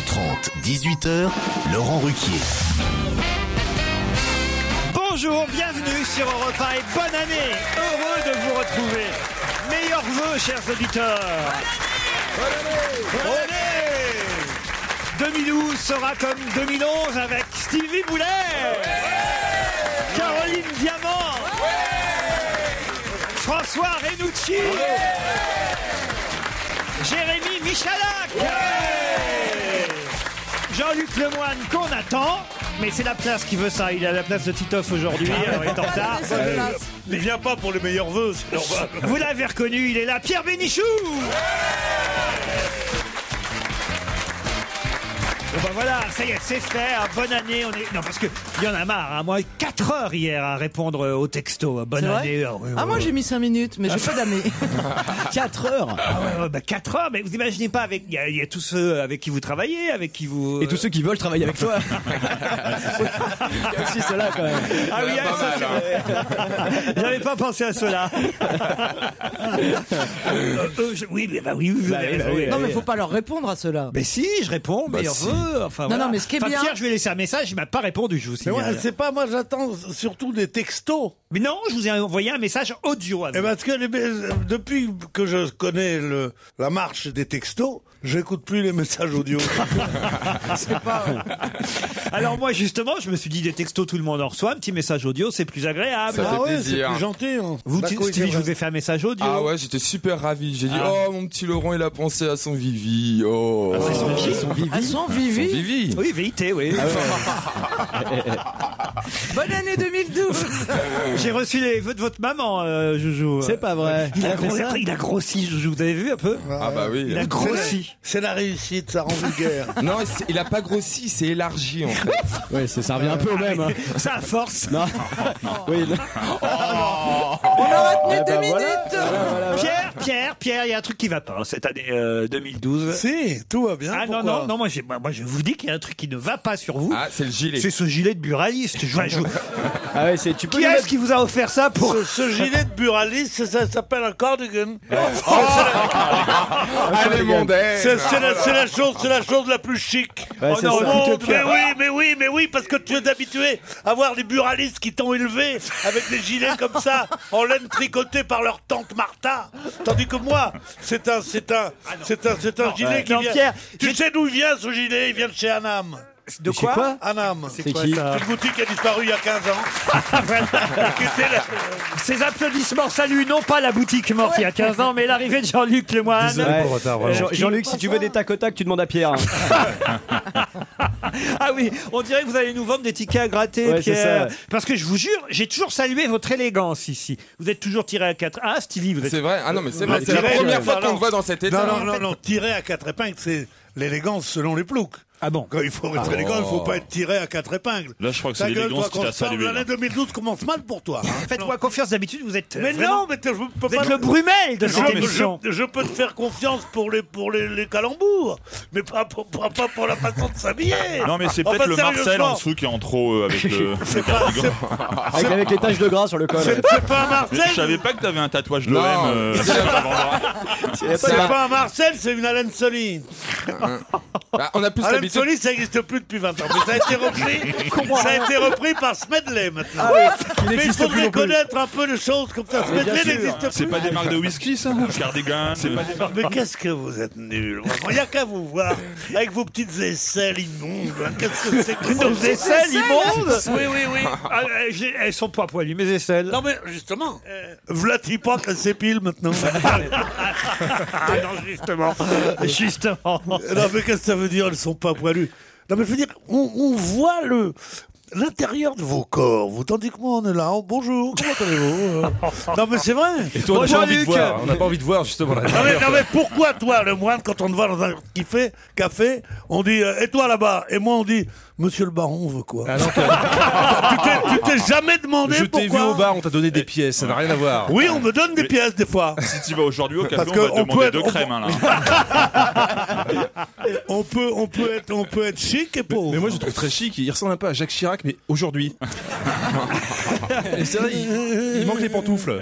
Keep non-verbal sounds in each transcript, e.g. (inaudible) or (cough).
h 18h, Laurent Ruquier. Bonjour, bienvenue sur Europe 1 et bonne année Heureux de vous retrouver Meilleurs vœux, chers auditeurs Bonne année 2012 sera comme 2011 avec Stevie Boulet Caroline Diamant François Renucci Jérémy Michalak Jean-Luc Lemoine qu'on attend, mais c'est la place qui veut ça. Il est à la place de Titoff aujourd'hui, Ah alors il est en retard. Euh, Il vient pas pour les meilleurs vœux, c'est normal. Vous l'avez reconnu, il est là, Pierre Bénichou Bon ben voilà, ça y est, c'est fait, hein, bonne année, on est... Non, parce que il y en a marre, hein, moi, 4 heures hier à répondre euh, aux textos, bonne C'est vrai année... Ah, oui, oui, Ah, moi oui. j'ai mis 5 (laughs) minutes, mais j'ai pas d'année. 4 heures Ah ouais, ouais, bah, 4 heures, mais vous imaginez pas, avec il y, a- il y a tous ceux avec qui vous travaillez, avec qui vous... Et tous ceux qui veulent travailler avec (laughs) toi Il y a aussi cela quand même. Ah oui, ah, hein. ça, c'est vrai. J'avais pas pensé (laughs) à cela. Euh, eux, je- Oui, mais bah oui, oui, vous Bah avez oui, bah raison. oui, Bah Non, mais faut pas leur répondre à ceux-là. Mais si, je réponds, meilleur vœu. Enfin, Non, voilà. non, mais ce qui est Enfin, bien- Pierre, je lui ai laissé un message, il m'a pas répondu, je vous Mais signale. ouais, c'est pas moi, j'attends surtout des textos. mais non, je vous ai envoyé un message audio. à Et vous. parce que les- depuis que je connais le, la marche des textos, j'écoute plus les (laughs) messages audio. (laughs) Alors moi, justement, je me suis dit des textos, tout le monde en reçoit. Un petit message audio, c'est plus agréable. Ça fait ah ouais, c'est plaisir. plus gentil. hein. Vous, Bah, Ti- quoi, Stevie, il est je vrai. vous ai fait un message audio. Ah ouais, j'étais super ravi. J'ai dit, Ah. oh, mon petit Laurent, il a pensé à son Vivi. Oh, C'est son qui Elles sont son vivies. Vivi. Ah Oui, VIT, oui. Bonne (laughs) année 2012 J'ai reçu les vœux de votre maman, euh, Joujou. C'est pas vrai. Il a, Ah, fait grossi, ça il a grossi, Joujou. Vous avez vu un peu Ah bah oui. Il a grossi. C'est la réussite, ça rend vulgaire. (laughs) Non, c'est- il a pas grossi, c'est élargi en fait. Ouais, c'est- ça revient un peu au même. hein. Ça a force. (laughs) Non. Oui. le- On a retenu Eh ben 2 voilà. minutes Voilà, voilà, voilà. Pierre, Pierre, Pierre, il y a un truc qui va pas hein, cette année euh, 2012. si, tout va bien. Ah non, pourquoi non, non, moi, j'ai- moi, moi, je vous dis qu'il y a un truc qui ne va pas sur vous. Ah, c'est le gilet. C'est ce gilet de buraliste. Je- je- (laughs) Ah ouais, c'est tu peux Qui le est-ce mettre- qui vous a offert ça pour Ce, ce gilet de buraliste, ça, ça s'appelle un cardigan. Allez, mon dé. C'est c'est la, c'est la chose, c'est la chose la plus chic. Ouais, oh c'est non, ça. monde, Plutôt mais Pierre. oui, mais oui, mais oui, parce que tu es habitué à voir les buralistes qui t'ont élevé avec des gilets comme ça, en laine tricotée par leur tante Martha. Tandis que moi, c'est un, c'est un, Ah c'est un, c'est un gilet qui Non, vient. Pierre, tu sais d'où il vient ce gilet Il vient de chez Anam. de chez quoi Anam. C'est qui C'est une boutique qui a disparu il y a 15 ans. Qui était la- Ces applaudissements saluent non pas la boutique morte il y a 15 ans, mais l'arrivée de Jean-Luc Lemoine. Ouais. Jean- Jean-Luc, si tu veux des tac au tac, tu demandes à Pierre. hein. (laughs) Ah oui, on dirait que vous allez nous vendre des tickets à gratter, Ouais, c'est Pierre. ça, ouais. Parce que je vous jure, j'ai toujours salué votre élégance ici. Vous êtes toujours tiré à 4. Ah, Stevie, vous êtes. C'est vrai. Ah non, mais c'est vrai. Non, C'est la tirez, première euh, fois non, qu'on le voit dans cet état. Non, non, non, non, tirer à quatre épingles, c'est l'élégance selon les ploucs. Ah bon Quand il faut être élégant, il faut pas être tiré à quatre épingles. Là, je crois que c'est l'élégance qui t'a salué. L'année 2012 commence mal pour toi. hein. Faites-moi confiance, d'habitude vous êtes. mais vraiment- non, mais t'es- je peux Vous pas. êtes le Brumel de Non, cette mais émission. je, je peux te faire confiance pour les pour les, les calembours, mais pas pour, pas, pas pour la façon de s'habiller. Non mais c'est Enfin, peut-être le Marcel sérieusement, en dessous qui est en trop euh, avec le. (laughs) C'est pas, c'est- Avec, avec les taches de gras sur le col. c'est- c'est pas un Mais Marcel. Je savais pas que t'avais un tatouage de l'OM. Non. (laughs) euh, C'est sur l'avant-bras. C'est pas un Marcel, c'est une Alain Soli. Bah, on a plus Alain l'habitude. Soli, ça n'existe plus depuis 20 ans. Mais ça a été repris, ça a été repris par Smedley maintenant. mais il n'existe plus faudrait non plus. connaître un peu les choses comme Ah, ça. bien Smedley sûr. n'existe plus. C'est pas des marques de whisky ça Cardigan. euh C'est pas des Mais qu'est-ce que vous êtes nuls Il n'y a qu'à vous voir avec vos petites aisselles immondes. hein. Qu'est-ce que c'est que Nos ça aisselles immondes Oui, oui, oui. Ah, euh, j'ai- Elles sont pas poilues, mes aisselles. Non, mais justement. Euh, Vlati pas qu'elle s'épile maintenant. Ah non, justement. justement. non, mais qu'est-ce que ça veut dire Elles sont pas poilues. Non, mais je veux dire, on, on voit le. L'intérieur de vos corps, vous tandis que moi on est là, oh, bonjour, comment allez-vous euh Non mais c'est vrai Toi, on a Bonjour, pas envie de Luc. voir. On n'a pas envie de voir justement. là. Non Ah, mais, non, mais pourquoi toi, le moine, quand on te voit dans un qui fait- café, on dit euh, et toi là-bas Et moi on dit Monsieur le baron, on veut quoi Ah, (laughs) Tu t'es- Tu t'es jamais demandé Je t'ai vu pourquoi au bar, on t'a donné des pièces, ça n'a rien à voir. Oui, on me donne des pièces des fois. Si tu vas aujourd'hui au café, Parce on que va on te peut demander être- deux on- crèmes hein, là. (laughs) On peut, on peut être, on peut être chic et pauvre. Mais moi je le trouve très chic, il ressemble un peu à Jacques Chirac, mais (laughs) aujourd'hui. Et c'est vrai, il, il manque les pantoufles.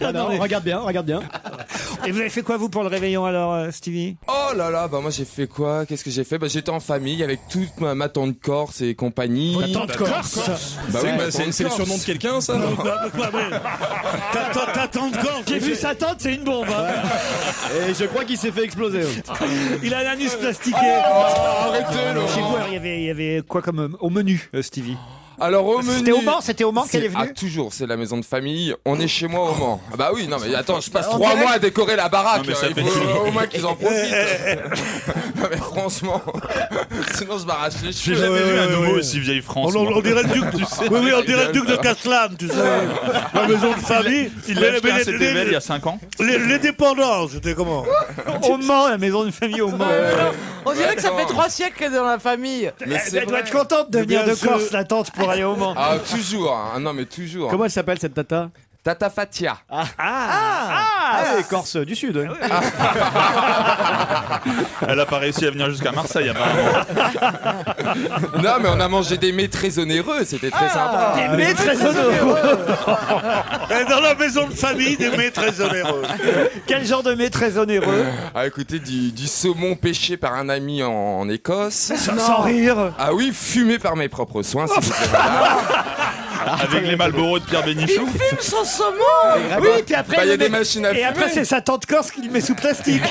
Non, non, regarde bien, regarde bien. Et vous avez fait quoi, vous, pour le réveillon, alors, euh, Stevie Oh là là, bah moi j'ai fait quoi Qu'est-ce que j'ai fait Bah j'étais en famille avec toute ma, ma tante Corse et compagnie. Tante Corse Bah oui, C'est- ma C'est tante c'est le Corse. surnom de quelqu'un, ça non T'attends, t'attends encore. J'ai vu sa tante, c'est une bombe. Et je crois qu'il s'est fait exploser. Oh. Il a l'anus plastiqué. Arrêtez, Laurent. Chez vous, alors, il y avait, il y avait quoi comme euh, au menu, euh, Stevie Alors au menu. C'était au Mans, c'était au Mans qu'elle est Ah, venue toujours, c'est la maison de famille. On est chez moi au Mans. Ah bah oui, non mais attends, je passe trois mois à décorer la baraque. Non, mais ça Il fait faut, chier. au moins qu'ils en (laughs) profitent. non mais franchement, (laughs) sinon je m'arrache les J'ai cheveux. jamais vu un ouais, nouveau ouais. aussi vieille France. On, on- moi. on dirait le duc, (laughs) tu sais. Oui, oui, on dirait le duc de Castelane, tu sais. La maison de famille. Il l'a Mais- acheté mais un les- CTVL il y a 5 ans. les, les dépendants, c'était comment (laughs) Au Mans, la maison de famille au Mans. On dirait que ça fait Attends. trois siècles qu'elle est dans la famille. Mais Elle, c'est elle doit vrai. être contente de venir bien de sûr. Corse, la tante, pour aller au Mans. Ah toujours, hein. Ah, non mais toujours. Comment elle s'appelle cette tata Tata Fatia. Ah. Ah, les Corses du Sud. hein. Elle a pas réussi à venir jusqu'à Marseille apparemment. (laughs) Non mais on a mangé des mets très onéreux, c'était très sympa. Ah, Mais Ah, très onéreux. Eh, Dans la maison de famille des maîtres onéreux. (laughs) Quel genre de mets très onéreux Ah écoutez, du, du saumon pêché par un ami en, en Écosse. Sans- Sans rire. Ah oui, fumé par mes propres soins. s'il vous plaît, madame. Avec les Malboro de Pierre Bénichou. Fume son saumon Ah Oui, bah, puis après, bah, il y a le des mec- machines à Et après, fumer. c'est sa tante Corse qui le met sous plastique.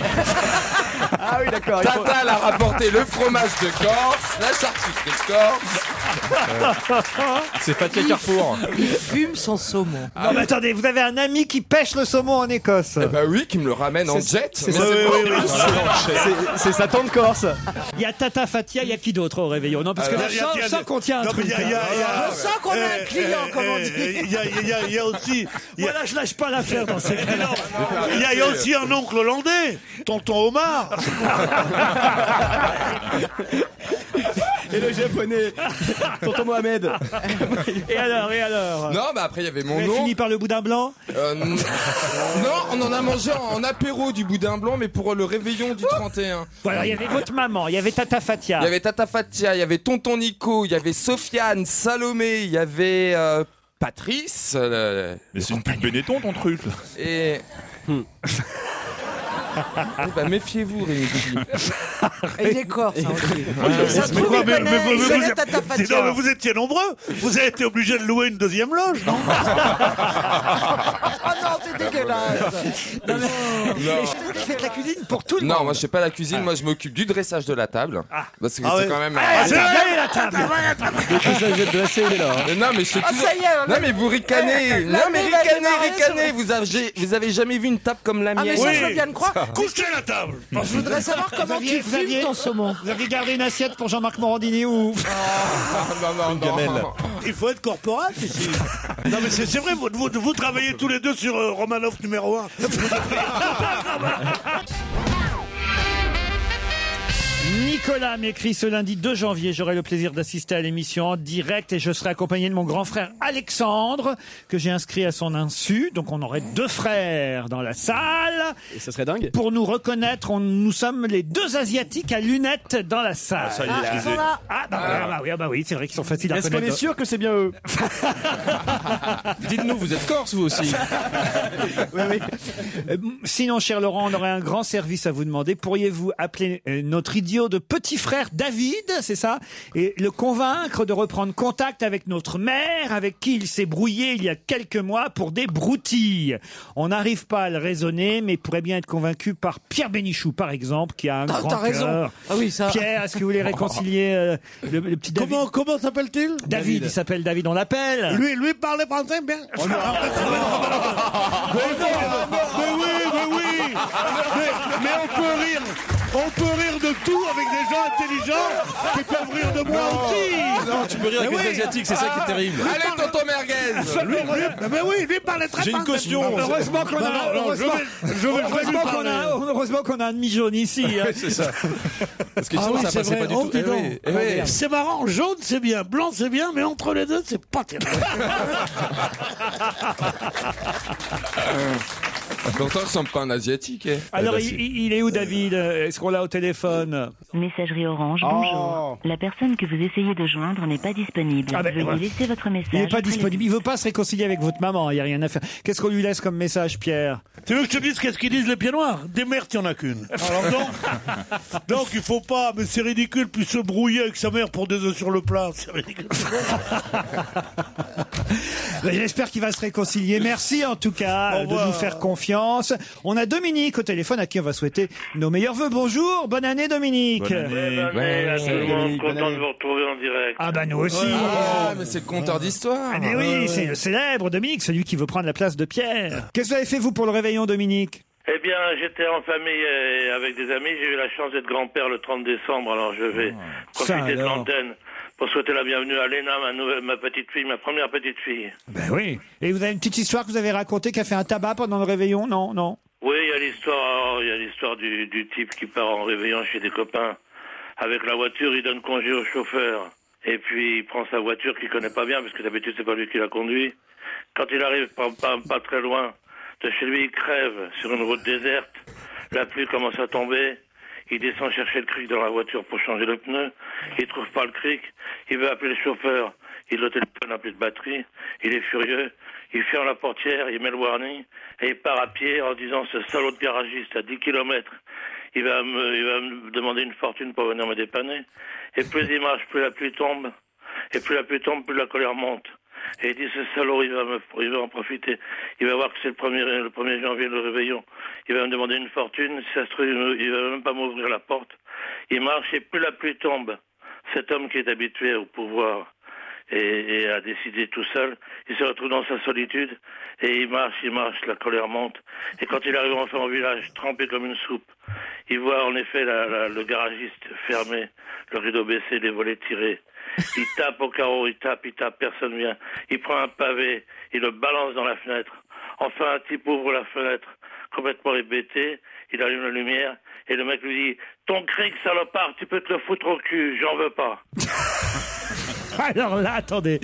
Ah oui, d'accord. il faut- Tata elle a rapporté le fromage de Corse, la charcuterie de Corse. (laughs) C'est Fatia Carrefour. Il fume son saumon. Non, mais attendez, vous avez un ami qui pêche le saumon en Écosse. Bah oui, qui me le ramène en jet. C'est sa- c'est- c'est sa tante Corse. Il y a Tata Fatia, il y a qui d'autre au réveillon Non, parce que Ah, là, il je y a- sens- il y a- je sens qu'on tient un Non, mais truc. hein. il y a- il y a- il y a- Je sens qu'on a un client, Eh, comme on eh, dit. Il y a- il y a- il y a aussi. il y a- Voilà, je lâche pas l'affaire dans ces cas-là. Il y, a- il y a aussi un oncle hollandais, tonton Omar. Et le japonais, tonton Mohamed. Et alors, et alors Non, bah après il y avait Vous mon avez oncle. fini par le boudin blanc Euh, n- non, on en a mangé en, en apéro du boudin blanc, mais pour le réveillon du 31. Bon, alors, il y avait votre maman, il y avait Tata Fatia. Il y avait Tata Fatia, il y avait Tonton Nico, il y avait Sofiane, Salomé, il y avait euh, Patrice. euh, Mais c'est une pute Benetton ton truc. là. et. Hmm. Eh bah méfiez-vous, Rémi. Guy. Et il est corse, hein, aussi. Ça se Mais trouve, quoi, il mais- mais connaît, vous- il mais connaît vous- Tata C'est- non, mais Fatia. vous étiez nombreux. Vous avez été obligés de louer une deuxième loge, (laughs) non Oh non, c'est dégueulasse. Faites la cuisine pour tout le monde. Non, moi je fais pas la cuisine, moi je m'occupe du dressage de la table. Parce que Ah c'est ouais. quand même. euh, Ah, (laughs) c'est- regardez la table Ça jette de la CV là. hein. Mais non, mais je fais Ah, toujours- ça y est, Non, le- mais vous ricanez. Eh, Non, la mais mère, elle ricanez, démarrait ricanez. sur- Vous avez, vous avez jamais vu une table comme la Ah, mais mienne. ça, je Oui. veux bien le croire. (laughs) Couchez la table. Je voudrais savoir Vous comment aviez- tu vous (laughs) fumes aviez- ton saumon. Vous avez gardé une assiette pour Jean-Marc Morandini ou Non, non, non. Il faut être corporate ici. Non, mais c'est c'est vrai, vous, vous, vous travaillez tous les deux sur euh, Romanov numéro 1. Nicolas m'écrit ce lundi 2 janvier. J'aurai le plaisir d'assister à l'émission en direct et je serai accompagné de mon grand frère Alexandre que j'ai inscrit à son insu. Donc on aurait deux frères dans la salle. Et ça serait dingue. Pour nous reconnaître, on, nous sommes les deux asiatiques à lunettes dans la salle. Ça, il Ah, est ils sont frisé. là. Ah bah, ah, bah oui, ah bah oui, c'est vrai qu'ils sont faciles à Est-ce qu'on reconnaître. est sûr que c'est bien eux (laughs) Dites-nous, vous êtes Corse, vous aussi. Euh, Sinon, cher Laurent, on aurait un grand service à vous demander. Pourriez-vous appeler euh, notre idiot de petit frère David, c'est ça, et le convaincre de reprendre contact avec notre mère, avec qui il s'est brouillé il y a quelques mois pour des broutilles. On n'arrive pas à le raisonner, mais il pourrait bien être convaincu par Pierre Bénichou, par exemple, qui a un Ah, grand T'as raison. cœur. Ah oui, ça. Pierre, est-ce que vous (laughs) voulez réconcilier euh, le, le petit David Comment, comment s'appelle-t-il David, il s'appelle David, on l'appelle. Lui, lui parlait français bien. Oh, Mais oui, mais oui. Mais, mais on peut rire. On peut rire de tout avec des gens intelligents qui peuvent rire de moi aussi. Non, tu peux rire avec les Asiatiques, c'est Ah. ça qui est terrible. Allez, tonton merguez. Lui, lui- mais oui, lui parlait très J'ai une bien. caution. Heureusement qu'on Non, a, non, non, je heureusement- vais, je vais, je vais lui heureusement qu'on parler. a, heureusement qu'on a un demi-jaune ici. (laughs) hein. Ah C'est ça. Parce que sinon, oui, ça c'est passait vrai. pas du Oh, tout. dis Eh donc. oui, eh oui. C'est marrant, jaune c'est bien, blanc c'est bien, mais entre les deux c'est pas terrible. Ah, Pourtant, je semble pas un asiatique. eh. Ah, Alors, bah, Eh ben, il, il est où, David Est-ce qu'on l'a au téléphone Messagerie Orange, bonjour. La personne que vous essayez de joindre n'est pas disponible. Oh. Ah ben, Veuillez voilà. laisser votre message. Il n'est pas après le disponible. Il veut pas se réconcilier avec votre maman. Il n'y a rien à faire. Qu'est-ce qu'on lui laisse comme message, Pierre Tu veux que je te dise qu'est-ce qu'ils disent les pieds noirs Des merdes, il n'y en a qu'une. Alors (laughs) donc, donc, il faut pas, mais c'est ridicule, puis se brouiller avec sa mère pour des œufs sur le plat. C'est (laughs) ridicule. Ben, J'espère qu'il va se réconcilier. Merci en tout cas Au euh, de revoir. nous faire confiance. On a Dominique au téléphone à qui on va souhaiter nos meilleurs voeux. Bonjour, bonne année Dominique. Bonne année. bah, content de vous retrouver en direct. Ah bah nous aussi. Ah, mais c'est le conteur d'histoire. Ah, mais oui, c'est le célèbre Dominique, celui qui veut prendre la place de Pierre. Ah. Qu'est-ce que vous avez fait vous pour le réveillon Dominique Eh bien, j'étais en famille euh, avec des amis. J'ai eu la chance d'être grand-père le 30 décembre, alors je vais Ah. Ça profiter de alors. l'antenne pour souhaiter la bienvenue à Léna, ma, nouvelle, ma petite fille, ma première petite fille. Ben oui. Et vous avez une petite histoire que vous avez racontée qui a fait un tabac pendant le réveillon Non, non. Oui, il y a l'histoire, oh, il y a l'histoire du, du type qui part en réveillant chez des copains. Avec la voiture, il donne congé au chauffeur. Et puis, il prend sa voiture qu'il connaît pas bien, parce que d'habitude, c'est pas lui qui la conduit. Quand il arrive pas, pas- pas très loin de chez lui, il crève sur une route déserte. La pluie commence à tomber. Il descend chercher le cric dans la voiture pour changer le pneu. Il trouve pas le cric. Il veut appeler le chauffeur. Il le téléphone n'a plus de batterie. Il est furieux. Il ferme la portière, il met le warning et il part à pied en disant ce salaud de garagiste à 10 kilomètres. Il va me, il va me demander une fortune pour venir me dépanner. Et plus il marche, plus la pluie tombe. Et plus la pluie tombe, plus la colère monte. Et il dit ce salaud, il va, me, il va en profiter. Il va voir que c'est le 1er, le 1er janvier, le réveillon. Il va me demander une fortune. Si ça se trouve, il me- il va même pas m'ouvrir la porte. Il marche et plus la pluie tombe. Cet homme qui est habitué au pouvoir et, et à décider tout seul, il se retrouve dans sa solitude et il marche, il marche, la colère monte. Et quand il arrive enfin au village, trempé comme une soupe, il voit en effet la- la- le garagiste fermé, le rideau baissé, les volets tirés. Il tape au carreau, il tape, il tape, personne vient. Il prend un pavé, il le balance dans la fenêtre. Enfin, un type ouvre la fenêtre, complètement hébété, il allume la lumière, et le mec lui dit « Ton cric, salopard, tu peux te le foutre au cul, j'en veux pas !» (laughs) Alors là, attendez.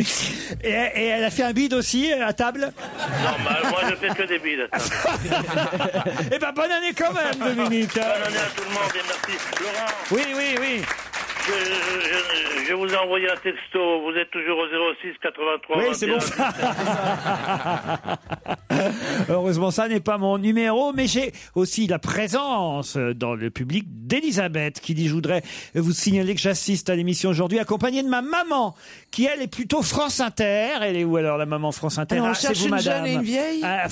Et, et elle a fait un bide aussi euh, à (laughs) table Normal, moi je fais que des bides. attends. (laughs) Eh ben bonne année quand même Dominique. hein. Bonne année à tout le monde et merci. Laurent, Oui, oui, oui. je, je- je- je vous ai envoyé un texto. Vous êtes toujours au 06 83 Oui, c'est bon. 21. (laughs) Heureusement, ça n'est pas mon numéro, mais j'ai aussi la présence euh, dans le public d'Elisabeth qui dit Je voudrais vous signaler que j'assiste à l'émission aujourd'hui, accompagnée de ma maman, qui elle est plutôt France Inter. Elle est où alors la maman France Inter Alors, on Ah, c'est cherche vous, une madame. jeune et une vieille Ah,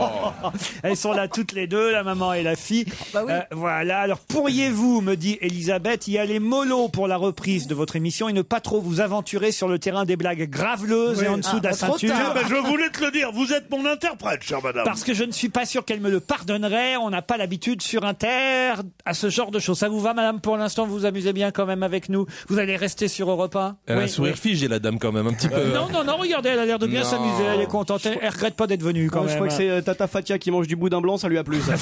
(laughs) Elles sont là toutes les deux, la maman et la fille. Euh, bah oui. voilà. Alors pourriez-vous, me dit Elisabeth, y aller mollo pour la reprise de votre émission et ne pas trop vous aventurer sur le terrain des blagues graveleuses et en dessous Ah, de la trop ceinture tard. bah, Ah, ben, je voulais te le dire, vous êtes mon interprète, chère madame. parce que je ne suis pas sûr qu'elle me le pardonnerait. On n'a pas l'habitude sur Inter à ce genre de choses. Ça vous va, madame Pour l'instant, vous vous amusez bien quand même avec nous. Vous allez rester sur Europe 1 Elle a un sourire figé, la dame, quand même, un petit Euh, peu. hein. Non, non, non, regardez, elle a l'air de bien Non. s'amuser. Elle est contente. Elle, elle regrette pas d'être venue quand Non, même. je crois que c'est euh, Tata Fatia qui mange du boudin blanc, ça lui a plu. ça.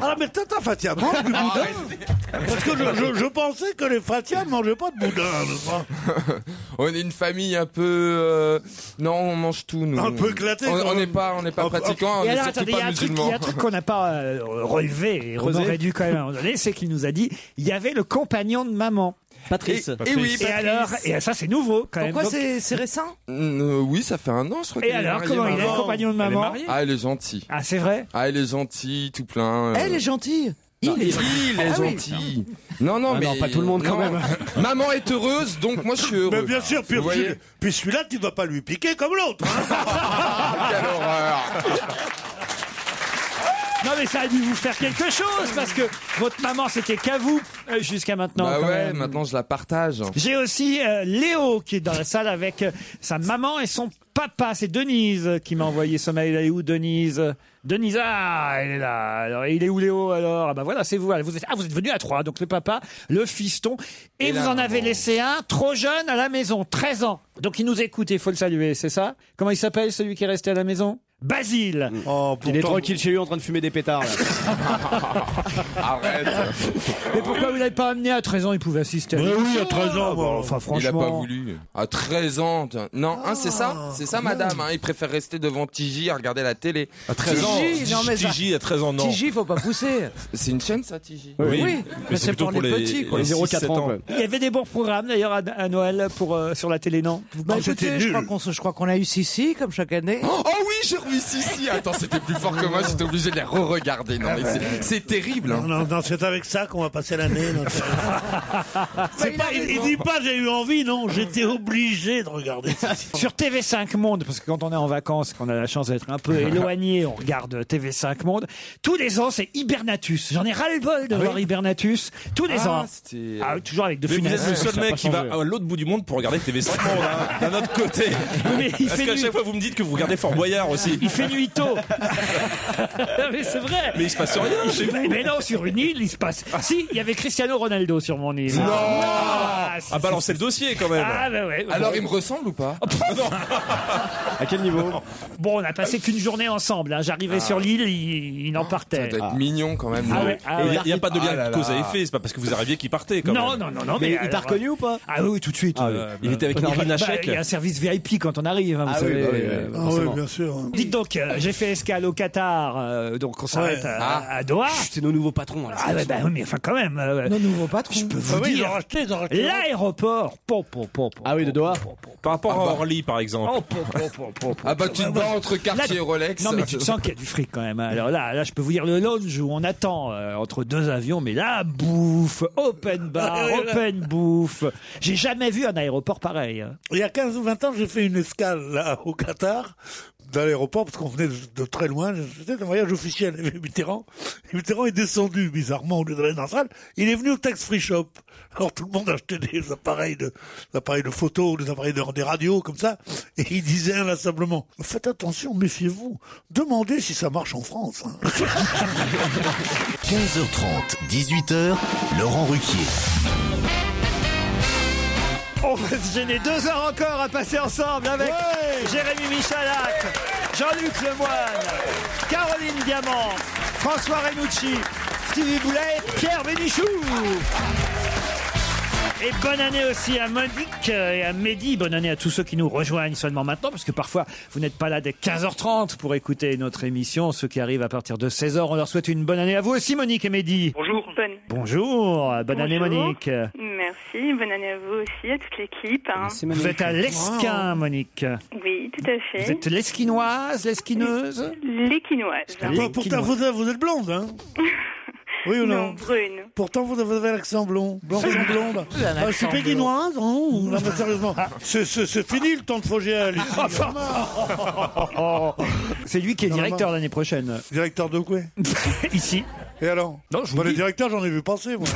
Ah, mais Tata (laughs) Fatia mange Ah, du boudin Parce que je, je- je pensais que les Fatia ne mangeaient pas de boudin. je crois. On est une famille un peu. euh, Non, on mange tout, nous. Un peu éclaté, On- quand On n'est même. pas, on n'est pas Hop, hop. pratiquant, on Et n'est alors, surtout attendez, il y a pas un truc, il y a musulman. un truc qu'on n'a pas euh, relevé, et on Creusé. aurait dû quand même à un moment donné, c'est qu'il nous a dit, il y avait le compagnon de maman. Et, Patrice. et oui, Et alors, et ça c'est nouveau quand même. Pourquoi Donc- c'est c'est récent Euh, (laughs) oui, ça fait un an, je crois. et qu'il est alors, marié comment il est, le maintenant. compagnon de maman Ah, il est gentil. Ah, c'est vrai Ah, il est gentil, tout plein. euh. Elle est gentille. Il est Il est Ah oui. gentil. Non, non, Ah mais. non, pas tout le monde, quand non. (laughs) Maman est heureuse, donc moi je suis heureux. Mais bien sûr, puis, Vous voyez puis- puis celui-là, tu ne vas pas lui piquer comme l'autre. hein. (laughs) Quelle horreur Non mais ça a dû vous faire quelque chose parce que votre maman c'était qu'à vous euh, jusqu'à maintenant. Bah quand ouais, même. maintenant je la partage. J'ai aussi euh, Léo qui est dans la salle avec euh, sa maman et son papa. C'est Denise euh, qui m'a envoyé ce mail. Elle est où Denise Denise, ah, elle est là. Alors, et il est où Léo alors Ah bah voilà, c'est vous. Allez, vous êtes, ah, vous êtes venu à trois. Donc le papa, le fiston. Et, Et vous la en avez maman. laissé un trop jeune à la maison, 13 ans. Donc il nous écoute, il faut le saluer, c'est ça Comment il s'appelle celui qui est resté à la maison Basile. Oh, Il est tranquille chez lui en train de fumer des pétards. (laughs) Arrête. Mais pourquoi vous l'avez pas amené à 13 ans Il pouvait assister à Mais l'émission. oui, à 13 ans, Ah, bon, bon, enfin, franchement. il a pas voulu. À 13 ans. tiens. Non, hein, c'est Ah, ça, c'est ça, madame. hein. Il préfère rester devant Tigi à regarder la télé. À 13 ans. Tigi, non, mais ça- Tigi, à 13 ans, non. Tigi, faut pas pousser. C'est une chaîne, ça, Tigi. Oui, Oui, mais mais c'est c'est plutôt plutôt pour pour les les- petits, quoi. les 0,4 ans, quoi. Il y avait des bons programmes d'ailleurs à, à Noël pour, euh, sur la télé, non Bah, écoutez, je crois qu'on se- je crois qu'on a eu Sissi, comme chaque année. Oh oui, j'ai revu Sissi. Attends, c'était plus fort que moi. J'étais obligé de les re-regarder. Non, mais c'est- c'est terrible. hein. Non, non, non, c'est avec ça qu'on va passer l'année. (laughs) donc, euh. Bah, C'est pas- il, il dit pas j'ai eu envie, non, j'étais obligé de regarder ça. (laughs) Sur TV5 Monde, parce que quand on est en vacances, qu'on a la chance d'être un (laughs) peu éloigné, on regarde TV5 Monde. Tous les ans, c'est Hibernatus. J'en ai ras le bol de Ah voir oui Hibernatus. Tous les Ah, ans. c'était- Ah, toujours avec de Mais vous Funès. êtes le seul Ça a mec pas qui va changé. à l'autre bout du monde pour regarder TV5 Monde, hein, (laughs) à notre côté. mais il Parce fait qu'à nuit. chaque fois, vous me dites que vous regardez Fort Boyard aussi. Il fait nuit (laughs) tôt. (laughs) mais c'est vrai. Mais il se passe rien Il- chez vous. Ah. Mais non, sur une île, il se passe. Si, il y avait Cristiano Ronaldo sur mon île. Non Ah, si, Ah, si, balancez le dossier quand même. Ah, bah ouais. Oh, Alors, il me ressemble ou pas À quel niveau Bon, on a passé qu'une journée ensemble. hein. J'arrivais Ah. sur l'île, il, il en partait. Ça doit être mignon quand même. Ah non ouais, ah Et ouais. Il n'y a pas de lien Ah là là. cause à effet, c'est pas parce que vous arriviez qu'il partait quand Non, même. non, non, non, Mais mais il alors- t'a reconnu ou pas Ah oui, tout de suite. Euh, Il était avec Bah, Irvine bah, Hachek. Il y a un (laughs) service VIP quand on arrive, hein, vous Ah oui, savez. bah oui, oui, Euh, oui, Ah oui, forcément. bien sûr. Dites donc, euh, j'ai fait escale au Qatar, euh, donc on s'arrête Ouais. à, Ah. à Doha. C'est nos nouveaux patrons. Ah ouais, bah oui, mais enfin quand même. euh, Nos nouveaux patrons. Je peux vous Ah oui, ils dire, ont racheté, ils ont racheté. L'aéroport. Ah oui, de Doha. Par rapport à Orly, par exemple. (laughs) Ah bah. Oh, pom, pom, pom, pom, pom. Ah bah tu te bats entre Cartier et Là- Rolex. Non mais tu te sens qu'il y a du fric quand même. hein. Alors là, là je peux vous dire le lounge où on attend euh, entre deux avions, mais là bouffe, open bar, Ouais, ouais, ouais. open bouffe. J'ai jamais vu un aéroport pareil. hein. Il y a 15 ou 20 ans, j'ai fait une escale là, au Qatar, dans l'aéroport, parce qu'on venait de, de très loin. C'était un voyage officiel. (laughs) Il y avait Mitterrand. Et Mitterrand est descendu, bizarrement, au lieu d'aller dans la salle. Il est venu au Tax Free Shop. Alors tout le monde achetait des appareils de, des appareils de photos, des appareils de, des radios, comme ça. Et il disait inlassablement, faites attention, méfiez-vous. Demandez si ça marche en France. hein. (laughs) 15h30, 18h, Laurent Ruquier. On va se gêner deux heures encore à passer ensemble avec Jérémy Michalak, Jean-Luc Lemoine, Caroline Diamant, François Renucci, Stevie Boulet, Pierre Bénichou. Et bonne année aussi à Monique euh, et à Mehdi. Bonne année à tous ceux qui nous rejoignent seulement maintenant, parce que parfois vous n'êtes pas là dès 15h30 pour écouter notre émission. Ceux qui arrivent à partir de 16h, on leur souhaite une bonne année à vous aussi, Monique et Mehdi. Bonjour. Bonne. Bonjour, bonne année Bonjour. Monique. Merci, bonne année à vous aussi, à toute l'équipe. hein. Vous êtes à l'Esquin, Monique. Oui, tout à Vous fait. êtes l'esquinoise, (laughs) l'esquineuse L'équinoise. Pourtant, pourtant, vous, êtes- vous êtes blonde, hein Oui ou non, Non, brune. Pourtant, vous avez l'accent blond. Blond, blond, (laughs) blonde. Vous avez un Ah, je suis accent pékinoise, hein Non, mais sérieusement. Ah. C'est- C'est c'est fini le temps de (laughs) Fogiel. ici. Oh, C'est lui qui est directeur l'année prochaine. Directeur de quoi Ici. Et alors Non, je vous Moi, le dis. directeur, j'en ai vu passer, moi.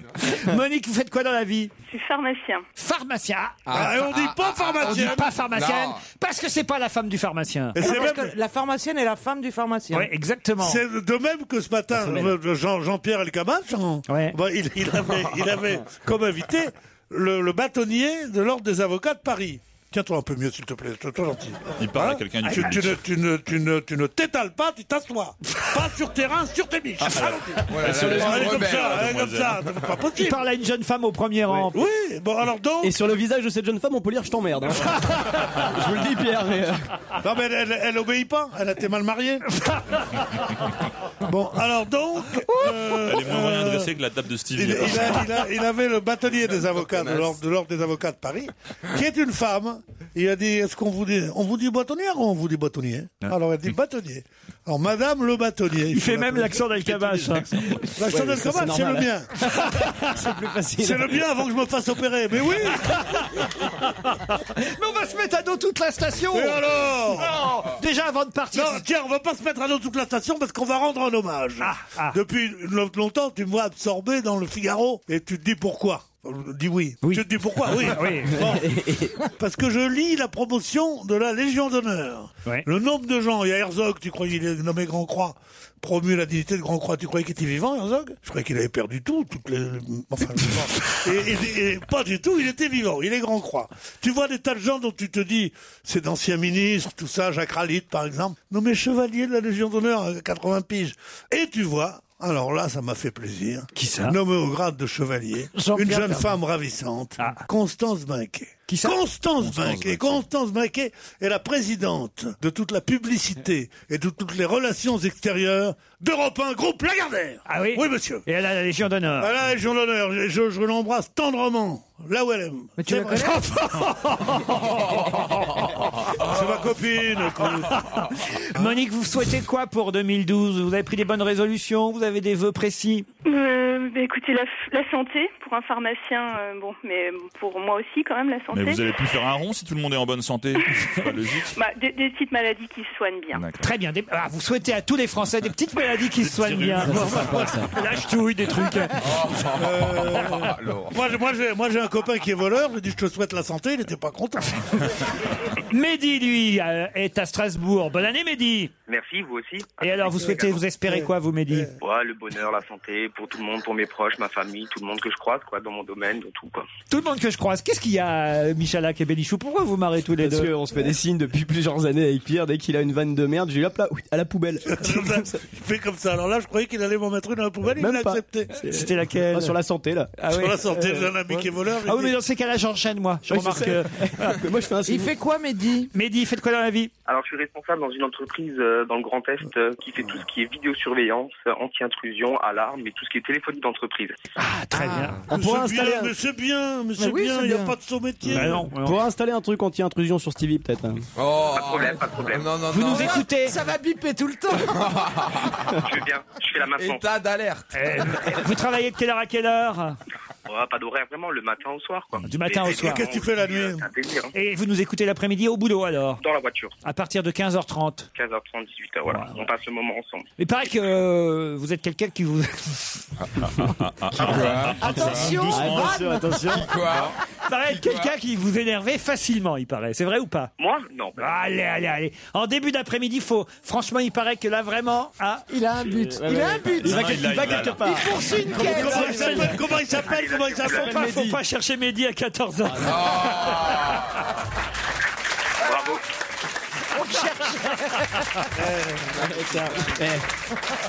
(laughs) Monique, vous faites quoi dans la vie Je suis pharmacien. Pharmacien. Ah, et on dit pas On dit pharmacien pas pharmacienne Non. parce que c'est pas la femme du pharmacien. Et c'est Parce même- que la pharmacienne est la femme du pharmacien. Ouais, exactement. C'est de même que ce matin, euh, Jean- Jean-Pierre Elkabach, hein, Ouais. bah, il, il avait, (laughs) il avait comme invité le, le bâtonnier de l'Ordre des avocats de Paris. Tiens-toi un peu mieux, s'il te plaît. Toi, gentil. Il parle à Hein quelqu'un du tu, tu ne, public. tu, ne, tu, ne, tu ne t'étales pas, tu t'assois. Pas sur terrain, sur tes Ah, biches. Allons-y. Voilà, sur là, les là, Allez, là, comme rebelle, ça, la allez, comme ça, demoiselle. c'est pas Il possible. parle à une jeune femme au premier rang. Oui, bon alors donc. Et sur le visage de cette jeune femme, on peut lire Je t'emmerde. hein. (laughs) je vous le dis, Pierre. Mais euh, Non mais elle, elle, elle obéit pas, elle a été (laughs) mal mariée. bon alors donc. euh, Elle est moins euh, bien dressée que la table de il, Stevie. il a- il a- il avait le bâtonnier des avocats, de l'ordre de l'Ordre des avocats de Paris, qui est une femme. Il a dit, est-ce qu'on vous dit, on vous dit bâtonnière ou on vous dit bâtonnier Alors elle dit bâtonnier. Alors Madame le bâtonnier. Ah. Il fait même l'accent d'Alcabache. hein. L'accent Ouais, de ça, Coman, c'est c'est le (laughs) normal. mien. c'est plus facile. C'est le mien avant que je me fasse opérer. (laughs) Mais oui. Mais on va se mettre à dos toute la station. Et alors Déjà avant de partir. Non, tiens, on va pas se mettre à dos toute la station parce qu'on va rendre un hommage. ah. Depuis lo- longtemps, tu me vois absorbé dans le Figaro et tu te dis pourquoi. Je dis oui. Je te dis pourquoi, (laughs) oui. Bon. Parce que je lis la promotion de la Légion d'honneur. Le nombre de gens, il y a Herzog, tu croyais qu'il est nommé Grand Croix, promu à la dignité de Grand Croix, tu croyais qu'il était vivant, Herzog Je croyais qu'il avait perdu tout, toutes les... Enfin, je sais pas. et, et- et pas du tout, il était vivant, il est Grand Croix. Tu vois des tas de gens dont tu te dis, c'est d'anciens ministres, tout ça, Jacques Ralite par exemple, nommé chevalier de la Légion d'honneur à 80 piges. Et tu vois... Alors là, ça m'a fait plaisir. Qui ça Nommé au grade de chevalier. (laughs) Jean-Pierre Ah. Une jeune Pernaut. femme ravissante, Constance Binquet. Constance Binquet. Constance Binquet est la présidente de toute la publicité et de toutes les relations extérieures d'Europe 1 Groupe Lagardère. Ah oui Oui, monsieur. Et elle a la Légion d'honneur. Ah là, Légion d'honneur, je, je- je l'embrasse tendrement, là où elle aime. Mais tu la connais C'est ma (laughs) copine. Monique, vous souhaitez quoi pour 2012 Vous avez pris des bonnes résolutions Vous avez des vœux précis Euh, bah, écoutez, la, f- la santé, pour un pharmacien, euh, bon, mais pour moi aussi quand même, la santé. Mais vous allez plus faire un rond si tout le monde est en bonne santé. C'est pas logique. Bah, des, des petites maladies qui se soignent bien. Très bien. des- ah, vous souhaitez à tous les Français des petites maladies qui se soignent bien. (laughs) Lâche tout, des trucs. (laughs) Euh, Moi, j'ai- moi, j'ai- moi, j'ai un copain qui est voleur, je lui dis je te souhaite la santé, il n'était pas content. (laughs) Mehdi, lui, euh, est à Strasbourg. Bonne année, Mehdi. Merci, vous aussi. Et alors, vous souhaitez, vous espérez quoi, vous, Euh. Mehdi Ouais, le bonheur, la santé, pour tout le monde, pour mes proches, ma famille, tout le monde que je croise, quoi, dans mon domaine, dans tout, quoi. Tout le monde que je croise, qu'est-ce qu'il y a, euh, Michalak et Bénichou Pourquoi vous marrez tous les Parce deux qu'on se fait des signes depuis plusieurs années avec Pierre. Dès qu'il a une vanne de merde, je lui hop là, oui, à la poubelle. Il fait (laughs) comme ça. Alors là, je croyais qu'il allait m'en mettre une dans la poubelle, il Même l'a pas. accepté. C'était laquelle Ah, sur la santé, là. Ah sur oui. la santé, j'ai Euh, un ami ouais. qui est voleur. Ah oui, mais dans ces cas-là, j'enchaîne, moi. Je Oui, remarque. je sais. Moi, je fais un signe. Il fait quoi, Mehdi Mehdi, faites quoi dans la vie Alors, je suis responsable dans une entreprise euh, dans le Grand Est euh, qui fait tout ce qui est vidéosurveillance, euh, anti-intrusion, alarme et tout ce qui est téléphonie d'entreprise. Ah, très bien. On pourra Monsieur installer bien, un- mais c'est bien, mais c'est oui, bien, c'est il n'y a bien. pas de saut Bah métier. Bah On pourra installer un truc anti-intrusion sur Stevie, peut-être. hein. Oh. Pas de problème, pas de problème. Non, non, Vous non. nous écoutez Ça va biper tout le temps. Je viens, je fais la maintenance. État d'alerte. Eh, Vous travaillez de quelle heure à quelle heure Ouais, pas d'horaire vraiment, le matin au soir, quoi. Du matin au soir. nuit Et vous nous écoutez l'après-midi au boulot, alors hein. Dans la voiture, À partir de 15h30. 15h30, 18h, voilà. On passe le moment ensemble. Il paraît que euh, vous êtes quelqu'un qui vous. (laughs) Ah. hein Ah, Attention, Doucement. Attention, attention. Quoi (laughs) Il paraît être quelqu'un qui vous énervez facilement, il paraît. C'est vrai ou pas Moi Non. Allez, allez, allez. En début d'après-midi, faut. Franchement, il paraît que là, vraiment. Ah, il a un but. Ouais, ouais. Il va- il va quelque part. Comment- comment Comment il il s'appelle s'appelle Comment il s'appelle Comment il s'appelle Faut pas- Faut pas chercher Mehdi à 14 ans. Ah. (laughs) Bravo. On Eh,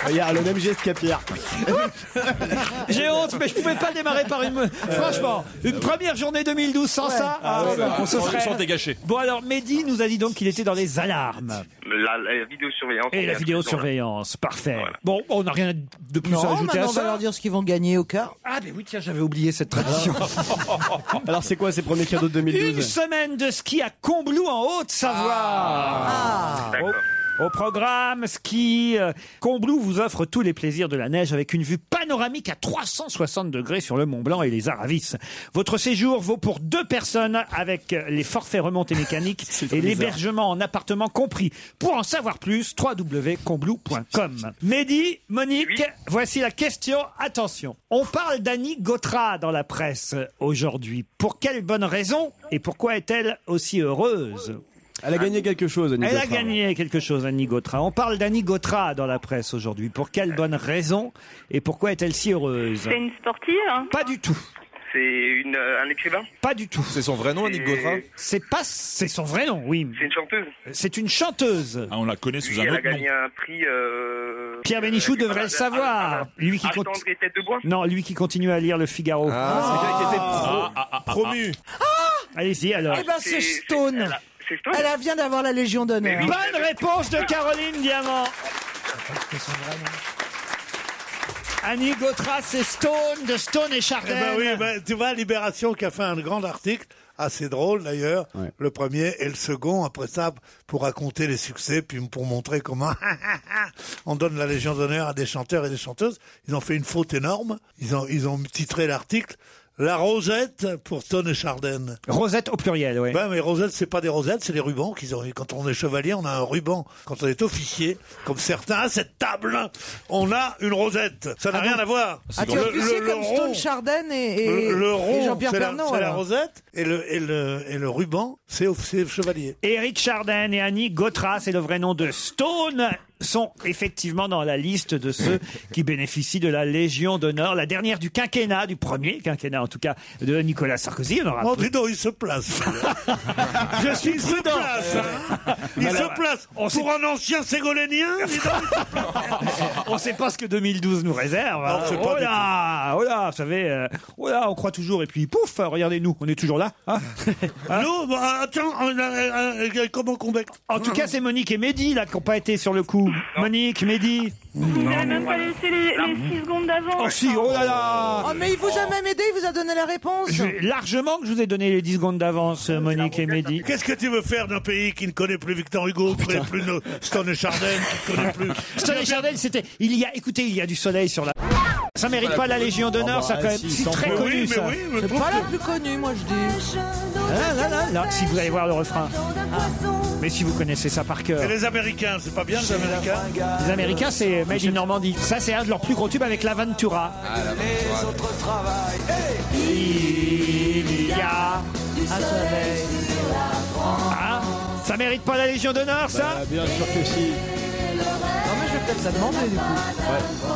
Regarde, le même geste qu'à Pierre. (laughs) J'ai honte, mais je pouvais pas démarrer par une. Franchement, une première journée 2012 sans ça, ah, Euh, ouais, bah, on se sans- serait. sans dégager. Bon, alors, Mehdi nous a dit donc qu'il était dans les alarmes. La, la vidéosurveillance. Et la vidéosurveillance, parfait. Bon, on n'a rien de plus à Non, ajouter maintenant, à on va ça. leur dire ce qu'ils vont gagner au cas. Ah, mais oui, tiens, j'avais oublié cette tradition. (laughs) Alors, c'est quoi ces premiers cadeaux de Une 2012 semaine de ski à Combloux en Haute-Savoie. Ah. Au, au programme ski, euh, Combloux vous offre tous les plaisirs de la neige avec une vue panoramique à 360 degrés sur le Mont Blanc et les Aravis. Votre séjour vaut pour deux personnes avec euh, les forfaits remontées mécaniques et bizarre. l'hébergement en appartement compris. Pour en savoir plus, www.combloux.com. Mehdi, Monique, voici la question. Attention. On parle d'Annie Gautra dans la presse aujourd'hui. Pour quelle bonne raison et pourquoi est-elle aussi heureuse Elle a gagné quelque chose, Annie Elle a Gautrin. gagné quelque chose, Annie Gautra. On parle d'Annie Gautra dans la presse aujourd'hui. Pour quelle bonne raison et pourquoi est-elle si heureuse C'est une sportive hein Pas du tout. C'est une, euh, un écrivain Pas du tout. C'est son vrai nom, Annick Gautrin C'est pas, c'est son vrai nom, oui. C'est une chanteuse C'est une chanteuse. on la connaît Oui, elle a gagné un prix. euh, Pierre Bénichou euh, devrait le savoir. Lui qui Attendre compte- et tête de bois. Non, lui qui continue à lire le Figaro. Ah Ah, c'est quelqu'un qui était pro- promu. Allez-y alors. Ah, Eh ben, c'est Stone. Elle a- vient d'avoir la Légion d'honneur. Bonne réponse de Caroline Diamant. Annie Gautra, c'est Stone de Stone et Eh Chardin. ben oui, ben, tu vois, Libération qui a fait un grand article, assez drôle d'ailleurs, le premier et le second, après ça, pour raconter les succès, puis pour montrer comment (laughs) on donne la Légion d'honneur à des chanteurs et des chanteuses. Ils ont fait une faute énorme, ils ont, ils ont titré l'article La Rosette pour Stone et Chardenne. Rosette au pluriel, oui. Ben, mais Rosette, c'est pas des rosettes, c'est des rubans qu'ils ont. Quand on est chevalier, on a un ruban. Quand on est officier, comme certains à cette table, on a une rosette. Ça n'a rien à voir. Ah, tu es officier comme Stone Charden et, et- le, le et rond, Jean-Pierre c'est la, Pernaut. c'est la alors. rosette, et le, et le, et le ruban, c'est au- c'est le chevalier. Éric Chardin et Annie Gautras, c'est le vrai nom de Stone, sont effectivement dans la liste de (laughs) ceux qui bénéficient de la Légion d'honneur, la dernière du quinquennat, du premier quinquennat en tout cas, de Nicolas Sarkozy. On aura Oh, peu- dis donc, il (laughs) se place. Ah, Je suis il se prudent. place. hein. Il Alors, se place. on s'est- Pour un ancien Ségolénien, dis donc, (laughs) on ne sait pas ce que 2012 nous réserve. hein. Non, c'est pas oh du là, oh là, vous savez, euh, oh là, on croit toujours et puis pouf, euh, regardez-nous, on est toujours là. hein. Hein (laughs) Nous, bah, attends, on a- euh, euh, comment qu'on bec- en tout cas, c'est Monique et Mehdi là qui n'ont pas été sur le coup. Monique, Mehdi. Vous n'avez même pas laissé les, 6 secondes d'avant. Oh si, oh là là Oh, mais il vous a même aidé, il vous a donné la réponse. Je- largement que je vous ai donné les 10 secondes d'avance, Monique et Mehdi. Qu'est-ce que tu veux faire d'un pays qui ne connaît plus Victor Hugo, qui ne connaît plus nos- Stone et Chardin, qui ne connaît (laughs) plus Stone et Chardin, c'était. Il y a, écoutez, il y a du soleil sur la. Ça mérite pas la Légion d'honneur, ça quand même. C'est très connu ça. C'est pas la plus connue, moi je dis. Ah, là, là, là, si vous allez voir le refrain. Mais si vous connaissez ça par cœur. Et les Américains, c'est pas bien les Américains Les Américains, c'est Made in Normandie. Ça, c'est un de leurs plus gros tubes avec l'Aventura. Les autres travaillent. Il y a un soleil. Ah, ça mérite pas la Légion d'honneur, ça Bah, Bien sûr que si. Non, mais je vais peut-être ça demander du coup.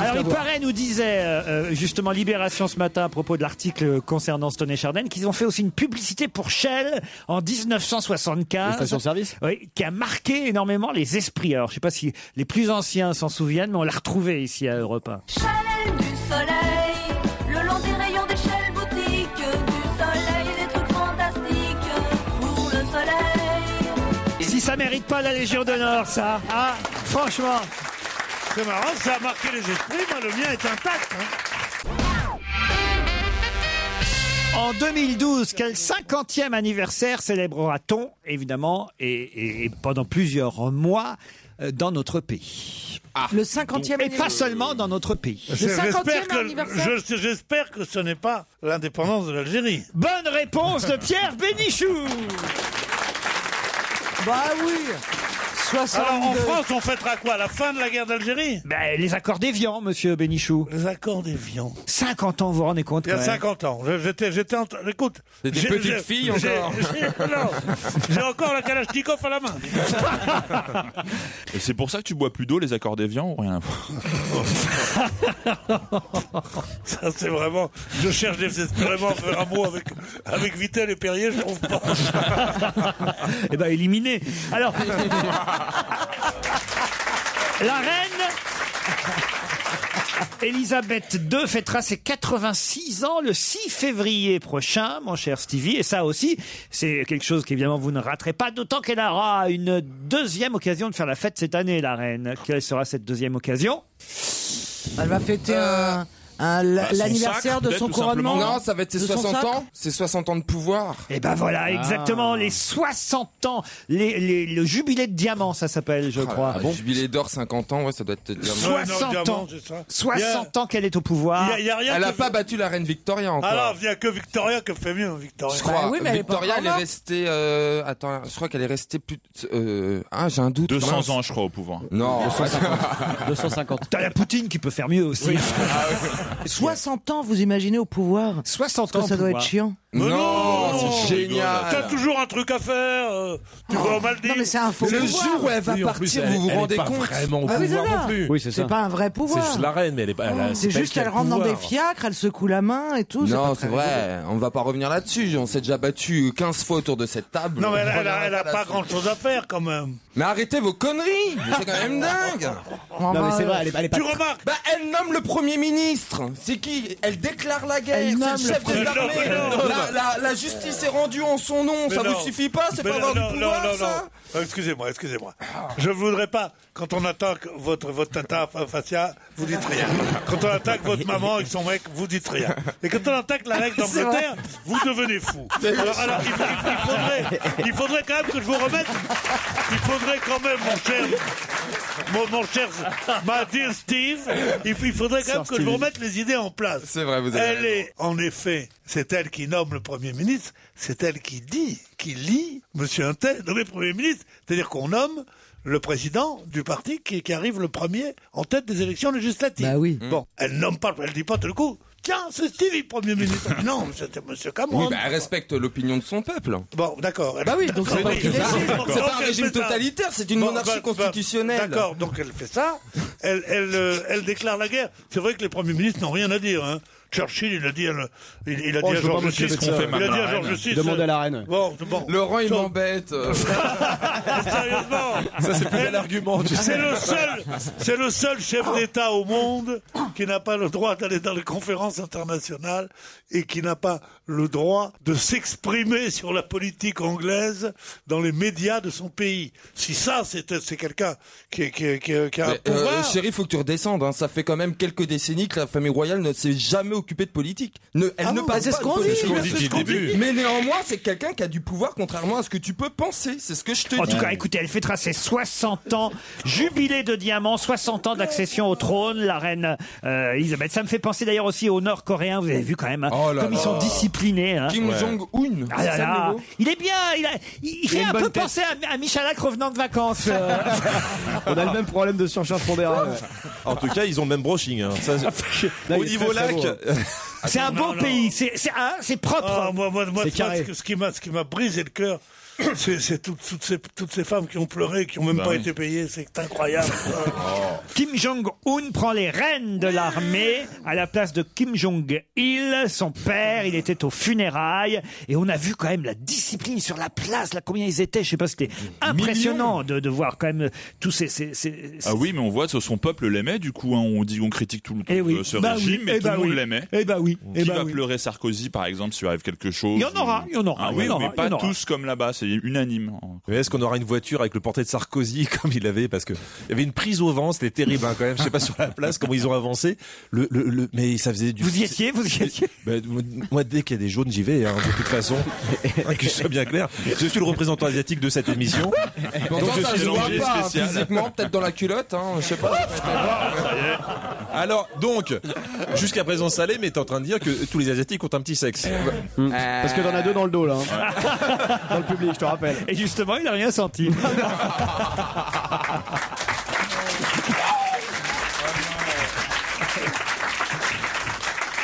Alors il paraît, nous disait euh, euh, justement Libération ce matin à propos de l'article concernant Stone et Chardin, qu'ils ont fait aussi une publicité pour Shell en 1975. Les stations-service Oui, qui a marqué énormément les esprits. Alors je sais pas si les plus anciens s'en souviennent, mais on l'a retrouvé ici à Europe 1. Chalelle du soleil, le long des rayons des Shell boutiques, du soleil, des trucs fantastiques pour le soleil. Si ça mérite pas la Légion d'honneur, ça. Ah, franchement. C'est marrant, ça a marqué les esprits, moi le mien est intact. hein. En 2012, quel 50e anniversaire célébrera-t-on, évidemment, et, et- et pendant plusieurs mois euh, dans notre pays Le 50e Et pas anniversaire. seulement dans notre pays. C'est- J'espère que, je- j'espère que ce n'est pas l'indépendance de l'Algérie. Bonne réponse de Pierre Bénichou Bah oui Alors en 62. France, on fêtera quoi La fin de la guerre d'Algérie Ben, Les accords d'Évian, monsieur Bénichou. Les accords d'Évian. 50 ans, vous vous rendez compte Il y a quand même. 50 ans, Je- j'étais, j'étais, en- écoute, Des- des j'ai- petites j'ai- filles j'ai- encore. j'ai- (laughs) non, j'ai encore la Kalachnikov à la main. Et c'est pour ça que tu bois plus d'eau, les accords d'Évian ou rien à (laughs) voir Ça, c'est vraiment. Je cherche désespérément à faire un mot avec, avec Vitel et Perrier, je trouve (laughs) pas. (laughs) Eh ben, éliminé. Alors, la reine Elisabeth II fêtera ses 86 ans le 6 février prochain, mon cher Stevie. Et ça aussi, c'est quelque chose qu'évidemment vous ne raterez pas, d'autant qu'elle aura une deuxième occasion de faire la fête cette année, la reine. Quelle sera cette deuxième occasion Bah, Elle va fêter un- un- Ah, Bah, l'anniversaire de son couronnement. Non, ça va être ses De son 60 sacre. ans. Ses 60 ans de pouvoir. Et ben voilà, Ah. exactement, les 60 ans, les- les- le jubilé de diamant, ça s'appelle, Ah, je crois. Jubilé d'or 50 ans, ouais, ça doit être euh, diamant. 60 ans, 60 ans qu'elle est au Ah. pouvoir. Il y a- il y a rien Elle a que- pas battu la reine Victoria encore. Alors, il n'y a que Victoria qui fait mieux, Ah Victoria. Je crois. Bah Victoria, elle est restée. euh, attends, je crois qu'elle est restée plus. de- euh, ah, j'ai un doute. 200 mince. ans, je crois, au pouvoir. Non. (laughs) 250. T'as la Poutine qui peut faire mieux aussi. 60 ans, vous imaginez au pouvoir 60 ans. Ça doit être chiant. Mais Oh, non, Non, c'est génial. Oh, T'as toujours un truc à faire. euh, Tu vas au Maldives. Non, mais c'est un faux Le pouvoir. jour où elle va Oui, en plus, partir, elle- vous vous elle est rendez pas compte vraiment au Ah oui, c'est pouvoir ça. non plus. Oui, c'est C'est ça. pas un vrai pouvoir. C'est juste la reine, mais elle est pas. elle a- C'est pas juste elle qui qu'elle a le rentre dans des pouvoir. fiacres, elle secoue la main et tout. Non, pas c'est très vrai, on va pas revenir là-dessus. On s'est déjà battu 15 fois autour de cette table. Non, mais elle, On elle, a- reviendra elle a pas là-dessus. grand chose à faire quand même. Mais arrêtez vos conneries C'est quand même dingue Non, mais c'est vrai, elle est- elle est pas- Tu remarques Bah, elle nomme le Premier ministre C'est qui Elle déclare la guerre, Elle c'est nomme le chef le des Premier- armées Mais non, mais non. la, la- la justice est rendue en son nom, Mais ça non. vous suffit pas C'est Mais pas avoir non, du non, pouvoir, non, non, ça non. Euh, Excusez-moi, excusez-moi. Je voudrais pas. quand on attaque votre, votre tata fa- facia, vous dites rien. Quand on attaque votre maman avec son mec, vous dites rien. Et quand on attaque la règle C'est d'Angleterre, vrai. vous devenez fou. C'est vrai. Alors, (laughs) alors, il, il- il faudrait, il faudrait quand même que je vous remette. Il faudrait quand même, mon cher, mon, mon cher, ma dear Steve, il, il faudrait quand Sir même que je vous Stevie. remette les idées en place. C'est vrai, vous avez Elle est, en effet, c'est elle qui nomme le Premier ministre, c'est elle qui dit, qui lit Monsieur Intel nommé Premier ministre. C'est-à-dire qu'on nomme le président du parti qui, qui arrive le premier en tête des élections législatives. Bah oui. Bon, elle nomme pas, elle dit pas tout le coup, tiens, c'est Stevie Premier ministre. non, c'était Monsieur Cameron. Oui, bah, elle respecte l'opinion de son peuple. Bon, d'accord. Bah oui, donc c'est pas- D'accord. C'est Donc, pas un elle régime fait ça. bah, totalitaire, c'est une monarchie constitutionnelle. D'accord, donc elle fait ça, elle, elle, euh, elle déclare la guerre. C'est vrai que les premiers ministres n'ont rien à dire. Hein. Churchill, il a dit, à le- il, il a Oh, dit je veux pas à George m'occuper VI de ça. Il a dit à George VI. Demandez à la reine. Bon, bon. Laurent, il Euh, m'embête. Sérieusement. Ça, c'est plus bel argument, tu sais. C'est le seul, c'est le seul chef d'État au monde qui n'a pas le droit d'aller dans les conférences internationales et qui n'a pas le droit de s'exprimer sur la politique anglaise dans les médias de son pays. Si ça, c'est c'est quelqu'un qui, qui- qui- qui a un Mais, euh, pouvoir. chérie, faut que tu redescendes. hein. Ça fait quand même quelques décennies que la famille royale ne s'est jamais occupée de politique. Ne, elle Ah ne non, parle bah, c'est pas ce qu'on de dit, politique. bien sûr, C'est ce qu'on dit. Mais néanmoins, c'est quelqu'un qui a du pouvoir, contrairement à ce que tu peux penser. C'est ce que je te dis. En tout cas, écoutez, elle fêtera ses 60 ans, jubilé de diamants, 60 ans d'accession au trône, la reine euh, Elisabeth. Ça me fait penser d'ailleurs aussi aux Nord-Coréens, vous avez vu quand même, hein, Oh là comme ils là. sont disciplinés. hein. Kim Ouais. Jong-un. Ah là c'est ça, là. le mot Il est bien, il, a- il- il fait a une un bonne peu tête. penser à, à Michalak revenant de vacances. euh. On a le même problème de surcharge pondérale. (laughs) En tout cas, ils ont le même brushing. hein. Ça, c'est- Là, il Au est niveau très, hein. lac. Ah, très (laughs) C'est un beau non. pays, c'est c'est- hein, c'est propre. Ah, moi, moi, moi, C'est moi, carré. ce, que- ce qui m'a, ce qui m'a brisé le cœur, c'est, c'est toutes- toutes, ces, toutes ces femmes qui ont pleuré, qui ont même Bah pas oui. Oh. été payées. C'est incroyable. (laughs) Kim Jong-un prend les rênes de l'armée à la place de Kim Jong-il, son père. Il était aux funérailles et on a vu quand même la discipline sur la place, là combien ils étaient. Je sais pas, c'était impressionnant de, de voir quand même euh, tous ces. ces- ces- Ah oui, mais on voit que son peuple l'aimait, du coup, hein. on dit on critique tout le Eh oui. euh, ce Bah régime, oui. mais Eh tout bah le monde oui. l'aimait. Eh bah oui. Eh Qui bah va oui. pleurer Sarkozy, par exemple, s'il arrive quelque chose Il y en aura, ou- il y en aura, Ah il oui, y en aura, mais pas il y en aura. tous comme là-bas, c'est (laughs) unanime. Mais est-ce qu'on aura une voiture avec le portrait de Sarkozy (laughs) comme il avait parce que il y avait une prise au vent, c'était terrible hein, quand même. Je sais pas sur la place comment ils ont avancé. Le, le, le- mais ça faisait du. Vous y étiez, vous y étiez. Ben, moi- moi, dès qu'il y a des jaunes, j'y vais. hein, de toute façon, Hein, que je sois bien clair, je suis le représentant asiatique de cette émission. Pourtant, Donc je ça suis se voit l'envoyé pas, hein, spécial. Ah, physiquement, peut-être dans la culotte, hein, je sais pas. Alors donc, jusqu'à présent salé, mais t'es en train de dire que tous les asiatiques ont un petit sexe. Euh. Euh. Parce que t'en as deux dans le dos là. hein. Dans le public, (laughs) je te rappelle. Et justement, il n'a rien (laughs) senti.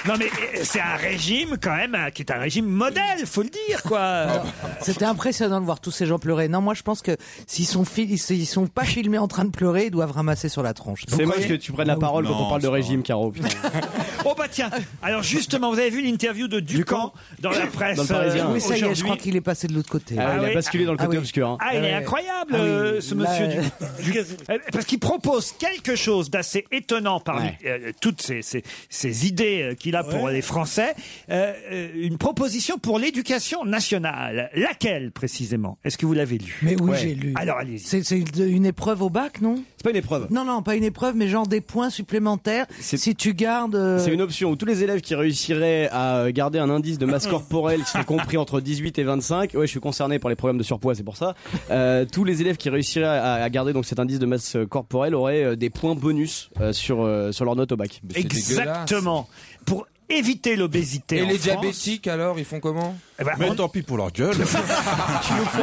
Non mais euh, c'est un régime quand même euh, qui est un régime modèle, faut le dire quoi. C'était impressionnant de voir tous ces gens pleurer. Non, moi je pense que s'ils sont fil- s'ils sont pas filmés en train de pleurer, ils doivent ramasser sur la tronche. C'est moche que tu prennes la parole quand Non, on parle de c'est pas régime, Caro. putain. (laughs) Oh bah tiens, alors justement, vous avez vu l'interview de Ducamp dans (coughs) la presse euh, Dans le Parisien. oui, ça y est, je Ah, aujourd'hui. crois qu'il est passé de l'autre côté. Ah, il a oui. basculé dans le Ah côté oui. obscur. hein. Ah, il est Ouais. incroyable, Ah oui, euh, ce là, monsieur. euh, du- du- euh, Parce qu'il propose quelque chose d'assez étonnant parmi euh, toutes ces, ces- ces idées euh, qu'il a pour les Français. Euh, euh, une proposition pour l'éducation nationale. Laquelle, précisément Est-ce que vous l'avez lu Mais oui, j'ai lu. Alors, allez-y. C'est c'est une une épreuve au bac, non C'est pas une épreuve. Non, non, pas une épreuve, mais genre des points supplémentaires si tu gardes. euh, C'est une option où tous les élèves qui réussiraient à euh, garder un indice de masse corporelle qui serait compris entre 18 et 25, ouais, je suis concerné par les problèmes de surpoids, c'est pour ça. Euh, tous les élèves qui réussiraient à, à garder donc cet indice de masse euh, corporelle auraient euh, des points bonus euh, sur euh, sur leur note au bac. Exactement. Pour éviter l'obésité. Et en les France. diabétiques, alors, ils font comment Ah Eh ben, on- Tant pis pour (laughs) leur gueule.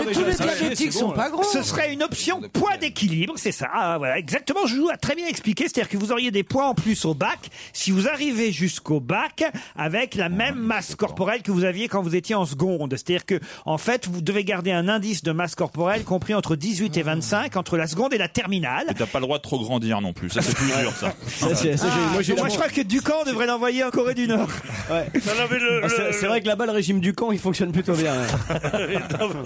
Mais tous les diabétiques sont pas gros. Ce serait une option poids d'équilibre, c'est ça. Ah, voilà, exactement. Je vous a très bien expliqué, c'est-à-dire que vous auriez des points en plus au bac si vous arrivez jusqu'au bac avec la même masse corporelle que vous aviez quand vous étiez en seconde. C'est-à-dire que en fait, vous devez garder un indice de masse corporelle compris entre 18 et 25, entre la seconde et la terminale. Et t'as pas le droit de trop grandir non plus, ça c'est plus dur ça. Ah, donc moi, je crois que Ducamp devrait l'envoyer en Corée du Nord. Ah, c'est c'est vrai que là-bas, le régime du camp, il faut fonctionne plutôt bien. (laughs)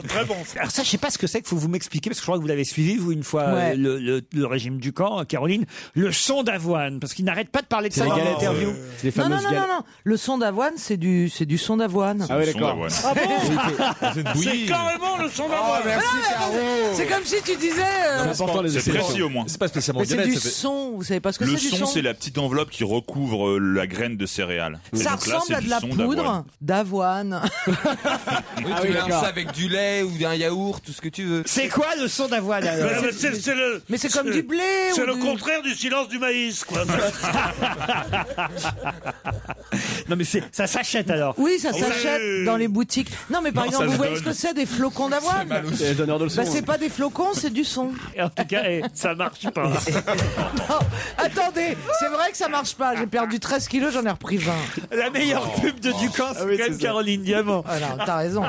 Très bon. Alors ça, je sais pas ce que c'est que faut vous m'expliquer parce que je crois que vous l'avez suivi vous une fois Ouais. euh, le, le- le régime du camp, euh, Caroline, le son d'avoine parce qu'il n'arrête pas de parler de C'est ça Ah, les dans galettes, l'interview. euh, c'est les Non, fameuses non, non, galettes. non, non. Le son d'avoine, c'est du, c'est du son d'avoine. C'est Ah oui, le son d'accord. d'avoine. (laughs) (laughs) Ah bon C'est une bouillie. Oh, C'est carrément le son d'avoine. Mais non, mais attendez, C'est comme si tu disais. euh, C'est précis au moins. C'est pas spécialement Mais c'est du son, vous savez pas ce que Le c'est du son, c'est la petite enveloppe qui recouvre euh, la graine de céréales. Et Ça donc là, ressemble c'est à du de la son d'avoine. poudre d'avoine. Oui, Ah tu oui, mélanges d'accord. ça avec du lait ou d'un yaourt, tout ce que tu veux. (laughs) C'est quoi le son d'avoine alors Mais c'est- c'est le- Mais c'est comme du blé C'est ou le du- contraire du silence du maïs, quoi. (laughs) non mais c'est- ça s'achète alors. Ah Oui, ça s'achète dans les boutiques. Non, mais par Non, exemple, ça vous se voyez donne. ce que c'est des flocons d'avoine mal aussi. C'est donneur de leçons, Bah, c'est hein. pas des flocons, c'est du son. En tout cas, eh, ça marche pas. (laughs) Non, attendez, c'est vrai que ça marche pas. J'ai perdu 13 kilos, j'en ai repris 20. La meilleure pub de Ducamp, c'est quand même Caroline Diamant. Alors, Oh. t'as raison.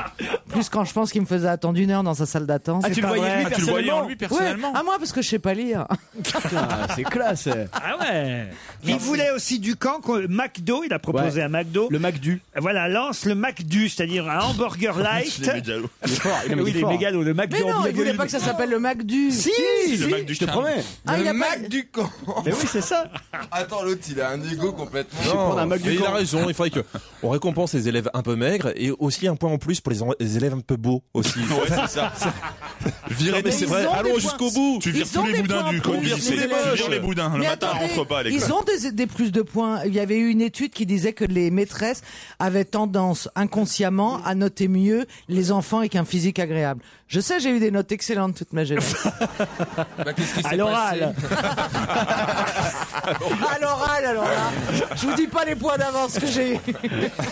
Plus quand je pense qu'il me faisait attendre une heure dans sa salle d'attente. Ah, tu C'est le pas voyais vrai. lui Ah, tu le voyais personnellement en lui personnellement Ouais. Ah, moi, parce que je sais pas lire. (laughs) c'est classe. Ah ouais. Il voulait aussi du camp que McDo, il a proposé à McDo. Le McDu. Voilà, lance le McDu, c'est-à-dire un hamburger light. Il est mégalo. Il est fort, il est oui, il est fort. mégalo, le McDu. Mais non, en il voulait pas que ça s'appelle le Mac du. Si, le Mac du je te Charme. promets. Ah, le il a Mac pas- du (laughs) camp. Mais oui, c'est ça. Attends, l'autre, il a un ego complètement. vais prendre un mais Mac du il a camp. raison, il faudrait que on récompense les élèves un peu maigres et aussi un point en plus pour les, en- les élèves un peu beaux aussi. Ouais, c'est (laughs) ça. Virer, Non, mais mais c'est ils vrai, ont allons des jusqu'au points. bout. Tu vires Ils ont tous les des boudins points du en plus, camp. les Tu vires élèves. les boudins. Le Mais matin, attendez, rentre pas à l'école. Ils ont des, des plus de points. Il y avait eu une étude qui disait que les maîtresses avaient tendance inconsciemment à noter mieux les enfants avec un physique agréable. Je sais, j'ai eu des notes excellentes toute ma (laughs) jeunesse. À l'oral. à l'oral, alors ah. là. (laughs) Je vous dis pas les points d'avance que j'ai eu. (laughs)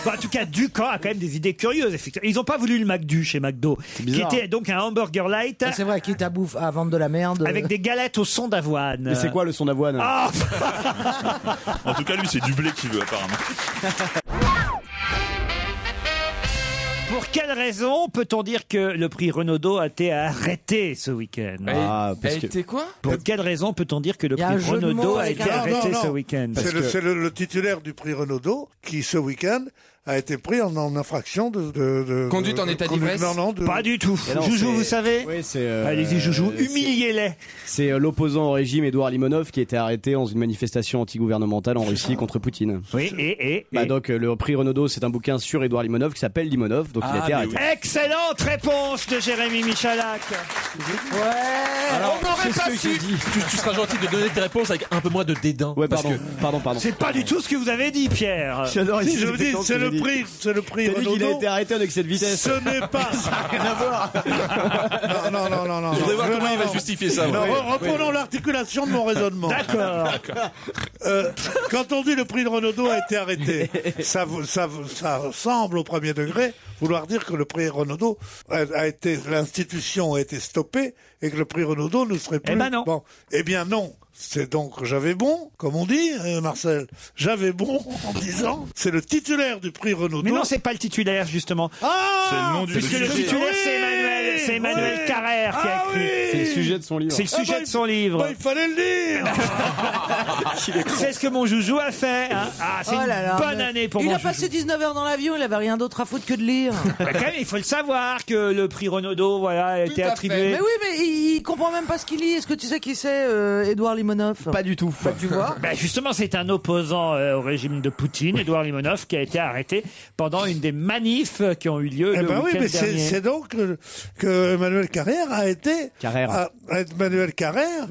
Bon, en tout cas, Ducamp a quand même des idées curieuses. effectivement. Ils n'ont pas voulu le McDu chez McDo, qui bizarre. était donc un hamburger light Ah, C'est vrai, quitte à bouffe, à vendre de la merde. avec des galettes au son d'avoine. Mais c'est quoi le son d'avoine Ah (laughs) En tout cas, lui, c'est du blé qu'il veut, apparemment. Pour quelle raison peut-on dire que le prix Renaudot a été arrêté ce week-end Ah, parce que- quoi Pour quelle raison peut-on dire que le Il y a un prix jeu de Renaudot mots a avec été un- arrêté Non, non, ce non. week-end C'est le, c'est le- le titulaire du prix Renaudot qui, ce week-end, a été pris en, en infraction de, de- de- Conduite de- en état conduite- d'ivresse Non, non, de- Pas du tout. Mais non, Joujou, c'est- vous savez Oui, c'est. euh, Allez-y, Joujou, c'est- humiliez-les. C'est euh, l'opposant au régime Édouard Limonov qui a été arrêté dans une manifestation antigouvernementale en Russie contre Poutine. Oui, et. et, Bah donc euh, le prix Renaudot, c'est un bouquin sur Édouard Limonov qui s'appelle Limonov, donc Ah, il a été arrêté. Ah, Excellente réponse de Jérémy Michalak. Ouais, Alors, on aurait c'est pas ce que su. j'ai dit. Tu, tu seras gentil de donner tes réponses avec un peu moins de dédain. Ouais, parce pardon, que- pardon, pardon. C'est pas du tout ce que vous avez dit, Pierre. (laughs) J'adore Si, ici je les vous dis, détentes c'est que le j'ai dit. prix, c'est le prix T'as dit qu'il a Renaudot. été arrêté avec cette vitesse. Ce n'est (laughs) pas. Ça n'a rien à voir. (laughs) Non, non, non, non, non. Je voudrais voir Non, comment il non, va non. justifier ça, Non, ouais. re- reprenons l'articulation de (laughs) mon raisonnement. D'accord. Euh, quand on dit le prix de Renaudot a (laughs) été arrêté, ça, vous- ça, vous- ça semble au premier degré vouloir dire que le prix Renaudot a, a été, l'institution a été stoppée et que le prix Renaudot ne serait plus. ben non. Bon, eh bien non. C'est donc j'avais bon, comme on dit, euh, Marcel. J'avais bon en disant c'est le titulaire du prix Renaudot. Mais non, c'est pas le titulaire, justement. Ah C'est le nom du Puisque le sujet. titulaire, c'est Emmanuel, c'est Emmanuel Carrère qui a écrit. C'est le sujet de son livre. C'est le Ah sujet bah, de son livre. bah, il fallait le dire. (laughs) C'est ce que mon joujou a fait. hein. Ah, c'est Oh là une là, bonne mais- année pour Il mon a passé joujou. 19 heures dans l'avion, il avait rien d'autre à foutre que (laughs) de lire. Bah, quand même, il faut le savoir que le prix Renaudot voilà, a été à fait. attribué. Mais oui, mais il, il comprend même pas ce qu'il lit. Est-ce que tu sais qui c'est, euh, Édouard Limonov Pas du tout. Bah, tu vois. Bah, justement, c'est un opposant euh, au régime de Poutine, Édouard Limonov, qui a été arrêté pendant une des manifs qui ont eu lieu Eh le ben oui, week-end mais c'est, dernier. c'est donc que, que Emmanuel Carrère a été. Carrère. a- a- (laughs) Emmanuel Carrère.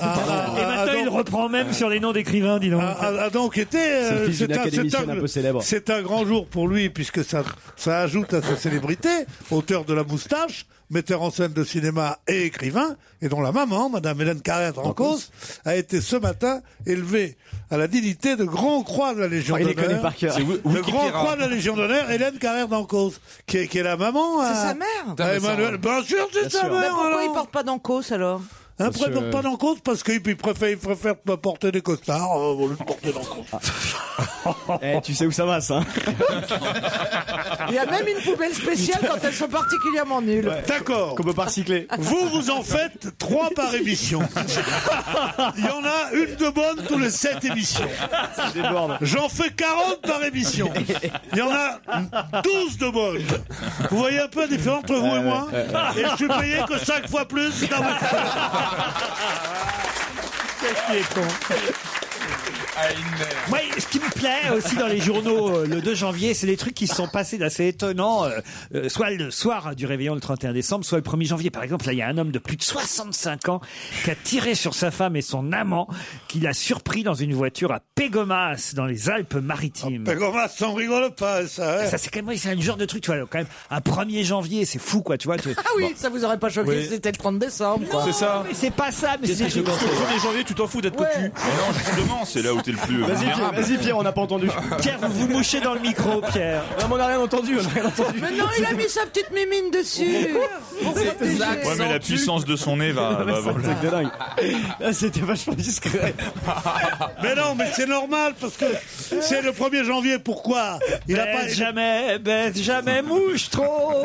a, a- Ah, Et a- a maintenant, il donc- reprend même sur les noms d'écrivains, dis donc. a- a- a donc été. euh, C'est fils d'une académicienne un peu célèbre. c'est un grand jour pour lui, puisque ça, ça ajoute à sa célébrité, auteur de La Moustache, metteur en scène de cinéma et écrivain, et dont la maman, Madame Hélène Carrère-Drancos, a été ce matin élevée à la dignité de Grand Croix de la Légion Oh, il les d'honneur. connaît par cœur. C'est Wi- Le Wikipédia. Grand Croix de la Légion d'honneur, Hélène Carrère-Drancos, qui est, qui est la maman. C'est à- sa mère à Emmanuel. Bien sûr, c'est sa Bah, mère. pourquoi alors. il porte pas d'encausse alors Un Monsieur- prêt pour pas d'en cause parce qu'il puis préfère, il préfère me porter des costards euh, au lieu de porter d'en cause. Eh, tu sais où ça va, ça Il y a même une (laughs) poubelle spéciale quand elles sont particulièrement nulles. D'accord. Qu'on peut pas recycler. Vous, vous en faites trois par (laughs) émission. Il y en a une de bonne tous les sept (laughs) émissions. Ça déborde. J'en fais 40 par émission. Il y en a 12 de bonnes. Vous voyez un peu la différence entre vous et moi ouais, ouais. Et je suis payé que 5 fois plus. dans (laughs) ma- Moi, ce qui me plaît Eh, aussi dans les journaux euh, le 2 janvier, c'est les trucs qui se sont passés d'assez étonnants, euh, euh, soit le soir du réveillon le 31 décembre, soit le 1er janvier. Par exemple, là, il y a un homme de plus de 65 ans qui a tiré sur sa femme et son amant, qui l'a surpris dans une voiture à Pégomas, dans les Alpes-Maritimes. Ah, Pégomas, ça on rigole pas, ça. hein. Ça, c'est quand même, c'est un genre de truc, tu vois, quand même, un 1er janvier, c'est fou, quoi, tu vois. tu- Ah oui, ça vous aurait pas choqué Oui. si c'était le 30 décembre. quoi. Non, mais c'est pas ça, mais c'est des trucs- janvier, tu t'en fous d'être cocu. non, justement, c'est là où t'es le plus. euh, Vas-y, Pierre, vulnérable. vas-y, Pierre, on n'a pas entendu. Pierre, vous vous mouchez dans le micro, Pierre. Non, mais on n'a rien entendu, on n'a rien entendu. Mais non, il a mis sa petite mémine dessus. Pour protéger. Ouais, mais la puissance de son nez va. va- va- Ah, C'était vachement discret. (laughs) Mais non, mais c'est normal parce que c'est le 1er janvier. Pourquoi Il a pas jamais, baisse jamais, mouche trop.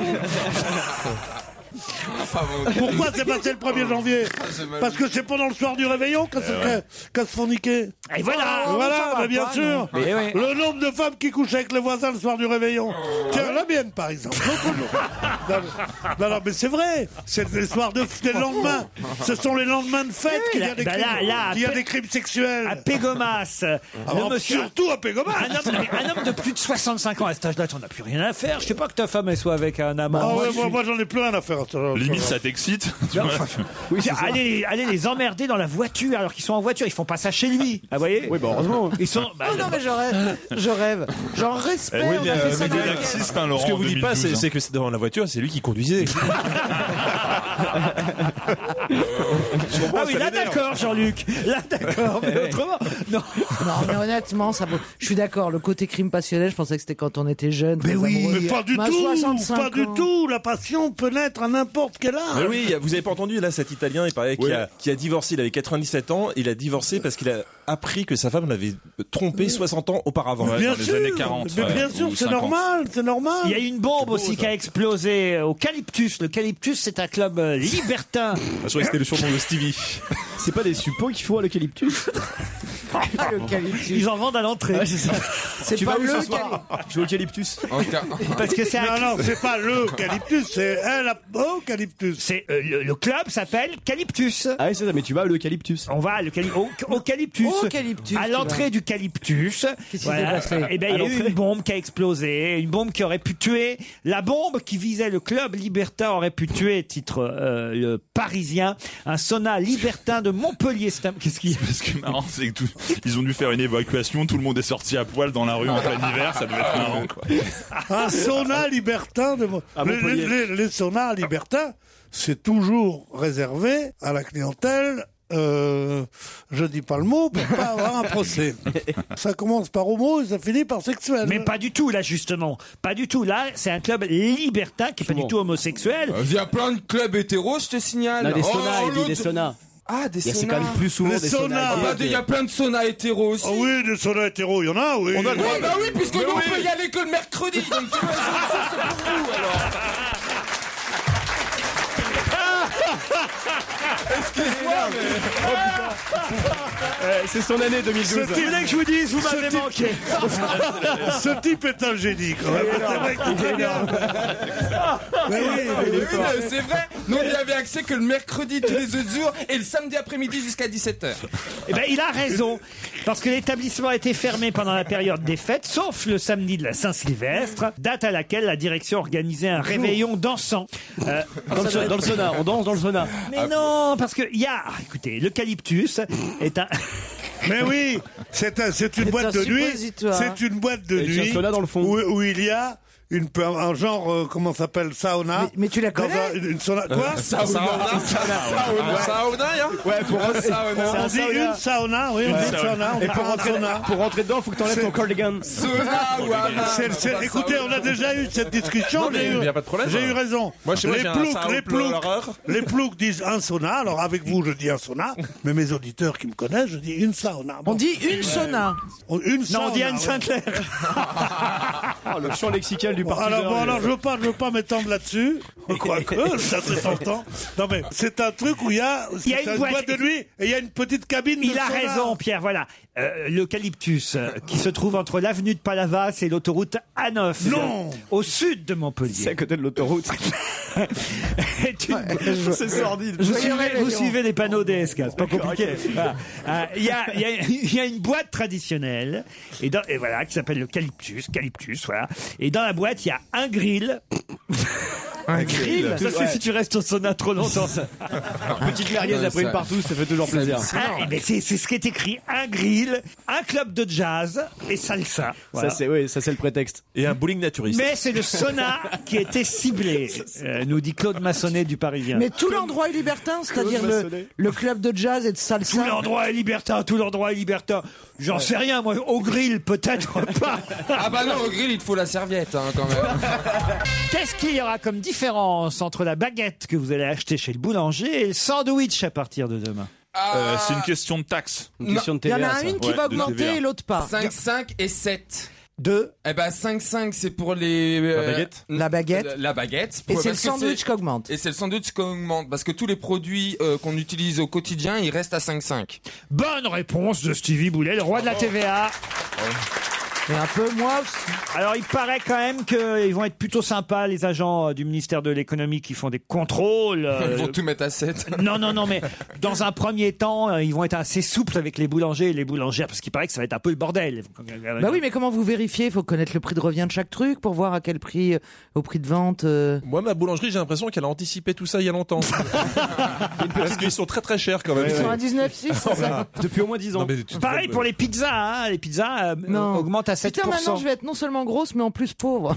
Ah, Pourquoi c'est (laughs) passé le 1er janvier c'est ma Parce que c'est pendant le soir du réveillon Eh qu'elles se, ouais. qu'elles se font niquer. Et voilà. Voilà, Ça va bah, bien pas, sûr non. Mais ouais. Le nombre de femmes qui couchent avec les voisins le soir du réveillon. Tiens, la mienne par exemple. L'autre jour. Non, mais- non, non, mais c'est vrai. C'est des soirs Ah, de des lendemains. Ce sont les lendemains de fête Oui, qu'il y là- a des bah crimes, là- là, à qu'il y a Pe- des crimes sexuels. À Pégomas, Ah, euh, le bah, monsieur. Surtout à Pégomas. (laughs) Un homme, mais un homme de plus de 65 ans, à cet âge-là, t'en as plus rien à faire. Je sais pas que ta femme elle soit avec un amant. Ah ouais, bah, Moi, je moi, suis- moi, j'en ai plein à faire. Limite, ça (laughs) t'excite. Non, enfin, allez, allez les emmerder dans la voiture alors qu'ils sont en voiture, ils font pas ça chez lui. Ah, vous voyez Oui, bah heureusement. Ils sont. bah, Oh non, mais je rêve. Je rêve. J'en Eh respecte. Oui, on mais, a fait euh, ça mais dans des la- laxistes, hein, Ce que Laurent, vous dites pas, 2012, c'est hein. c'est que c'est dans la voiture, c'est lui qui conduisait. Ah oui, là d'accord, Jean-Luc. Là d'accord, mais autrement. Non. Non, (laughs) mais honnêtement, ça vaut- Je suis d'accord, le côté crime passionnel, je pensais que c'était quand on était jeune. Mais Oui, mais pas du tout, 65 pas du ans. tout. La passion peut naître à n'importe quel âge. Mais oui, vous avez pas entendu là cet Italien, il paraît qu'il a, qui a divorcé, il avait 97 ans, il a divorcé parce qu'il a appris que sa femme l'avait trompé 60 ans auparavant. Ouais, Bien dans les sûr. années 40, Mais bien sûr, c'est normal, c'est normal. Il y a une bombe aussi qui a explosé euh, au Calyptus. Le Calyptus, c'est un club euh, (laughs) libertin. Je croyais que c'était le surnom de Stevie. C'est pas des suppos qu'il faut à l'eucalyptus Ah, Ils en vendent à l'entrée. Ouais, c'est ça. C'est Tu pas vas où le ce soir Je vais au eucalyptus. Parce que c'est un- Non, non, c'est pas le eucalyptus, c'est un eucalyptus. C'est euh, le, le club s'appelle Calyptus. Ah oui, c'est ça, mais tu vas à l'eucalyptus. On va à l'eucaly- au, au Calyptus. Au Calyptus, À tu l'entrée vas. du Calyptus. qui s'est passé Et ben, à il y a eu l'entrée une bombe qui a explosé, une bombe qui aurait pu tuer. La bombe qui visait le club Libertin aurait pu tuer, titre euh, le parisien, un sauna libertin de Montpellier. C'est un- Qu'est-ce qu'il y a Ce qui est marrant, (laughs) c'est que tout- ils ont dû faire une évacuation, tout le monde est sorti à poil dans la rue en plein hiver, ça devait être marrant quoi. Un Ah, sauna libertin de Mo- Ah, À les, Montpellier. les- les- les saunas libertins, c'est toujours réservé à la clientèle. euh, je dis pas le mot pour pas avoir (laughs) un procès. Ça commence par homo et ça finit par sexuel. Mais pas du tout, là, justement. Pas du tout. Là, c'est un club libertin qui est pas du tout homosexuel. Il y a plein de clubs hétéros, je te signale. Non, des Oh, saunas, il dit l'autre- des saunas. Ah, des Il y a- saunas. c'est quand même plus souvent Les des saunas Ah, gays bah, que- Il y a plein de saunas hétéros aussi. Ah oui, des saunas hétéros, il y en a, oui. On a le droit. Oui, bah oui, puisque Mais nous, oui. on peut y aller que le mercredi. Donc, tu vois, ça, c'est pour nous, Ah, alors. Excuse-moi, C'est son année 2012. Ce type- ce type- (laughs) Ce type est un génie, quand même. C'est vrai qu'il est énorme. ah, Mais oui, il est Oui, fort. mais c'est vrai. Nous, on n'y avait accès que le mercredi tous les autres jours et le samedi après-midi jusqu'à 17h. Eh ben, il a raison. Parce que l'établissement a été fermé pendant la période des fêtes, sauf le samedi de la Saint-Sylvestre, date à laquelle la direction organisait un réveillon dansant. Euh, Dans ça le, doit sa- être- dans le sauna, on danse dans le sauna. Mais non, parce que il y a. ah, Écoutez, l'eucalyptus ah, est un. Mais oui, c'est un- hein. c'est une C'est boîte un de nuit. suppositoire. C'est une boîte de Et tu as nuit cela dans le fond. Où, où il y a une, pe- un genre, euh, comment ça s'appelle, sauna. Mais, tu la connais une, une sauna, Euh, quoi Sauna. Sauna. Sauna. Sauna, hein Ouais, pour- Un sauna. On dit une sauna, oui, on dit une sauna. hein on Et dit pour un rentrer, sauna. pour rentrer dedans, faut que t'enlèves ton cardigan. Sauna ou un- C'est- c'est- bah, un écoutez, sauna. on a déjà eu cette discussion. Non, mais j'ai eu- il y a pas de problème. J'ai eu raison. Moi, chez moi, les j'ai un ploucs, sauna les au plomb à ploucs, l'horreur. les ploucs disent un sauna. Alors avec vous, je dis (laughs) un sauna, mais mes auditeurs qui me connaissent, je dis une sauna. On dit une sauna. On- Une Non, on dit Anne Sinclair. (laughs) Oh, le champ lexical du partisan. Alors, bon, alors je veux pas, je veux pas m'étendre là-dessus. Quoique, (laughs) ça c'est important. Non mais c'est un truc où il y a, Il y a c'est une un boîte- de nuit et il y a une petite cabine. de Il a sauna. raison, Pierre. Voilà, Euh, l'eucalyptus euh, qui se trouve entre l'avenue de Palavas et l'autoroute A9, Non. euh, au sud de Montpellier. C'est à côté de l'autoroute. (laughs) C'est sordide. Vous Soyez suivez, réveillants. vous suivez les panneaux DSK, c'est pas D'accord, compliqué. ok. Voilà. Euh, Il y, a, il y a- il y a une boîte traditionnelle et, dans- et voilà qui s'appelle le Calyptus, Calyptus, voilà. Et dans la boîte, il y a un grill. Un grill Ça c'est Ouais. si tu restes au sauna trop longtemps. ça. (laughs) Petite merguez après une partout, ça fait toujours plaisir. Ah, mais c'est c'est ce qui est écrit un grill, un club de jazz et salsa. Voilà. Ça c'est oui, ça c'est le prétexte. Et un bowling naturiste. Mais c'est le sauna qui était ciblé, euh, nous dit Claude Massonnet du Parisien. Mais tout l'endroit est libertin, c'est-à-dire Claude le, Massonnet. le club de jazz et de salsa. Tout l'endroit est libertin, tout l'endroit est libertin. J'en sais rien, moi, au grill peut-être pas. Ah bah non, au grill, il te faut la serviette, hein, quand même. Qu'est-ce qu'il y aura comme différence entre la baguette que vous allez acheter chez le boulanger et le sandwich à partir de demain Euh, c'est une question de taxe. Ah. Une question de Il y en TVA, a ça. une qui Ouais, va de augmenter TVA. et l'autre pas. 5, 5 et 7. 2 Eh ben 5, 5, c'est pour les. euh, La baguette n- La baguette. La, la baguette. Et Pour- c'est le parce que sandwich qui augmente. Et c'est le sandwich qui augmente. Parce que tous les produits euh, qu'on utilise au quotidien, ils restent à Oh. 5, 5. Bonne réponse de Stevie Boulet, le roi de la Ah. TVA. Et un peu moi Alors il paraît quand même qu'ils vont être plutôt sympas les agents euh, du ministère de l'économie qui font des contrôles. euh, (laughs) Ils vont tout mettre à 7. (laughs) Non, non, non, (laughs) mais dans un premier temps, euh, ils vont être assez souples avec les boulangers et les boulangères, parce qu'il paraît que ça va être un peu le bordel. Bah oui, mais (laughs) comment vous vérifiez Il faut connaître le prix de revient de chaque truc pour voir à quel prix, euh, au prix de vente. euh. Moi, ma boulangerie, j'ai l'impression qu'elle a anticipé tout ça il y a longtemps. Parce qu'ils sont très très chers quand même. Ils sont à 19,6, c'est ça Depuis au moins 10 ans. Pareil pour les pizzas, hein, les pizzas euh, augmentent à 7%. Putain, maintenant je vais être non seulement grosse, mais en plus pauvre.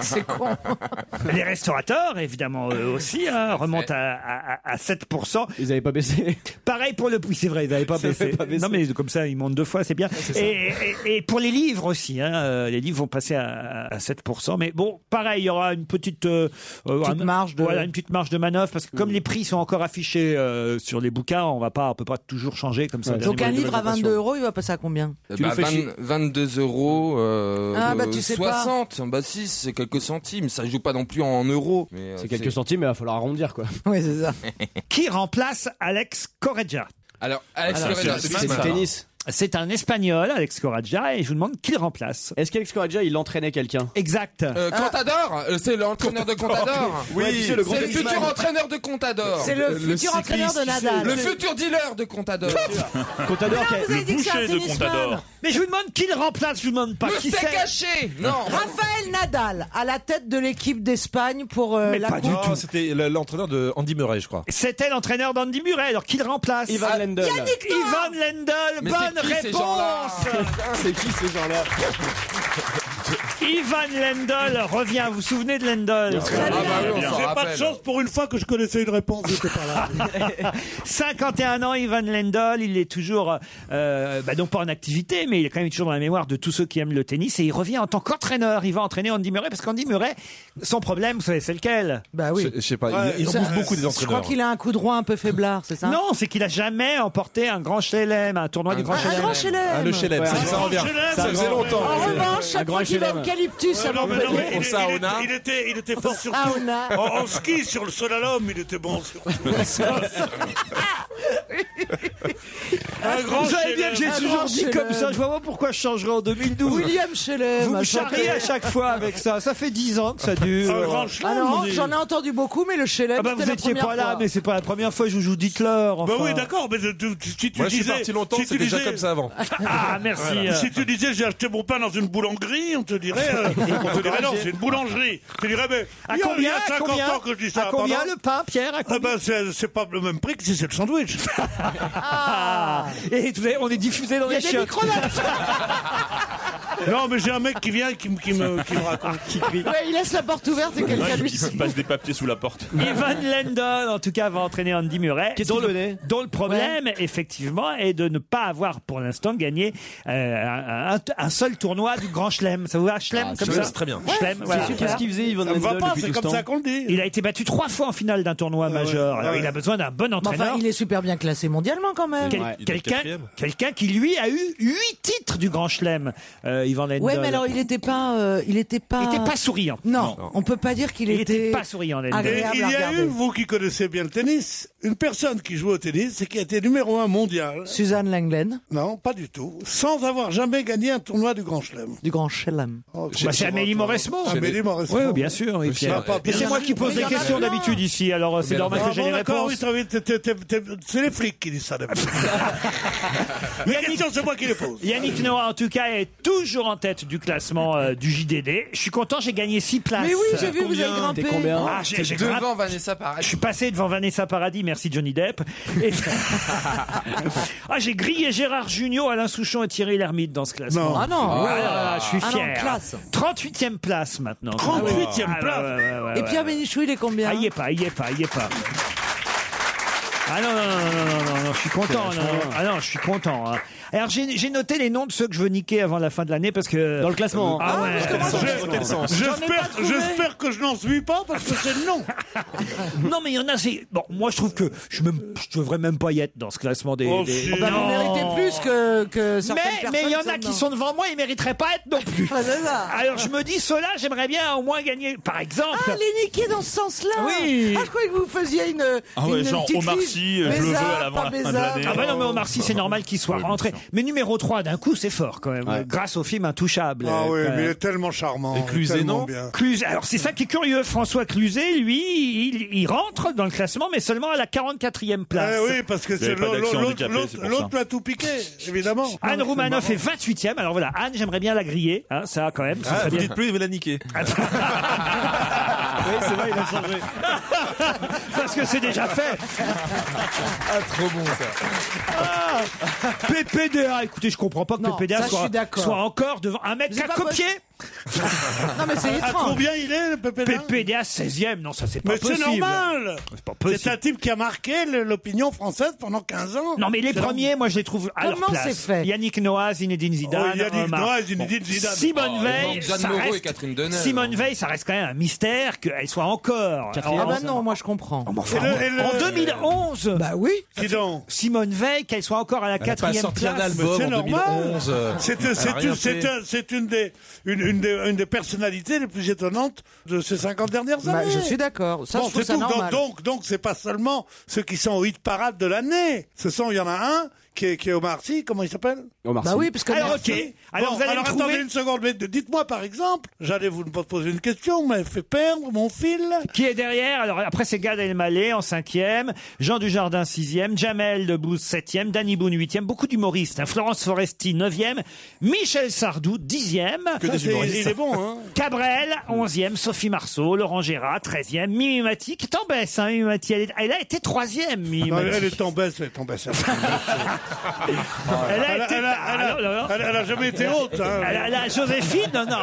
c'est con. (laughs) Les restaurateurs, évidemment, eux aussi, hein, remontent à, à- à 7%. Ils n'avaient pas baissé. Pareil pour le... Oui, c'est vrai, ils n'avaient pas, Ils avaient baissé. pas baissé. Non, mais comme ça, ils montent deux fois, c'est bien. c'est ça. et, et- et pour les livres aussi, hein, euh, les livres vont passer à, à 7%. Mais bon, pareil, il y aura une petite... euh, euh, Petite un- marge de- Voilà, une petite marge de manœuvre, parce que comme les prix sont encore affichés euh, sur les bouquins, on ne peut pas toujours changer comme ça. au Donc dernier moment un de livre à l'alimentation. 22 euros, il va passer à combien Bah, 20 22 euros. euh, Ah, bah, tu euh, sais pas. 60. Bah si, c'est quelques centimes. Ça joue pas non plus en euros. Mais, euh, C'est quelques centimes, mais il va falloir arrondir quoi. Oui, c'est ça. Qui remplace Alex Correggia (laughs) Alors, Alex Alors, Correa, c'est- c'est c'est ça. du tennis. C'est un Espagnol, Alex Correggia, et je vous demande qui le remplace. Est-ce qu'Alex Correggia, il entraînait quelqu'un Ah. Exact. Euh, Contador, euh, c'est l'entraîneur de Contador. Oui, Ouais, tu sais, le grand c'est le tennisman. futur entraîneur de Contador. C'est Euh, le Le futur cycliste, entraîneur de tu sais. Nadal. Le C'est- futur dealer de Contador. (laughs) Contador qui a- avez dit que c'est un tennisman. Mais je vous demande qui le remplace, je vous demande pas Le qui steak c'est. haché Non. (laughs) Raphaël Nadal à la tête de l'équipe d'Espagne pour euh, la Coupe. Non, Oh, c'était le- l'entraîneur de Andy Murray, je crois. C'était l'entraîneur d'Andy Murray, alors qui le remplace Ivan Ah, Lendl. Yannick Noah. Ivan Lendl, Mais bonne c'est qui ces gens-là réponse C'est qui ces gens-là Ivan Lendl revient, vous vous souvenez de Ah, Lendl bah, J'ai pas de chance pour une fois que je connaissais une réponse, j'étais pas là. (laughs) 51 ans, Ivan Lendl, il est toujours, euh, bah, non pas en activité, mais il est quand même toujours dans la mémoire de tous ceux qui aiment le tennis et il revient en tant qu'entraîneur. Il va entraîner Andy Murray parce qu'Andy Murray, son problème, vous savez, c'est lequel Euh, Bah oui. Je, je sais pas, il, il en Ça- bouffe beaucoup des Je crois entraîneurs. qu'il a un coup droit un peu faiblard, c'est ça Non, c'est qu'il a jamais emporté un grand chelem, un tournoi du grand Un chelem. grand chelem Ah, le Chelem, ça, ça revient. Ça faisait longtemps. En revanche, chaque fois qu'il va au Calyptus, ça Non, mais non, mais m'embête. il, Au sauna. il- il était, il était fort sur tout. sauna. En, en ski, sur le slalom, il était bon (laughs) sur tout. Un grand Vous savez bien que j'ai Un toujours grand dit chelem. comme ça, je vois pas pourquoi je changerai en 2012. William Chelem. Vous me à Euh, charriez à chanter. chaque (laughs) fois avec ça. Ça fait 10 ans que ça Un grand dure. chelem, on Alors, dit. Ah j'en ai entendu beaucoup, mais le Chelem, Ah bah c'était vous la étiez première pas là, fois. mais c'est pas la première fois que je vous joue dites-leur. Bah Enfin. oui, d'accord, mais tu- tu- si tu Moi, je suis disais... parti longtemps, si tu c'est déjà disais- comme ça avant. Ah merci. euh. Si tu disais j'ai acheté mon pain dans une boulangerie, on te dirait, (laughs) (laughs) euh, on te dirait non, c'est une boulangerie. Tu dirais mais À il y a- il y combien, a à 50 combien, ans que je dis ça. à combien pardon le pain, Pierre à Ah combien (laughs) ben c'est c'est pas le même prix que si c'est le sandwich. Ah. Et vous savez, on est diffusé dans Il y les a des chiottes. (laughs) Ah. Non, mais j'ai un mec qui vient et qui, me- qui me, qui me raconte. (laughs) Ouais, il laisse la porte ouverte et quelqu'un il lui il passe des papiers sous la porte. Ivan Lendon, en tout cas, va entraîner Andy Murray. dont, le, dont le problème, effectivement, est de ne pas avoir pour l'instant gagné euh, un, un- un seul tournoi du Grand Chelem. Ça vous va, Chelem Ah, comme Chelem, ça c'est très bien. Chelem, C'est voilà. sûr, qu'est-ce qu'il faisait, Ivan Ça me va Lendl, pas, depuis c'est tout ce comme temps ça qu'on le dit. Ah Il a été battu trois fois en finale d'un tournoi majeur. Alors, ouais. il a besoin d'un bon Mais entraîneur. Enfin, il est super bien classé mondialement quand même. Quel- quelqu'un quelqu'un qui lui a eu huit titres du Grand Chelem, euh, Ivan Lendl. Ouais, mais alors il était pas, euh, il était pas, Il était pas souriant. Non, Non. on peut pas dire qu'il Il était, était pas souriant, Lendl. Et agréable il y à a eu, regarder. vous qui connaissez bien le tennis, une personne qui joue au tennis et qui a été numéro un mondial. Suzanne Lenglen Non, pas du tout. Sans avoir jamais gagné un tournoi du Grand Chelem. Du Grand Chelem. Oh, Bah, c'est Amélie Mauresmo. Amélie Mauresmo. Ah, Oui, bien sûr. et puis, Ça euh, va pas mais bien. c'est moi qui pose Mais il les y en a questions plein. d'habitude ici, alors euh, c'est Ah normal que j'ai bon, les d'accord, réponses. oui, très vite, t'es- t'es- t'es- t'es- c'est les flics qui disent (laughs) ça d'habitude. les questions, c'est moi qui les pose. Yannick Noah, en tout cas, est toujours en tête du classement euh, du JDD. Je suis content, j'ai gagné 6 places. Mais oui, j'ai vu, vous Combien avez grimpé. T'es combien Ah, j'ai- T'es j'ai devant grimpé. Vanessa Paradis. Je suis passé devant Vanessa Paradis, merci Johnny Depp. (laughs) Et- ah, j'ai grillé Gérard Junior, Alain Souchon et Thierry Lhermitte dans ce classement. Non. Ah non. Ouais, ouais, ouais, je suis Ah non, fier. classe. 38e place maintenant. 38e place. Et Pierre Bénichou, il est combien Ah, il y est pas, il y est pas, il y est pas. Ah non, non, non, non, non, non, non, je suis content. C'est non, non. vachement ah non, je suis content. hein. Alors, j'ai j'ai noté les noms de ceux que je veux niquer avant la fin de l'année parce que. Dans le classement, hein. Ah, Ah, ouais. parce que moi, j'en ai- J'en ai pas trouvé. J'espère j'espère que je n'en suis pas parce que c'est non. Non, mais il y en a, c'est. Bon, moi, je trouve que je, même, je devrais même pas y être dans ce classement des. Oh, des- si. Non. Oh, bah, vous méritez plus que, que certaines Mais personnes Ah, mais il y en a sont qui dedans. sont devant moi, ils mériteraient pas être non (laughs) plus. Alors je me dis, ceux-là, j'aimerais bien au moins gagner, par exemple. Ah, les niquer dans ce sens-là Oui. Ah, je croyais que vous faisiez une. Ah ouais, une genre petite Omar liste. Sy, je le veux Bézard, à l'avant pas la fin de Bézard. l'année. Ah bah non, mais Omar Sy, c'est normal qu'il soit rentré. Mais numéro 3, d'un coup, c'est fort quand même. Grâce au film Intouchable. Ah euh, oui, quand mais il même. est tellement charmant. Et Cluzet, Oh, tellement non bien. Cluzet. Alors c'est ça qui est curieux. François Cluzet, lui, il, il rentre dans le classement, mais seulement à la 44e place. Eh oui, parce que Il y avait c'est pas l'autre- d'accent l'autre- handicapé, l'autre- c'est pour l'autre ça. m'a tout piqué, évidemment. Anne Roumanoff est 28e. Alors voilà, Anne, j'aimerais bien la griller. Hein, ça, quand même. ça Ah, serait vous bien. dites plus, il va la (laughs) niquer. oui, c'est vrai, il a changé. (laughs) Parce que c'est déjà fait. Ah, trop bon ça. Ah, PPDA. Écoutez, je comprends pas que Non, PPDA ça, je suis soit, d'accord. soit encore devant un mec Vous qui a êtes pas copié. Non, mais c'est À étrange. combien il est, le PPDA PPDA 16e. Non, ça c'est pas Mais c'est possible. normal C'est pas C'est un possible. type qui a marqué le- l'opinion française pendant 15 ans. Non mais les C'est premiers, moi je les trouve à leur Comment place. c'est fait Yannick Noah, Zinedine Zidane, Oh, Yannick Omar. Noah, Zinedine Zidane. Ah, Simone Oh, il Veil, manque Jeanne ça Moreau et reste, Catherine Deneuve. Simone Veil, ça reste quand même un mystère qu'elle soit encore. Catherine Ah en, bah non, moi je comprends. en- enfin, Et le- et le- en 2011, Bah oui. Dis donc. Simone Veil, qu'elle soit encore à la Elle a pas quatrième sorti un place. album C'est en normal. 2011. euh, C'est elle a c'est rien une, c'est fait. un- c'est une des, une, une des, une des personnalités les plus étonnantes de ces 50 dernières Bah, années. je suis d'accord. Ça, Bon, je trouve c'est ça tout. Donc- normal. Donc, donc, c'est pas seulement ceux qui sont au hit parade de l'année. Ce sont, il y en a un qui est, qui est Omar Sy. Comment il s'appelle Omar Bah Sy. oui, parce que. Alors ok, alors Bon, vous allez me trouver- attendez une seconde. mais Dites-moi par exemple, j'allais vous poser une question, vous (laughs) m'avez fait perdre mon fil. Qui est derrière Alors après c'est Gad Elmaleh en cinquième, Jean Dujardin sixième, Jamel Debbouze septième, Danny Boone huitième, beaucoup d'humoristes. hein. Florence Foresti neuvième, Michel Sardou dixième, Ça, c'est- Il est bon, hein Cabrel onzième, Sophie Marceau, Laurent Gérard treizième, Mimi Mati qui est en baisse. Hein, Mimi Mati, elle, est- elle a été troisième. Mimi Non, Ah, elle, Mati. elle est en baisse, elle est (laughs) en baisse. Elle Elle a a- été. elle a- ah, elle a- non, non, non. elle- elle a jamais été haute. hein. Elle a- elle a- Joséphine, non, non,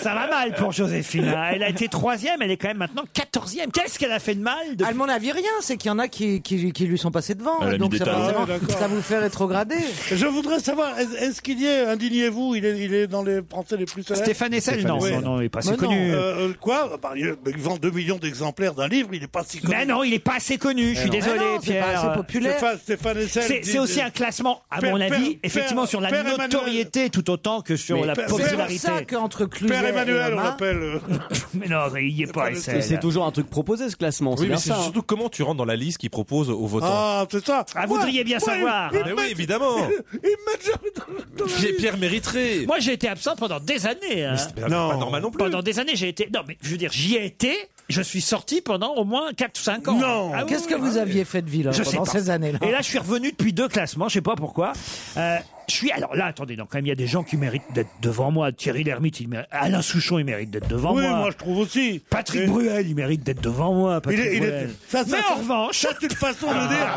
ça va mal pour Joséphine. hein. Elle a été troisième, elle est quand même maintenant quatorzième. Qu'est-ce qu'elle a fait de mal de À mon avis, rien, c'est qu'il y en a qui, qui, qui lui sont passés devant. Elle a mis donc des ça, talons. forcément, Ah ouais, d'accord. ça vous fait rétrograder. Je voudrais savoir, est- est-ce qu'il y est, indignez-vous, il est, il est dans les Français les plus célèbres Stéphane Essel, non, Essel. non, non, il est pas assez Mais non, connu. Euh, euh, quoi Bah, il, il vend 2 millions d'exemplaires d'un livre, il n'est pas si connu. Mais non, il est pas assez connu, je suis Mais désolé, non, c'est pas Pierre. assez populaire. Stéphane, Stéphane Essel. C'est dit- c'est aussi un classement, à Père- mon Père- avis, Père- effectivement sur la Père Emmanuel. notoriété tout autant que sur Mais la Père- C'est pour popularité. ça qu'entre Cluzet Père Emmanuel, et on Omar- l'appelle. euh, (laughs) Mais non, il y est pas. Père- Essel. C'est toujours un truc proposé ce classement. Oui, bien mais c'est ça, hein. surtout comment tu rentres dans la liste qu'ils proposent aux votants. Ah, Ah, c'est ça. Ah, vous devriez bien savoir, hein. Mais oui, évidemment. Ah, Il met jamais dans- dans la Pierre, liste. Pierre mériterait. Moi, j'ai été absent pendant des années. hein. Mais c'est Pas Non. normal non plus. Pendant des années, j'ai été. Non, mais je veux dire, j'y ai été. Je suis sorti pendant au moins 4 ou 5 ans. Non. Ah oui, Qu'est-ce que oui. vous aviez fait de vie là, Je sais pendant pas. ces années-là Et là, je suis revenu depuis deux classements, je sais pas pourquoi. Euh, Je suis alors là, attendez, donc quand même, il y a des gens qui méritent d'être devant moi. Thierry Lhermitte, il mérite- Alain Souchon, il mérite d'être devant oui, moi. moi je trouve aussi. Patrick Mais- Bruel, il mérite d'être devant moi. Patrick Il est- il est- Bruel. ça, ça, Mais ça- en revanche, ça, c'est une façon de dire.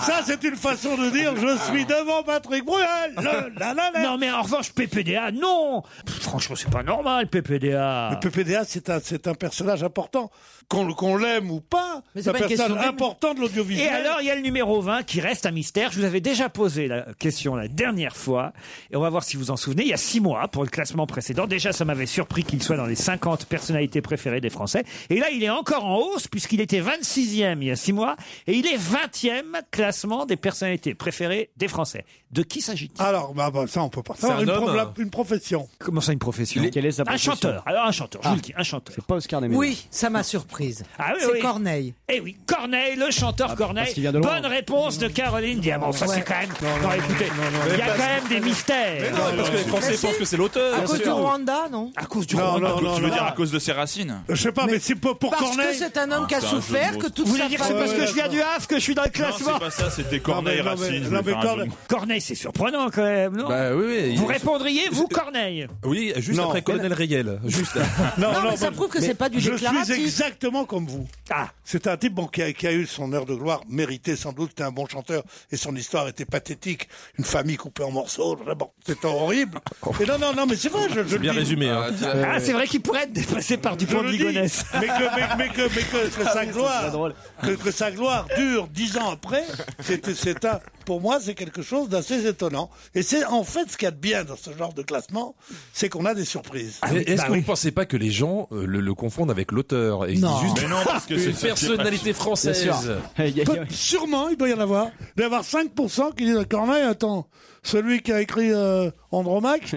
Ça, c'est une façon de dire. Je suis devant Patrick Bruel. Le- la, la, la. Non, mais en revanche, PPDA, non Pff, Franchement, c'est pas normal, PPDA. Le PPDA, c'est un, c'est un personnage important. Qu'on, le- qu'on l'aime ou pas, Mais c'est c'est un pas une personnage question d'aime. important de l'audiovisuel. Et alors, il y a le numéro 20 qui reste un mystère. Je vous avais déjà posé la question la dernière fois. Et on va voir si vous en souvenez. Il y a six mois, pour le classement précédent, déjà, ça m'avait surpris qu'il soit dans les 50 personnalités préférées des Français. Et là, il est encore en hausse, puisqu'il était 26e il y a six mois. Et il est 20e classement des personnalités préférées des Français. De qui s'agit-il Alors, bah, bah, ça, on peut pas C'est savoir. un Une, homme, pro- hein. une profession. Comment ça, une profession Quelle est sa Un profession chanteur. Alors, un chanteur, je vous le dis, un chanteur. C'est pas Oscar Niemeyer. Oui, ça m'a surprise. Ah oui, c'est oui. Corneille. Eh oui, Corneille, le chanteur Corneille. parce qu'il vient de loin. Bonne réponse de Caroline Diamant. Ça, Ouais. c'est quand même. Non, non, Non, non, écoutez, non, non, il y a mais quand parce- même des mystères. Mais non, parce que les Français Mais si. pensent que c'est l'auteur. À bien cause du sûr. Rwanda, non À cause du Non, Rwanda, non, tu non, veux non. dire à cause de ses racines Je sais pas, mais, c'est pour, pour Parce que Corneille. c'est un homme qui a c'est un jeu de souffert, mots. que toute Vous sa voulez dire que c'est famille- parce que je viens du Havre que je suis dans le Non, classement c'est pas ça, c'était Corneille Non, mais- non, mais- Racine. je non, voulais mais faire un jeu de Corneille- mots. Corneille, c'est surprenant quand même, non Bah oui, oui. Vous répondriez, Euh, vous, Corneille Oui, juste Non. après Colonel Riel. Juste. (laughs) Non, mais ça bon, prouve que c'est pas du je déclaratif. suis exactement comme vous. Ah, C'est un type bon, qui, a, qui a eu son heure de gloire, mérité sans doute, c'était un bon chanteur, et son histoire était pathétique. Une famille coupée en morceaux, bon, (laughs) c'était horrible. Et non, non, non, mais c'est vrai, je, je le Bien dis. résumé. hein. Ah, tiens. euh, Ah, c'est vrai qu'il pourrait être dépassé par Je Dupont de le dis. Ligonnès. (laughs) Mais que, mais, mais que, mais que, que sa serait gloire, drôle. que, que sa gloire dure dix ans après, c'est, c'est un, pour moi, c'est quelque chose d'assez étonnant. Et c'est en fait ce qu'il y a de bien dans ce genre de classement, c'est qu'on a des surprises. Ah Mais Est-ce bah que vous oui. ne pensez pas que les gens euh, le, le confondent avec l'auteur et ils se Non. disent juste Mais non, parce que c'est une ça qui est pas personnalité Bien française sûr. Il y a- il y a- Peut- sûrement, il doit y en avoir. Il doit y avoir 5% qui disent Corneille, attends, celui qui a écrit euh, (laughs) Andromaque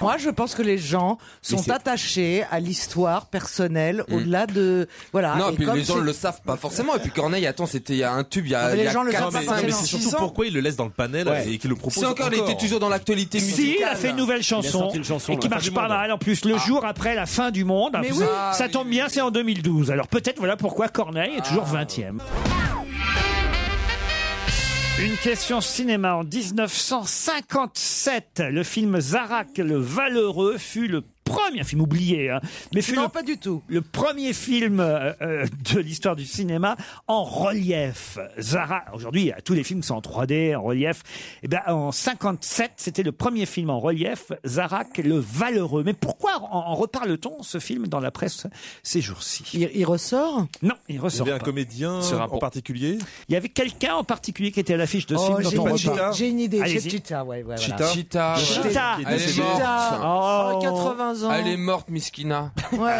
Moi, je pense que les gens sont attachés à l'histoire personnelle au-delà de voilà. Non, Ah, et puis comme les gens c'est- le savent pas forcément. Et puis Corneille, attends, c'était il y a un tube, il y Ah, a, mais il y les a gens le quatre, savent pas, cinq, c'est Mais non. c'est six surtout ans. pourquoi il le laisse dans le panel Ouais. et qu'il le propose. Si encore il était toujours dans l'actualité musicale. Ah. Si, il a fait une nouvelle chanson, sorti une chanson, et qui la fin marche du pas monde. mal. En plus, le jour après la fin du monde, Mais ça, oui. ça tombe bien, c'est en 2012. Alors peut-être voilà pourquoi Corneille est Ah. toujours 20e. Une question cinéma. En 1957, le film Zarak le Valeureux fut le premier film oublié, hein, mais fut Non, le pas du tout. le premier film euh, euh, de l'histoire du cinéma en relief. Zara, aujourd'hui, euh, tous les films sont en 3D, en relief. Eh ben, en 57, c'était le premier film en relief, Zarak le Valeureux. Mais pourquoi en, en reparle-t-on ce film dans la presse ces jours-ci Il, il ressort. Non, il Il y ressort avait un pas. comédien Ce rapport. en particulier. Il y avait quelqu'un en particulier qui était à l'affiche de ce Oh, film j'ai dont on une, reparle. idée, j'ai une idée. J'ai Allez-y. Chita, ouais, ouais, voilà. Chita. Chita. Chita. Chita. Elle est morte. Oh, Oh. 80 ans. Elle est morte, Miskina. Ouais.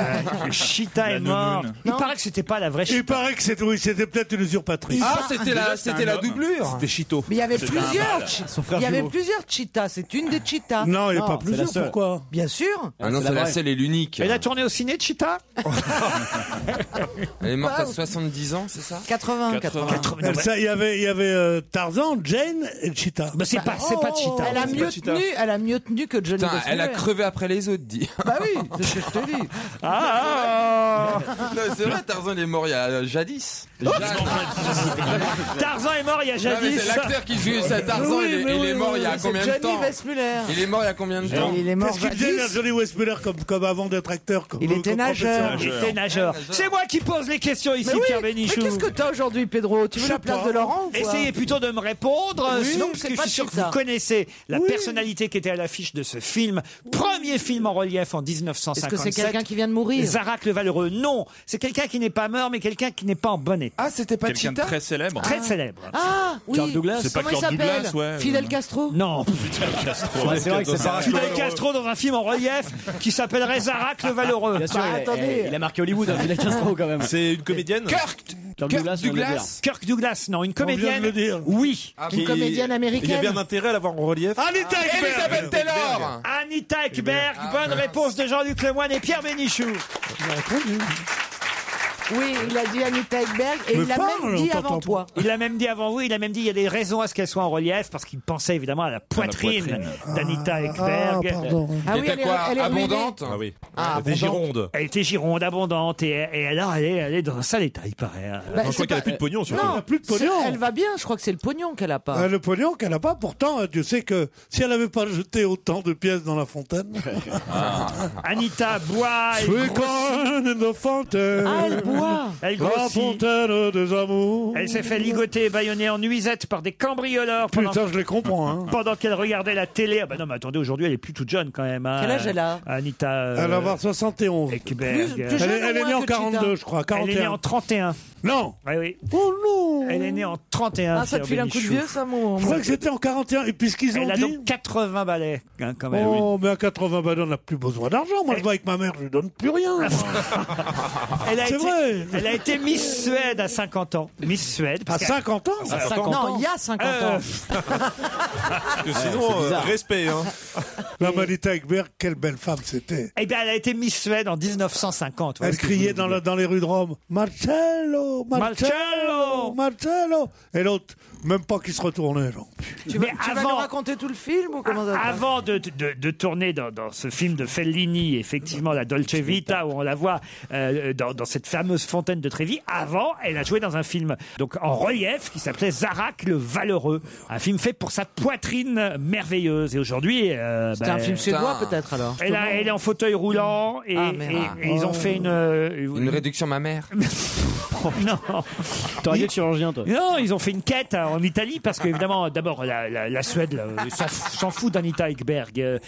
Chita est La mort. nounoune. Il Non. paraît que c'était pas la vraie Il Chita. paraît que c'était, oui, c'était peut-être une usurpatrice. Ah, c'était la, c'est un c'était la homme. doublure. C'était Chito. Mais il y avait C'était un plusieurs. mâle. chi- Son frère Il y avait jumeau. plusieurs Cheetahs. C'est une des Cheetahs. Non, il n'y Non, a pas c'est la plusieurs, seule. pourquoi Bien sûr. Ah non, C'est c'est la la vraie. seule et l'unique. Elle a tourné au ciné, Chita Elle est morte à Wow. 70 ans, c'est ça 80, 80. Comme ça, il y avait, il y avait euh, Tarzan, Jane et Cheetah. Bah, c'est pas, c'est pas Chita. Oh, Elle a c'est mieux pas Cheetah. tenu. Elle a mieux tenu que Johnny. Putain, Depp. elle a crevé après les autres, dis. (laughs) Bah oui, c'est ce que je te dis. Ah, ah, ah. (laughs) Non, c'est vrai, Tarzan il est mort il y a euh, jadis. Tarzan est mort il y a Non, mais jadis. c'est l'acteur qui joue (laughs) ça, Tarzan, Oui, il, est- mais il est oui, mort oui, il y a c'est combien de temps Johnny Westmuller. Il est mort il y a combien de temps Et il est mort Qu'est-ce qu'il jadis. faisait vers Johnny Westmuller comme, comme avant d'être acteur comme- Il était comme nageur. professeur Il était nageur. C'est moi qui pose les questions ici, Mais oui, Pierre mais Bénichou. qu'est-ce que t'as aujourd'hui, Pedro Tu veux Je la sais place pas. de Laurent ou quoi Essayez plutôt de me répondre, euh, Oui, sinon, c'est parce que je pas suis sûr que Chita. vous connaissez la Oui. personnalité qui était à l'affiche de ce film. Premier film en relief en Est-ce que 1957. c'est quelqu'un qui vient de mourir Zarak le Valeureux, non. C'est quelqu'un qui n'est pas mort, mais quelqu'un qui n'est pas en bon état. Ah, c'était pas Quelqu'un de Cheetah très célèbre. Très célèbre. Ah oui. Kirk Douglas. C'est pas Comment il Kirk s'appelle Douglas, ouais. Fidel Castro. Non. Castro. Ouais, c'est vrai que c'est pas- Fidel Castro dans un film en relief qui s'appellerait Zarak le Valeureux. Ah, Bien sûr, Bah, il- attendez. il a marqué Hollywood, hein, Fidel Castro quand même. C'est une comédienne. Kirk Kirk Kirk Douglas, on vient de le Douglas. Kirk Douglas, non. Une vient de comédienne. le dire. Oui. Qui- Une comédienne Il y avait un américaine. intérêt à l'avoir en relief. Anita Ekberg. Elisabeth Taylor Anita Ekberg, Ah, bonne mince. réponse de Jean-Luc Lemoyne et Pierre Bénichou. Oui, il a dit Anita Ekberg et Mais il l'a parle, même dit on avant t'entend toi. Il l'a même dit avant vous, il a même dit il y a des raisons à ce qu'elle soit en relief parce qu'il pensait évidemment à la poitrine, poitrine. d'Anita Ah, Ekberg. pardon. Ah oui, Elle était elle est, quoi elle est ruinée. Abondante Ah oui. Ah, Des Girondes. Elle était gironde, abondante, et, et alors elle est, elle est dans un sale état, il paraît. hein. Bah, c'est pas- Non, plus de pognon. c'est- Elle va bien, je crois que c'est le pognon qu'elle a pas. Euh, le pognon qu'elle n'a pas, pourtant, euh, Dieu sait que si elle n'avait pas jeté autant de pièces dans la fontaine. Ah. (laughs) Anita boit. Je et suis grossit. conne de fontaine. Ah, elle boit. Elle La grossit. fontaine des amours. Elle s'est fait ligoter et baïonner en nuisette par des cambrioleurs. Pendant... Putain, je les comprends. hein. Pendant qu'elle regardait la télé. Ah bah non, mais attendez, aujourd'hui, elle est plus toute jeune quand même. hein. Quel âge elle a Anita. euh, Elle va avoir 71. Ekberg. Plus- plus jeune Elle est- elle est ou née moins en que 42, Chita je crois, Elle est née 41. en 31. Non. Oui, Ah oui. Oh non Elle est née en 31. Ah, ça te Pierre file un coup de Bénichou. vieux, ça, mon. Je crois que c'était en 41. Et puis ce qu'ils ont Elle a dit. donc 80 balais, hein, quand même. Eh. oh, mais à 80 balles, on n'a plus besoin d'argent. Moi, je vais avec ma mère, je (laughs) lui donne plus rien. Elle a, C'est été, vrai. elle a été Miss Suède à 50 ans. Miss Suède. Ah, À 50 ans Euh. À 50 ans. Non, il y a 50 Ah, (laughs) Euh. (laughs) ans. Ah, Parce que Ouais, sinon, c'est euh, bizarre. respect. Hein. La Malita Ekberg, quelle belle femme c'était. Eh bien, elle a été Miss Suède en 1950. voilà Elle ce que je voulais criait dans, dire. la- dans les rues de Rome Marcello Marcello Marcello Et l'autre, même pas qu'il se retournait. genre. Tu, vas- Mais tu vas avant- nous raconter tout le film ou comment ça se passe Avant de, de- de tourner dans, dans ce film de Fellini, effectivement, la Dolce Vita, où on la voit euh, dans, dans cette fameuse fontaine de Trévi, avant, elle a joué dans un film donc en relief qui s'appelait Zarak le Valeureux. Un film fait pour sa poitrine merveilleuse. Et aujourd'hui. euh, C'était un bah, film suédois, peut-être alors. Elle, a- elle est en fauteuil roulant et, Ah, merde. et- et ils ont fait une. euh, Une réduction mammaire. (laughs) non. T'aurais dû être chirurgien, toi. Non, ils ont fait une quête hein, en Italie parce que, évidemment, d'abord, la, la- la Suède là, euh, s'en f- s'en fout d'Anita Ekberg. Euh,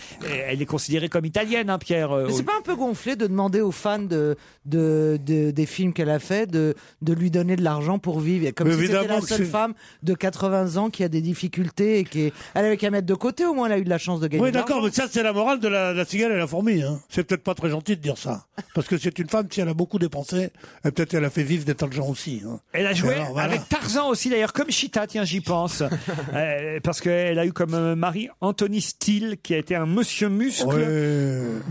Elle est considérée comme italienne, hein, Pierre. euh, Mais c'est pas un peu gonflé de demander aux fans de, de, de- des films qu'elle a fait de, de lui donner de l'argent pour vivre Comme Mais si c'était évidemment la que seule c'est- femme de 80 ans qui a des difficultés et qui est... Elle avait qu'à mettre de côté, au moins elle a eu de la chance de gagner. Oui, de l'argent. d'accord, mais ça, c'est la morale de la, la cigale et la fourmi. hein. C'est peut-être pas très gentil de dire ça. Parce que c'est une femme, si elle a beaucoup dépensé, et peut-être elle a fait vivre des tas de gens aussi. hein. Elle a joué Et alors, voilà. avec Tarzan aussi, d'ailleurs, comme Chita, tiens, (laughs) j'y pense. Euh, parce qu'elle a eu comme euh, mari Anthony Steele, qui a été un monsieur muscle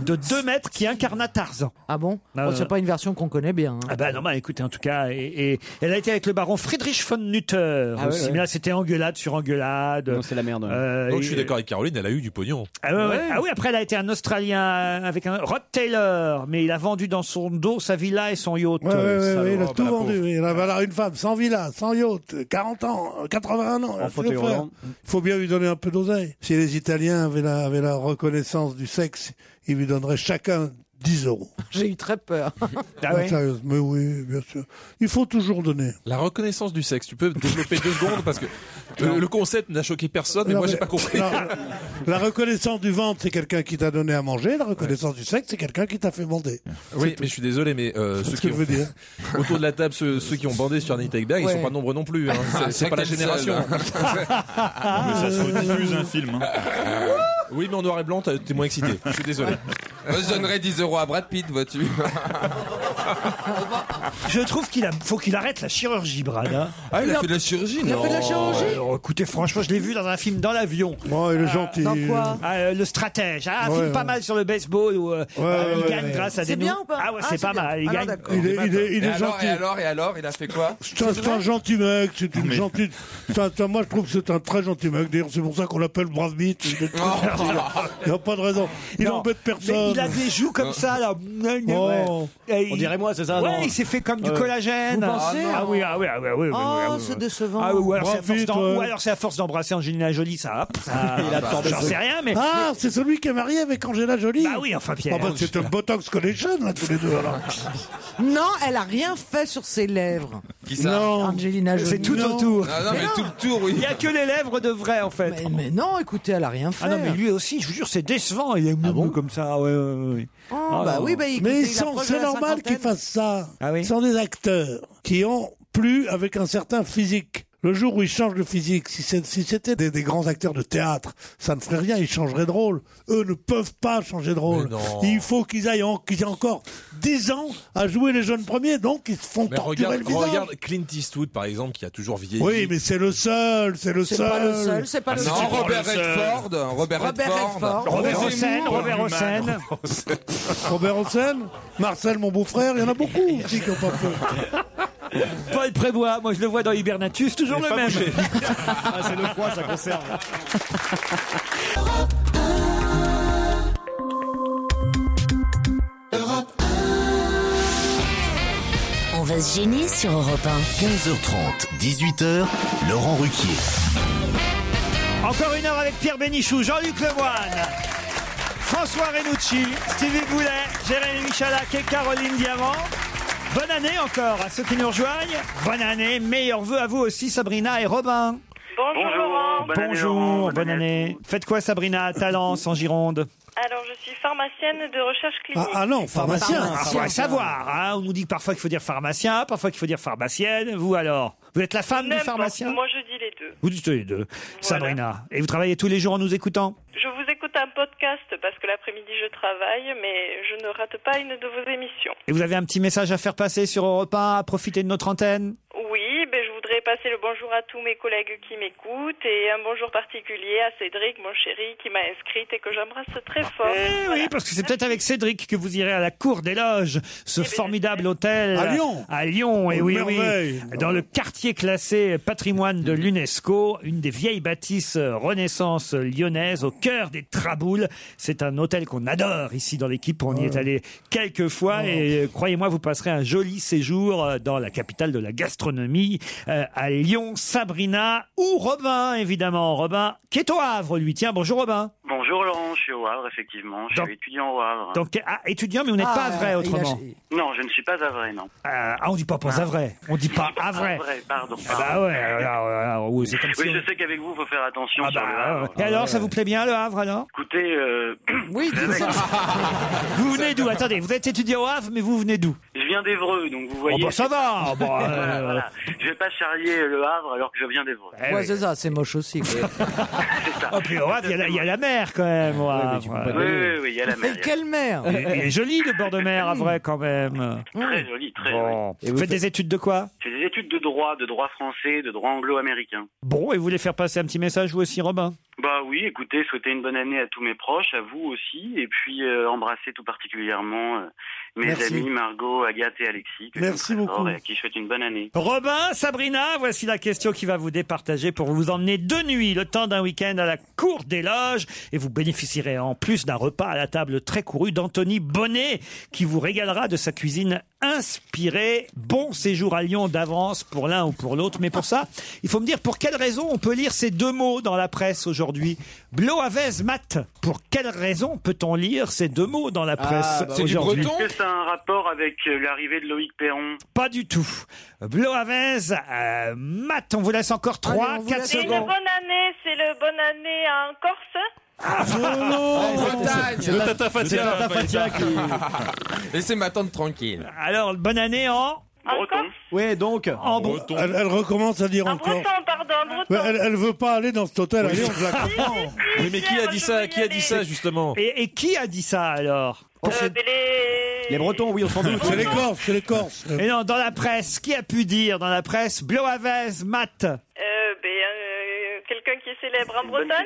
de 2 mètres qui incarna Tarzan. Ah bon Euh, Bon, C'est pas une version qu'on connaît bien. hein. Ah bah non, bah écoutez, en tout cas, et, et elle a été avec le baron Friedrich von Nutter Ah ouais, aussi. ouais. Mais là, c'était engueulade sur engueulade. Non, c'est la merde. Donc je suis d'accord avec Caroline, elle a eu du pognon. Ah, ouais, ouais. Ah oui, après, elle a été un Australien euh, avec un Rod Taylor, mais il a vendu dans son dos sa villa et son yacht. Ouais, ouais, euh, ouais, salaud. ouais, il a Oh, bah, tout la vendu. pauvre. Il a voilà, une femme sans villa, sans yacht, 40 ans, euh, 81 ans. En fauteuil Il faut faire. roulant. faut bien lui donner un peu d'oseille. Si les Italiens avaient la, avaient la reconnaissance du sexe, ils lui donneraient chacun 10 euros. (laughs) J'ai eu très peur. (laughs) Ah ouais Sérieuse, mais oui, bien sûr. Il faut toujours donner. La reconnaissance du sexe, tu peux développer deux secondes parce que euh, le, le concept n'a choqué personne, mais Non, moi j'ai mais- pas compris. non. La reconnaissance du ventre, c'est quelqu'un qui t'a donné à manger. La reconnaissance du sexe, c'est quelqu'un qui t'a fait bander. (laughs) Oui, mais je suis désolé, mais euh, C'est ceux ce que qui je ont veux dire. (laughs) autour de la table, ceux, ceux qui ont bandé sur Anita Ekberg, ils Ouais. sont pas nombreux non plus. hein. Ah, C'est- c'est C'est vrai pas la que t'es le seul, génération. (laughs) Mais ça se rediffuse un film. hein. oui, mais en noir et blanc, t'as- t'es moins excité. Je suis désolé. (laughs) Moi, je donnerais 10 euros à Brad Pitt, vois-tu. Je trouve qu'il a- faut qu'il arrête la chirurgie, Brad. hein. Ah, il a fait de la chirurgie, Il a non fait de la chirurgie Alors, écoutez, franchement, je l'ai vu dans un film dans l'avion. Euh, Oh, il est gentil. dans quoi Ah, euh, le stratège, Ah, un Ouais, film ouais. pas mal sur le baseball où euh, Ouais, euh, ouais, il ouais, gagne ouais. grâce à des C'est bien nou- ou pas Ah ouais, Ah, c'est c'est pas bien. mal. Il Alors, gagne. d'accord. Il est, il est, il et est alors, gentil. Et alors, et alors, il a fait quoi C'est un, c'est un gentil mec, c'est une gentille. c'est un- c'est un- moi, je trouve que c'est un très gentil mec. D'ailleurs, c'est pour ça qu'on l'appelle Brave Meat. Il est très gentil. Il n'y a pas de raison. Il Non. n'embête Mais personne. il a des joues comme ça là. Oh. Et il- On dirait moi, c'est ça Ouais, non il s'est fait comme du Ouais. collagène. Vous pensez Euh, ah, oui, ah oui, ah oui, ah oui, oui, oui, ah Oh, oui, c'est oui. décevant. Ah oui, ou alors c'est à Bravo, force d'em- toi. ou alors c'est à force d'embrasser Angelina Jolie, ça. hop, ça (laughs) Il a absorbé J'en le sais truc. rien, mais. Ah, c'est celui qui est marié avec Angela Jolie. Bah oui, enfin, Pierre. Ah bah, c'est un Botox Collection, là, tous les deux. alors. (laughs) Non, elle a rien fait sur ses lèvres. Qui ça Non. Angelina Jolie. C'est tout Non. autour. Ah non, mais tout le tour, Il oui. n'y a que les lèvres de vrai, en fait. Mais, mais non, écoutez, elle a rien fait. Ah non, mais lui aussi, je vous jure, c'est décevant. Il est mou comme ça. ouais, ouais, ouais. Oh, Ah, bah non. oui, bah, écoutez, Mais ils il sont, approche de c'est la normal qu'ils cinquantaine. fassent ça. Ah oui Ce sont des acteurs qui ont plu avec un certain physique. Le jour où ils changent de physique, si c'est- si c'était des, des grands acteurs de théâtre, ça ne ferait rien, ils changeraient de rôle. Eux ne peuvent pas changer de rôle. Mais non. Il faut qu'ils aillent en- qu'ils aient encore 10 ans à jouer les jeunes premiers, donc ils se font (laughs) Mais torturer regarde, le visage. regarde Clint Eastwood, par exemple, qui a toujours vieilli. Oui, mais c'est le seul, c'est le C'est seul. pas le seul, c'est pas le seul. Non, Robert Oh, le seul. Redford. Robert Robert Redford. Redford. Robert Roger Hossein, Moore. Robert Hossein. Robert Hossein, Marcel, mon beau-frère, il y en a beaucoup aussi qui ont pas fait. Ah, Paul Prébois, moi je le vois dans Hibernatus, toujours le même. (laughs) Ah, c'est le froid, ça conserve. Europe 1. va se gêner sur Europe 1. 15h30, 18h, Laurent Ruquier. Encore une heure avec Pierre Bénichou, Jean-Luc Lemoine, François Renucci, Stevie Boulet, Jérémy Michalak et Caroline Diamant. Bonne année encore à ceux qui nous rejoignent. Bonne année, meilleurs vœux à vous aussi Sabrina et Robin. Bonjour, Laurent. Bonjour, bonne, année. Faites quoi Sabrina à Talence en Gironde Alors, je suis pharmacienne de recherche clinique. Ah, faut savoir, hein. on nous dit parfois qu'il faut dire pharmacien, parfois qu'il faut dire pharmacienne. Vous alors Vous êtes la femme du N'importe, pharmacien Moi, je dis les deux. Vous dites les deux, Sabrina. Et vous travaillez tous les jours en nous écoutant Je vous écoute un podcast parce que l'après-midi, je travaille, mais je ne rate pas une de vos émissions. Et vous avez un petit message à faire passer sur Europe 1, à profiter de notre antenne Oui, ben, je voudrais passer le bonjour à tous mes collègues qui m'écoutent et un bonjour particulier à Cédric, mon chéri, qui m'a inscrite et que j'embrasse très fort. Eh oui, parce que c'est peut-être avec Cédric que vous irez à la Cour des Loges, ce formidable hôtel. À Lyon. À Lyon, et Une oui, oui. merveille. Dans le quartier classé patrimoine de l'UNESCO, une des vieilles bâtisses renaissance lyonnaise, au cœur des Traboules. C'est un hôtel qu'on adore ici dans l'équipe. On y est allé quelques Oh. fois et euh, croyez-moi, vous passerez un joli séjour euh, dans la capitale de la gastronomie, euh, à Lyon, Sabrina ou Robin, évidemment. Robin, qui est au Havre, lui. Tiens, bonjour Robin. Bonjour Laurent, je suis au Havre, effectivement. Je suis Dans- étudiant au Havre. Donc, ah, étudiant, mais vous n'êtes Ah, pas à vrai il a- autrement. Non, je ne suis pas à vrai, non. Euh, ah, on dit pas pas à vrai. On dit pas à vrai. pardon. Ah bah ouais, alors, alors, oui, c'est comme si Oui, on- je sais qu'avec vous, il faut faire attention Ah sur le bah, Havre. ouais. Et alors, ça vous plaît bien le Havre alors Écoutez, euh, Oui, dites ça. Vous venez d'où Attendez, vous êtes étudiant au Havre, mais vous venez d'où (laughs) je viens d'Evreux, donc vous Oh voyez... bah ça va (laughs) bon, euh, Voilà, voilà. Je vais pas charrier le Havre alors que je viens d'Evreux. Eh Eh Ouais, c'est ça, c'est moche aussi. (laughs) Oh, puis au Havre, il y a la- il y, a la mer quand même. au Havre. Oui, oui, oui, il y a la mer. Mais quelle mer Il il est joli le bord de mer à vrai quand même. Très joli, très Bon. joli. Vous faites des études de quoi Je fais des études de droit, de droit français, de droit anglo-américain. Bon, et vous voulez faire passer un petit message vous aussi Robin Bah oui, écoutez, souhaiter une bonne année à tous mes proches, à vous aussi, et puis euh, embrasser tout particulièrement euh, mes Merci. amis Margot, Agathe et Alexis, que j'aime Merci très fort beaucoup. et à qui je souhaite une bonne année. Robin, Sabrina, voici la question qui va vous départager pour vous emmener deux nuits, le temps d'un week-end à la cour des loges. Et vous bénéficierez en plus d'un repas à la table très courue d'Anthony Bonnet, qui vous régalera de sa cuisine inspirée. Bon séjour à Lyon d'avance pour l'un ou pour l'autre. Mais pour ça, il faut me dire pour quelle raison on peut lire ces deux mots dans la presse aujourd'hui. Bloavez mat. Pour quelle raison peut-on lire ces deux mots dans la Ah, Ah, bah, presse bah aujourd'hui Est-ce que ça a un rapport avec euh, l'arrivée de Loïc Perron pas du tout. Bloavez, euh, Matt, on vous laisse encore 3, on vous 4 laisse C'est une bonne secondes. année, c'est le bonne année Ah, en Corse. Oh (laughs) c'est le Tata Fatia. Le Tata Fatia qui- (laughs) Laissez ma tante tranquille. Alors, bonne année hein. en Breton. Ouais, donc. En bre- Elle, elle recommence à dire encore. Breton, pardon, Mais Breton. elle, elle veut pas aller dans cet hôtel. à Lyon, (laughs) je la comprends. Ah, Oui, mais qui a dit ça Qui a dit ça justement Et, et qui a dit ça alors Les Bretons, oui, on s'en doute. C'est les Corses, c'est les Corses. Et non, dans la presse, qui a pu dire dans la presse Bloavez, Matt Euh, ben, euh, quelqu'un qui est célèbre en Bretagne.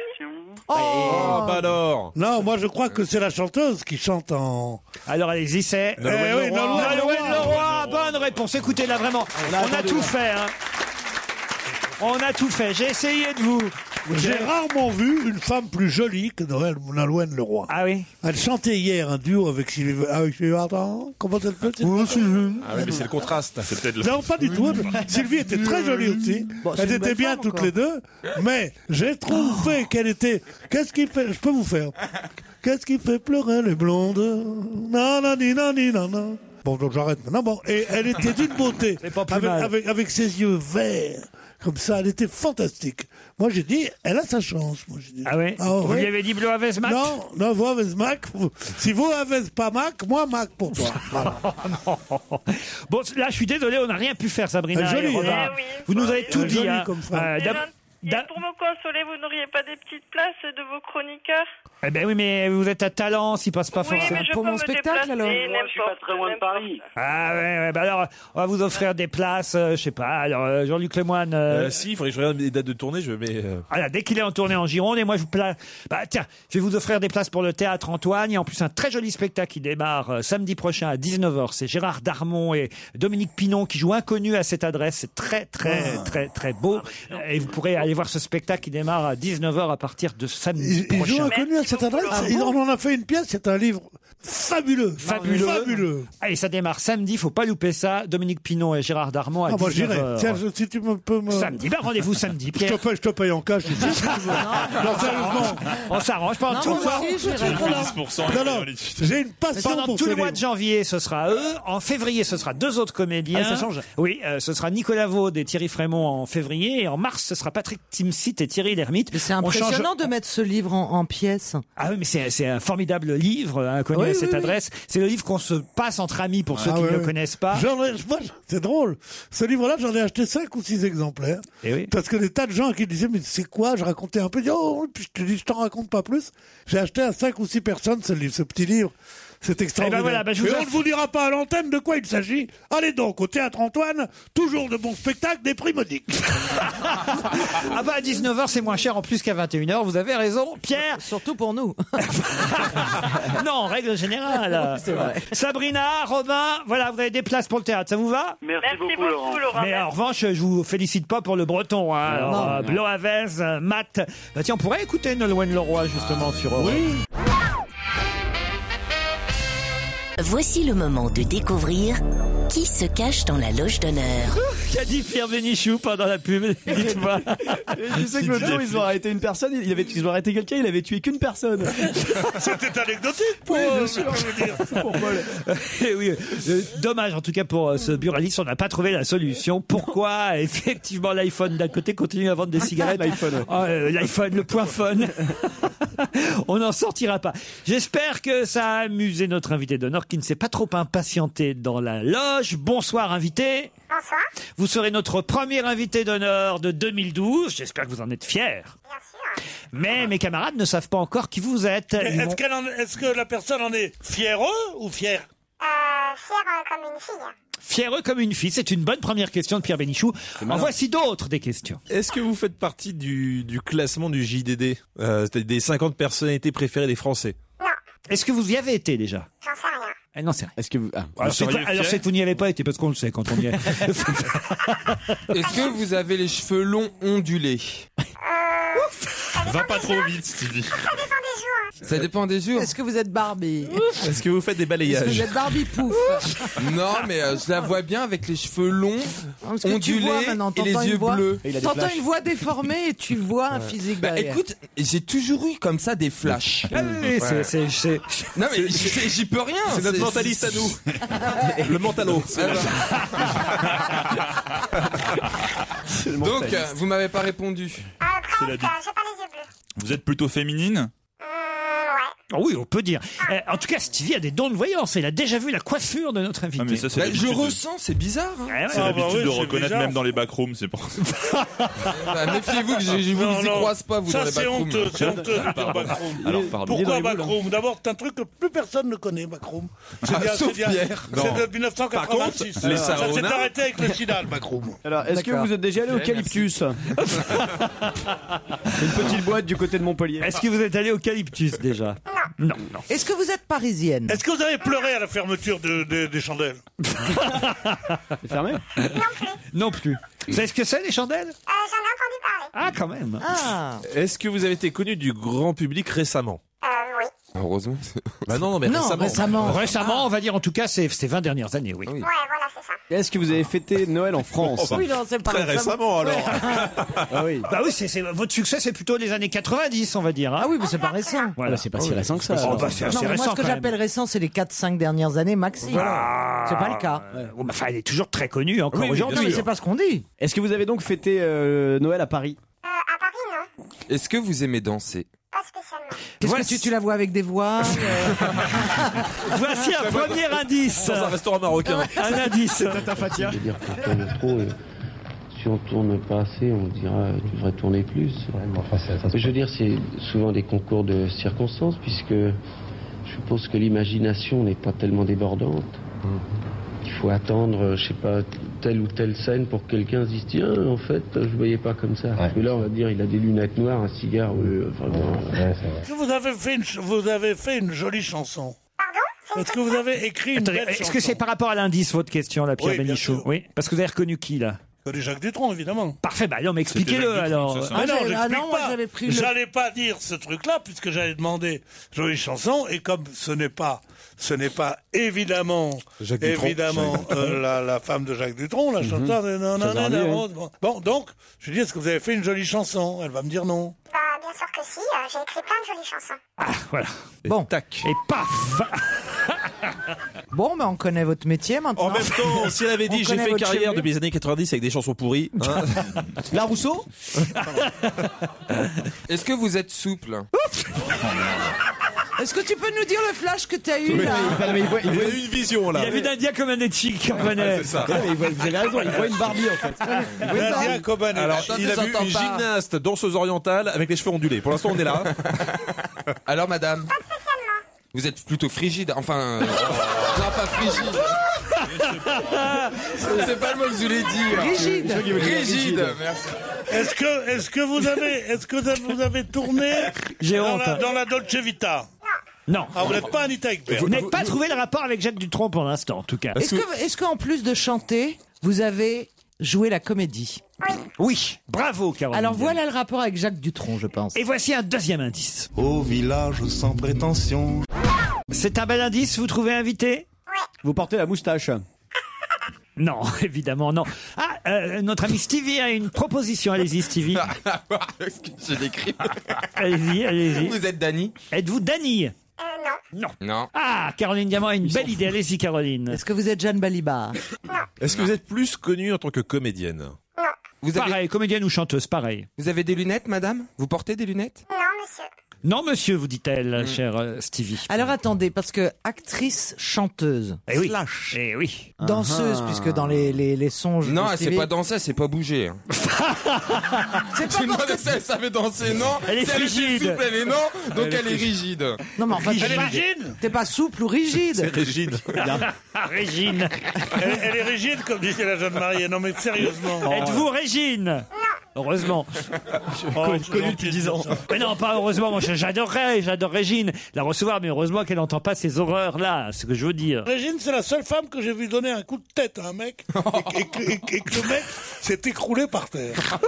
Oh, bah alors Non, moi je crois que c'est la chanteuse qui chante en. Alors allez-y, c'est. Nolwenn Eh oui, Leroy. Nolwenn Nolwenn Leroy, bonne réponse. Écoutez, là vraiment, on a a, attendu, tout hein. fait. hein. On a tout fait. J'ai essayé de vous. J'ai rarement vu une femme plus jolie que Noël Nolwenn Leroy. Ah oui Elle chantait hier un duo avec Sylvie avec Sylvie Vartan. Comment elle fait Sylvie Ah oui, mais c'est le contraste. C'est peut-être le. Non, pas du tout. Sylvie était très jolie aussi. Bon, c'est Elles une belle étaient bien femme, Euh, Oh. toutes quoi. les deux. Mais j'ai trouvé qu'elle était. Qu'est-ce qui fait Je peux vous faire. Qu'est-ce qui fait pleurer les blondes Non, non, ni, non, ni, non, non. Bon, donc j'arrête maintenant. Bon, et elle était d'une beauté. plus Avec, mal. avec, avec ses yeux verts, comme ça, elle était fantastique. Moi, j'ai dit, elle a sa chance. Moi, j'ai dit. Ah ouais Vous lui avez dit Bloavez Matt Non, non, vous avez Mac. vous- Si vous avez pas Mac, moi, Mac pour toi. (laughs) (laughs) Voilà. Bon, là, je suis désolé, on n'a rien pu faire, Sabrina. Ah, joli, et Robin. hein. Eh oui. Vous nous avez Ah, tout joli dit. hein. comme femme. Euh, C'est d'ab- gentil. Et pour me consoler, vous n'auriez pas des petites places de vos chroniqueurs Eh ben oui, mais vous êtes à talent, s'il passe pas Oui, forcément. mais je peux me déplacer, n'importe. Très loin de Paris. Ah ouais, ouais, bah alors, on va vous offrir des places, euh, je sais pas. Alors, euh, Jean-Luc Lemoine. euh, Euh, si, il faudrait que je regarde les dates de tournée. Je mets. euh, Voilà, dès qu'il est en tournée en Gironde, et moi je vous pla- bah, tiens, je vais vous offrir des places pour le théâtre Antoine. Il y a en plus un très joli spectacle qui démarre euh, samedi prochain à 19h. C'est Gérard Darmon et Dominique Pinon qui jouent Inconnu à cette adresse. C'est très très Ah. très très bah, beau. Euh, Et vous pourrez aller voir ce spectacle qui démarre à 19h à partir de samedi Ils prochain. ont inconnu à c'est un drame. Ah Il- bon on en a fait une pièce, c'est un livre fabuleux. Fabuleux. Fabuleux. Allez, ça démarre samedi, faut pas louper ça. Dominique Pinon et Gérard Darmon à Ah, moi, 19 j'irai. heures. Tiens, je- si tu me peux me. Samedi, bah, rendez-vous samedi, Je te (laughs) Pierre. paye, je te paye en cash. je sais (laughs) ce que tu veux. on s'arrange. On s'arrange pendant Non, tout moi le mois. aussi, j'irai. Non, Voilà. non, Non, non, non. j'ai une passion Pendant pour tout ce le mois de livre. janvier, ce sera eux. En février, ce sera deux autres comédiens. Ah, ça change. Oui, euh, ce sera Nicolas Vaud et Thierry Frémont en février. Et en mars, ce sera Patrick Timsit et Thierry Lhermitte. C'est Impressionnant de mettre ce livre en, en pièces. Ah oui, mais c'est c'est un formidable livre, hein, inconnu Oui, à oui, cette oui. adresse. C'est le livre qu'on se passe entre amis pour ceux Ah qui ne ouais, le ouais. connaissent pas. J'en ai- moi, c'est drôle. Ce livre-là, j'en ai acheté 5 ou 6 exemplaires. Eh Parce que des tas de gens qui disaient, mais c'est quoi Je racontais un peu. Ils disaient, Oh, puis je te dis, je t'en raconte pas plus. J'ai acheté à 5 ou 6 personnes ce livre, ce petit livre. C'est extraordinaire. voilà, bah, je vous Et on offre- ne vous dira pas à l'antenne de quoi il s'agit. Allez donc au Théâtre Antoine, toujours de bons spectacles, des prix modiques. Ah bah à 19h c'est moins cher en plus qu'à 21h, vous avez raison Pierre Surtout pour nous (laughs) Non, en règle générale C'est vrai. Sabrina, Robin, voilà vous avez des places pour le théâtre, ça vous va Merci, beaucoup, Laurent. mais euh, en revanche, je vous félicite pas pour le breton. Hein. Alors, Non. euh, Non. Bloavez, euh, Matt. Bah tiens, on pourrait écouter Nolwenn Leroy justement sur Europe. Voici le moment de découvrir qui se cache dans la loge d'honneur. Qu'a dit Pierre Bénichou pendant la pub Dites-moi. (laughs) Je sais que l'autre jour, ils ont arrêté une personne, il avait, ils ont arrêté quelqu'un, il avait tué qu'une personne. (laughs) C'était anecdotique, Oh, Paul. (laughs) Eh oui, euh, dommage en tout cas pour euh, ce buraliste, on n'a pas trouvé la solution. Pourquoi (laughs) effectivement l'iPhone d'un côté continue à vendre des cigarettes (laughs) L'iPhone, ouais. Ah, euh, L'iPhone, le point fun. (laughs) on n'en sortira pas. J'espère que ça a amusé notre invité d'honneur qui ne s'est pas trop impatienté dans la loge. Bonsoir invité. Bonsoir. Vous serez notre premier invité d'honneur de 2012. J'espère que vous en êtes fiers. Mais mes camarades ne savent pas encore qui vous êtes. Mais Ils vont- Est-ce qu'elle en- est-ce que la personne en est fière ou fière Euh, fière euh, comme une fille. Fiéreux comme une fille, c'est une bonne première question de Pierre Bénichou. En voici d'autres des questions. Est-ce que vous faites partie du, du classement du JDD euh, C'est-à-dire des 50 personnalités préférées des Français Est-ce que vous y avez été déjà J'en sais rien. Ah non, c'est Est-ce que vous. Alors c'est que- alors, c'est que vous n'y avez pas été parce qu'on le sait quand on (laughs) y est. Est-ce que vous avez les cheveux longs ondulés Va pas trop vite, Stevie. Ça dépend des jours. Est-ce que vous êtes Barbie (laughs) Est-ce que vous faites des Est-ce que vous êtes Barbie Pouf (laughs) Non, mais euh, je la vois bien avec les cheveux longs, Parce que tu ondulés vois maintenant, et t'entends les une yeux voix- bleus. T'entends une voix déformée et tu vois un Ouais. physique Bah derrière. écoute, j'ai toujours eu comme ça des flashs. Allez, c'est- c'est- c'est- Non mais j'y j'y peux rien. C'est notre mentaliste à nous. (laughs) Le mentalo. Donc mentaliste. euh, vous m'avez pas répondu. C'est la- Euh, j'ai pas les yeux bleus. Vous êtes plutôt (laughs) féminine Ah oui, on peut dire. Euh, en tout cas, Stevie a des dons de voyance. Il a déjà vu la coiffure de notre invité. Eh Ah, Ah, mais ça, c'est Bah, l'habitude je de- ressens, c'est bizarre. hein. Eh C'est bah l'habitude bah de reconnaître même dans les backrooms, c'est pour ça. Bah, Méfiez-vous que j'ai- je vous Non, y non. croise pas vous Ça, dans les c'est backrooms. honteux, c'est honteux de dire backroom. Alors, pardon. Pourquoi Backroom D'abord, c'est un truc que plus personne ne connaît, Backroom. C'est Ah, bien- sauf c'est bien- Pierre. C'est Non. de 1986. Par contre, les ça s'est saunas- arrêté avec le sida, le Backroom. Alors, est-ce que D'accord. vous êtes déjà allé au Ok, Calyptus C'est une petite boîte du côté de Montpellier. Est-ce que vous êtes allé au Calyptus déjà Non. Non, Est-ce que vous êtes parisienne Est-ce que vous avez pleuré à la fermeture de- de- (laughs) des chandelles fermé Non plus. Vous savez ce que c'est les chandelles J'en ai entendu parler. Ah, quand même. Ah. Est-ce que vous avez été connu du grand public récemment Euh, oui. Heureusement. Bah non, non, mais récemment. Ah. Récemment, on va dire en tout cas ces, ces 20 dernières années, oui. Ouais, voilà, c'est ça. Est-ce que vous avez fêté Noël en France (laughs) Oui, non, c'est pas Très récemment, alors. (laughs) ah oui. Bah oui, c'est- c'est- votre succès, c'est plutôt les années 90, on va dire. Ah oui, mais c'est pas récent. Voilà, c'est pas si récent que hein. ça, Oh, alors. bah, c'est Non, assez mais moi, récent ce que quand même. j'appelle récent, c'est les 4-5 dernières années maxi. Voilà. C'est pas le cas. Euh, bon, bah, Enfin, elle est toujours très connue hein. encore Oui, oui, aujourd'hui. bien sûr. Non, mais c'est pas ce qu'on dit. Est-ce que vous avez donc fêté euh, Noël à Paris Est-ce que vous aimez danser Qu'est-ce que tu, tu la vois avec des euh. voiles (laughs) Voici un premier indice. Dans un restaurant marocain. Un indice. Je veux dire pour tourner trop, euh, si on tourne pas assez, on dira euh, tu devrais tourner plus. je veux dire, c'est souvent des concours de circonstances, puisque je suppose que l'imagination n'est pas tellement débordante. Il faut attendre, euh, je sais pas, telle ou telle scène pour que quelqu'un se dise tiens, en fait, euh, je voyais pas comme ça. Parce que là, on va dire, il a des lunettes noires, un cigare, euh, vraiment. Est-ce que vous avez fait une, ch- vous avez fait une jolie chanson Pardon Est-ce que vous avez écrit une Attendez, belle est-ce chanson que c'est par rapport à l'indice votre question, la Pierre Oui, bien Bénichou Oui, parce que vous avez reconnu qui là Que des Jacques Dutronc, évidemment. Parfait, bah non, mais expliquez-le alors. Ah non, j'explique pas. pris le- J'allais pas dire ce truc-là puisque j'allais demander jolie chanson et comme ce n'est pas, ce n'est pas évidemment, Jacques Dutronc. évidemment Jacques Dutronc. euh, la, la femme de Jacques Dutronc, la Mhm. chanteuse. euh, non, Ça va non, non, aller, non, hein. bon. Bon, donc je lui dis est-ce que vous avez fait une jolie chanson Elle va me dire non. Bah, bien sûr que si, euh, j'ai écrit plein de jolies chansons. (laughs) Voilà. Bon. Tac. Et paf Bon, mais on connaît votre métier maintenant. En même temps, si elle avait (laughs) On dit j'ai connaît fait votre carrière chevelure. depuis les (laughs) années 90 avec des chansons pourries. hein. (laughs) La Rousseau Est-ce que vous êtes souple Est-ce que tu peux nous dire le flash que t'as eu là une vision Il y a vu d'India comme un éthique qui revenait. C'est ça. Vous avez raison, il voit une Barbie en (laughs) fait. Nadia Comaneci. Alors, il a vu une gymnaste, danseuse orientale avec les cheveux ondulés. Pour l'instant, on est (laughs) là. Alors, madame Vous êtes plutôt frigide, enfin. euh, non, pas frigide. (laughs) C'est pas le mot que je voulais dire. Rigide. Rigide. Rigide, merci. Est-ce que, est-ce que vous avez, est-ce que vous avez tourné J'ai dans, honte. la, dans la Dolce Vita Non. Ah, vous n'êtes pas Anita Ekberg. Vous n'avez pas trouvé le rapport avec Jacques Dutronc pour l'instant, en tout cas. Est-ce que- est-ce qu'en plus de chanter, vous avez joué la comédie Oui, bravo Caroline. Alors voilà le rapport avec Jacques Dutronc, je pense. Et voici un deuxième indice. Au village sans prétention. C'est un bel indice, vous trouvez invité Vous portez la moustache. (laughs) Non, évidemment, non. Ah, euh, notre ami Stevie a une proposition. Allez-y, Stevie. Est-ce que j'ai décrit (laughs) Allez-y, allez-y. Vous êtes Dany Êtes-vous Dany Non. Non. Ah, Caroline Diamant a une belle idée. Allez-y, Caroline. Est-ce que vous êtes Jeanne Balibar Est-ce que vous êtes plus connue en tant que comédienne Vous avez- Pareil, comédienne ou chanteuse, pareil. Vous avez des lunettes, madame Vous portez des lunettes Hmm. Non, monsieur. Non, monsieur, vous dit-elle, chère euh, Stevie. Alors attendez, parce que actrice, chanteuse, Eh oui. slash, Eh oui. danseuse, Ah. (laughs) puisque dans les, les, les songes. Non, de elle sait Stevie- pas danser, elle sait pas bouger. (laughs) hein. C'est Je pas lui parce demandais si elle savait danser, non. Elle est Si était frigide. souple, elle est non. Donc Elle est elle est rigide. que- Non, mais enfin, t'es pas- T'es pas souple ou rigide rigide. Régine. Elle, elle est rigide, comme disait la jeune mariée. Non, mais sérieusement. Oh. Oh, Êtes-vous Régine Heureusement. connu depuis 10 ans. (laughs) Mais non, pas heureusement, mon cher. J'adorerais, j'adore Régine la recevoir, mais heureusement qu'elle n'entend pas ces horreurs-là, ce que je veux dire. Régine, c'est la seule femme que j'ai vu donner un coup de tête à un mec et, que- et que- et que le mec s'est écroulé par terre. Ah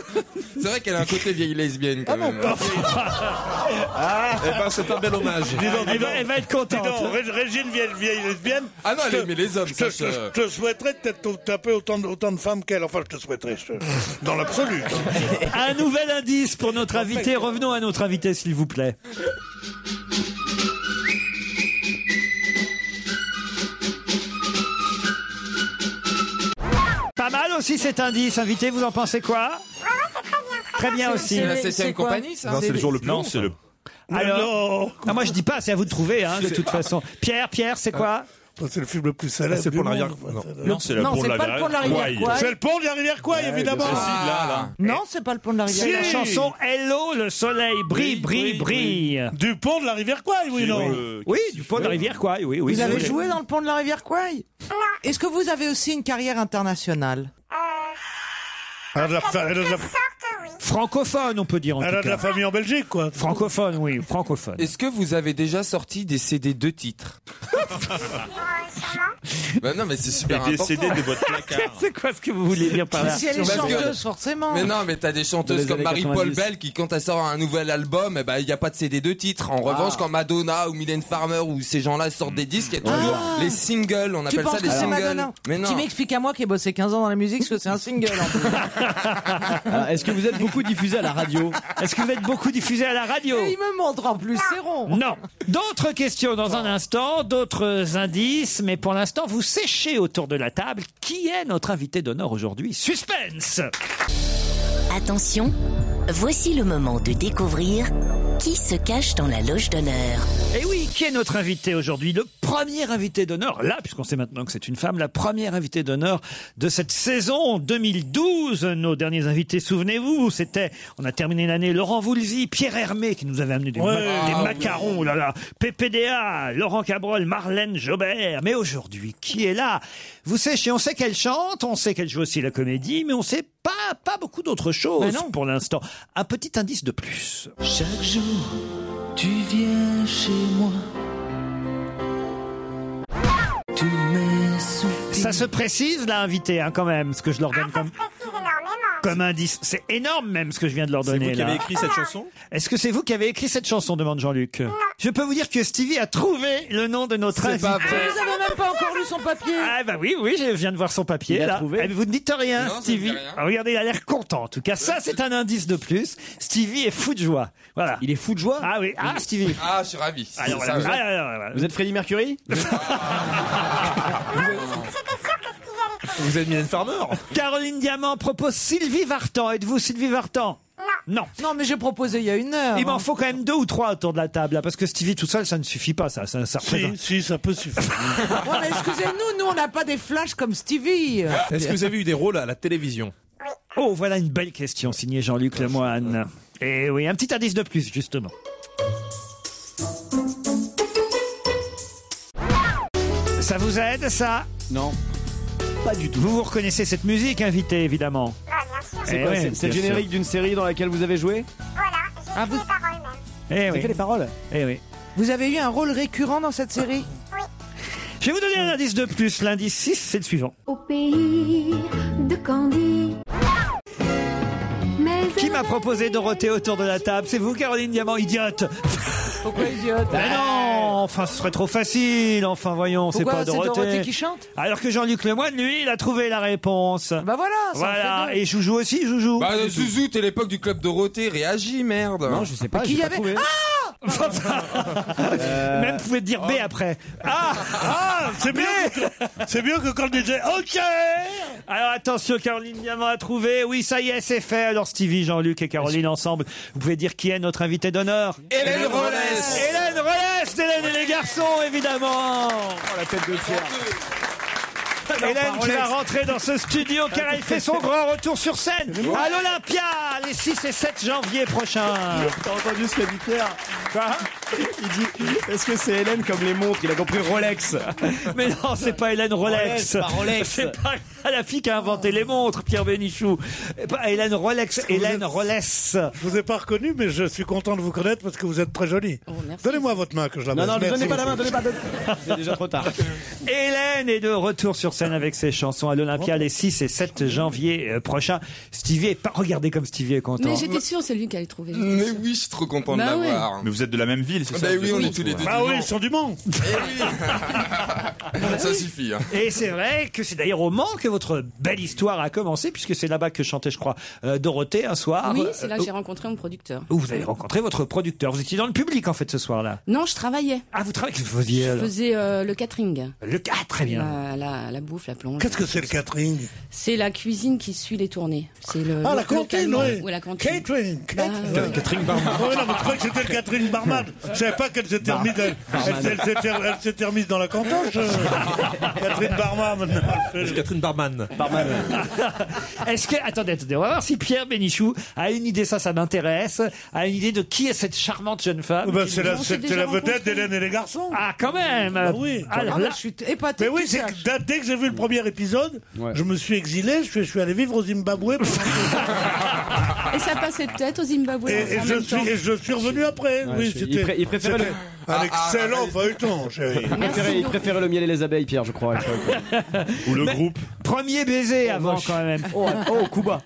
C'est vrai qu'elle a un côté vieille lesbienne Ah quand même. Eh ben, c'est un bel hommage. Dis donc, dis Elle va, donc. elle va être Dis contente. donc, Ré- Régine, vieille, vieille lesbienne. Ah non, je elle te- aimait les hommes, Je ça, te, ça- je te souhaiterais de t'être tapé autant, de- autant de femmes qu'elle. Enfin, je te souhaiterais. je te- Dans l'absolu. (laughs) Un nouvel indice pour notre invité. Revenons à notre invité, s'il vous plaît. Pas mal aussi cet indice, invité. Vous en pensez quoi Très bien aussi. C'est la les- septième c'est quoi compagnie, ça hein. Non, c'est le jour le plus Non, long. c'est ça. le. Alors, Ah, moi je dis pas, c'est à vous de trouver, hein, de toute façon. Pierre, Pierre, c'est quoi C'est le film le plus Ah, célèbre. C'est du pour la monde. rivière. Enfin, Non, c'est- Non, c'est le Non, pont de c'est la pas le pont de la rivière. Kouaï. Kouaï. C'est le pont de la rivière Kouaï, évidemment. Ah, si, là, là. Non, c'est pas le pont de la C'est rivière. la chanson Hello, le soleil brille, brille, brille. Du pont de la rivière Kouaï, oui, non Euh, Oui, du pont de la rivière, quoi. Oui, oui. Vous avez oui. joué dans le pont de la rivière Kouai Est-ce que vous avez aussi une carrière internationale Elle a de la fa- elle a de la- Francophone, on peut dire en elle a tout de la cas. famille en Belgique, quoi. Francophone, oui, francophone. Est-ce que vous avez déjà sorti des CD de (laughs) titres Bah non, mais c'est super Et important. décédé de (laughs) votre placard. (laughs) C'est quoi ce que vous voulez dire par Mais là Si elle est Parce que- chanteuse, forcément. Ah, Mais non, mais t'as des Dans chanteuses les comme années Marie-Paul 90. Bell qui, quand elle sort un nouvel album, eh ben, il n'y a pas de CD de titres. En revanche, quand Madonna ou Mylène Farmer ou ces gens-là sortent des disques, il y a toujours Ah. les singles. On Tu appelle penses ça que des c'est singles. Madonna Mais non. Qui m'explique à moi qui ai bossé 15 ans dans la musique ce que c'est un single en (laughs) plus. Alors, Est-ce que vous êtes beaucoup diffusé à la radio Est-ce que vous êtes beaucoup diffusé à la radio Et il me montre en Ah. plus, c'est rond. Non. D'autres questions dans un instant, d'autres indices, mais pour l'instant, vous séchez autour de la table qui est notre invité d'honneur aujourd'hui. Suspense Attention, voici le moment de découvrir qui se cache dans la loge d'honneur. Et oui, qui est notre invité aujourd'hui Le premier invité d'honneur, là, puisqu'on sait maintenant que c'est une femme, la première invitée d'honneur de cette saison 2012. Nos derniers invités, souvenez-vous, c'était, on a terminé l'année, Laurent Voulzy, Pierre Hermé, qui nous avait amené des, ma- Ouais. des Ah, macarons, oh là là, PPDA, Laurent Cabrol, Marlène Jobert. Mais aujourd'hui, qui est là Vous savez, on sait qu'elle chante, on sait qu'elle joue aussi la comédie, mais on sait pas, pas beaucoup d'autres choses Bah non. pour l'instant. Un petit indice de plus. Chaque jour, tu viens chez moi. Ça se précise, là, invité, hein, quand même, ce que je leur donne comme. Ah, Précise énormément. comme indice. C'est énorme même ce que je viens de leur C'est donner. vous qui là. avez écrit cette chanson Est-ce que c'est vous qui avez écrit cette chanson demande Jean-Luc. Je peux vous dire que Stevie a trouvé le nom de notre invité. Ah, Vous avez même pas encore lu son papier. Ah bah oui, oui, je viens de voir son papier. Il l'a là. trouvé. Eh, Vous ne dites rien, Non, ça me dit Stevie. rien. Ah, Regardez, il a l'air content. En tout cas, ça, c'est un indice de plus. Stevie est fou de joie. Voilà. Il est fou de joie. Ah oui. Ah Stevie. Ah, je suis ravi. C'est Alors, ça, voilà, vous, ouais. êtes... Vous êtes Freddie Mercury Ah. Vous êtes Mylène Farmer (laughs) Caroline Diamant propose Sylvie Vartan. Êtes-vous Sylvie Vartan non. Non, mais j'ai proposé il y a une heure. Il m'en faut quand même deux ou trois autour de la table, là, parce que Stevie tout seul, ça ne suffit pas, ça. ça, ça Si, si, ça peut (laughs) suffire. Ouais, mais excusez-nous, nous on n'a pas des flashs comme Stevie. (laughs) Est-ce que vous avez eu des rôles à la télévision Oh, voilà une belle question signée Jean-Luc Lemoine. Et oui, un petit indice de plus, justement. Ça vous aide, ça Non. Pas du tout. Vous vous reconnaissez cette musique, invité, évidemment Eh C'est quoi, c'est- c'est le générique d'une série dans laquelle vous avez joué Ah, vous... Eh oui. fait les paroles Eh oui. Vous avez eu un rôle récurrent dans cette série Je vais vous donner un indice de plus. L'indice 6, c'est le suivant. Au pays de Candy. Mais Qui m'a proposé Dorothée autour de la table C'est vous, Caroline Diamant, idiote (laughs) Pourquoi idiote Mais non, enfin, ce serait trop facile. Enfin, voyons, c'est Pourquoi pas c'est Dorothée. Dorothée qui chante Alors que Jean-Luc Lemoyne, lui, il a trouvé la réponse. Bah voilà, ça en fait Voilà, deux. et Joujou aussi, Joujou. Bah, euh, Zouzou, t'es l'époque du club Dorothée, réagis, merde. Non, je sais pas, Mais qui j'ai y pas avait- trouvé. Ah (laughs) Même pouvait dire B après. Ah, ah c'est mieux. que- C'est mieux que quand on disait OK. Alors attention, Caroline Diamant a trouvé. Oui, ça y est, c'est fait. Alors Stevie, Jean-Luc et Caroline ensemble, vous pouvez dire qui est notre invité d'honneur Hélène Rollès. Hélène Rollès, Hélène et les garçons, évidemment Oh, la tête de Pierre Hélène qui Rolex. va rentrer dans ce studio Ah, car elle fait son grand retour sur scène à l'Olympia les 6 et 7 janvier prochains. T'as entendu ce qu'a dit Pierre Il dit Est-ce que c'est Hélène comme les montres Il a compris Rolex (laughs) Mais non, c'est pas Hélène Rolex. Rolex, pas Rolex. C'est pas la fille qui a inventé les montres, Pierre Bénichou. Pas Hélène Rolex, Hélène Rolex. Je vous ai pas reconnu, mais je suis content de vous connaître parce que vous êtes très jolie. Donnez-moi votre main que je la Oh, Non, baise. non, ne Merci donnez pas la main, beaucoup. donnez pas la main. (laughs) C'est déjà trop tard. Hélène est de retour sur scène avec ses chansons à l'Olympia les 6 et 7 janvier euh, prochains. Stevie est pas, regardez comme Stevie est content. Mais j'étais sûre, c'est lui qui allait trouver. j'étais Mais sûre. oui, je suis trop content Bah de ouais. l'avoir. Mais vous êtes de la même ville, c'est Bah ça oui, on est tous les deux Ah du oui, Mans. ils sont du monde. Ça suffit. hein. Et c'est vrai que c'est d'ailleurs au Mans que votre belle histoire a commencé, puisque c'est là-bas que chantait, je crois, euh, Dorothée un Ah, soir. Oui, c'est là Euh, que j'ai rencontré mon producteur. où vous avez rencontré votre producteur. Vous étiez dans le public, en fait, ce soir-là. Non, je travaillais. Ah, vous travaillez Vous faisiez, Je alors faisais euh, le catering. Le Ah, très bien. La, la- la bouffe, la plonge. Qu'est-ce que c'est le catering C'est la cuisine qui suit les tournées. C'est le Ah, le- la le cantine, paiement. oui. Ouais, la cantine. Catering, Bah, catering. ouais. Catherine Barman. Ah non, mais je croyais que c'était le Catherine Barman. Je savais pas qu'elle s'était remise, elle, Barman. elle s'est- elle s'était- elle s'était remise dans la cantoche. euh. Catherine Barman, maintenant. elle fait- Catherine Barman. Ah, Euh, Est-ce que attendez, attendez, on va voir si Pierre Bénichou a une idée, ça, ça m'intéresse, a une idée de qui est cette charmante jeune femme. Bah, qui- c'est la, c'est- c'est la vedette d'Hélène et les garçons. Ah, quand même Bah oui. Ah, Alors là- Mais oui, c'est que dès- dès que j'ai vu le premier épisode, je me suis exilé, je suis, je suis allé vivre au Zimbabwe. (laughs) Et ça passait peut-être au Zimbabwe. Et, et en je même temps. suis, et je suis revenu après. Ouais, oui, je- il c'était pré- il préférait c'était le- un Ah, ah, excellent feuilleton, chérie. Il préférait, il préférait le miel et les abeilles, Pierre, je crois. Ou le groupe. Premier baiser avant quand même. Oh, oh Kuba.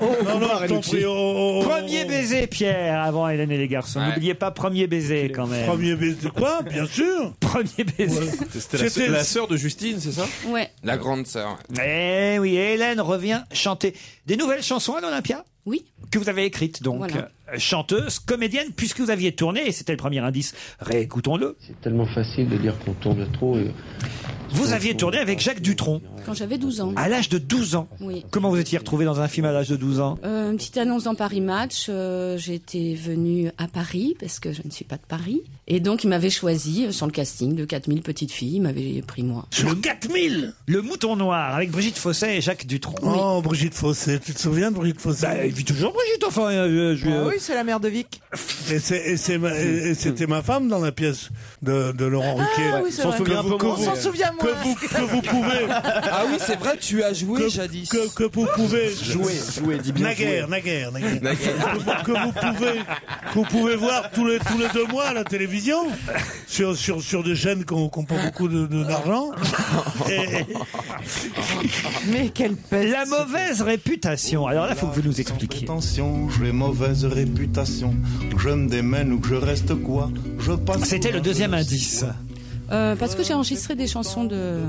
Oh, Non, non, Kuba, je t'en Renucci. prie, oh, oh, oh. Premier baiser, Pierre, avant Hélène et les garçons. Ouais. N'oubliez pas premier baiser quand même. Premier baiser, quoi Bien sûr. Premier baiser. C'était la sœur- la sœur de Justine, c'est ça Ouais. La grande sœur. Eh oui, Hélène revient chanter des nouvelles chansons à l'Olympia Oui. Que vous avez écrites donc. Voilà. Euh, Chanteuse, comédienne, puisque vous aviez tourné, et c'était le premier indice, réécoutons-le. C'est tellement facile de dire qu'on tourne trop. Et... Vous aviez tourné avec Jacques Dutronc, Quand j'avais 12 ans. Ah, à l'âge de 12 ans. Oui. Comment vous étiez retrouvé dans un film à l'âge de 12 ans Euh, une petite annonce dans Paris Match. euh, J'étais venue à Paris parce que je ne suis pas de Paris. Et donc, ils m'avaient choisi euh, sur le casting de 4000 petites filles. Ils m'avaient pris moi. Sur 4000 Le Mouton Noir, avec Brigitte Fosset et Jacques Dutronc. Oh, Brigitte Fossé, tu te souviens de Brigitte Fossé Bah, il vit toujours Brigitte, enfin, euh, je, Ah oui, oui, c'est la mère de Vic. Et c'est- et c'est ma- et- et c'était ma femme dans la pièce de, de Laurent Ruquier. Ah oui, c'est vrai. Que vous- que On s'en vous- souvient moins. Que vous, que vous pouvez. Ah oui, c'est vrai, tu as joué que, jadis. Que, que vous pouvez Jouer, jouer, dis bien Naguère, jouer. naguère, naguère. Naguère. (laughs) Que vous- que vous pouvez, que vous pouvez voir tous les tous les deux mois à la télévision sur sur sur des chaînes qui n'ont pas beaucoup de- de- d'argent. Et- (laughs) Mais quelle peste La mauvaise réputation. Alors là, faut que vous nous expliquiez. Attention, j'ai mauvaise réputation. Que je me démène ou que je reste quoi Je passe. C'était le deuxième indice. Euh, parce que j'ai enregistré des chansons de,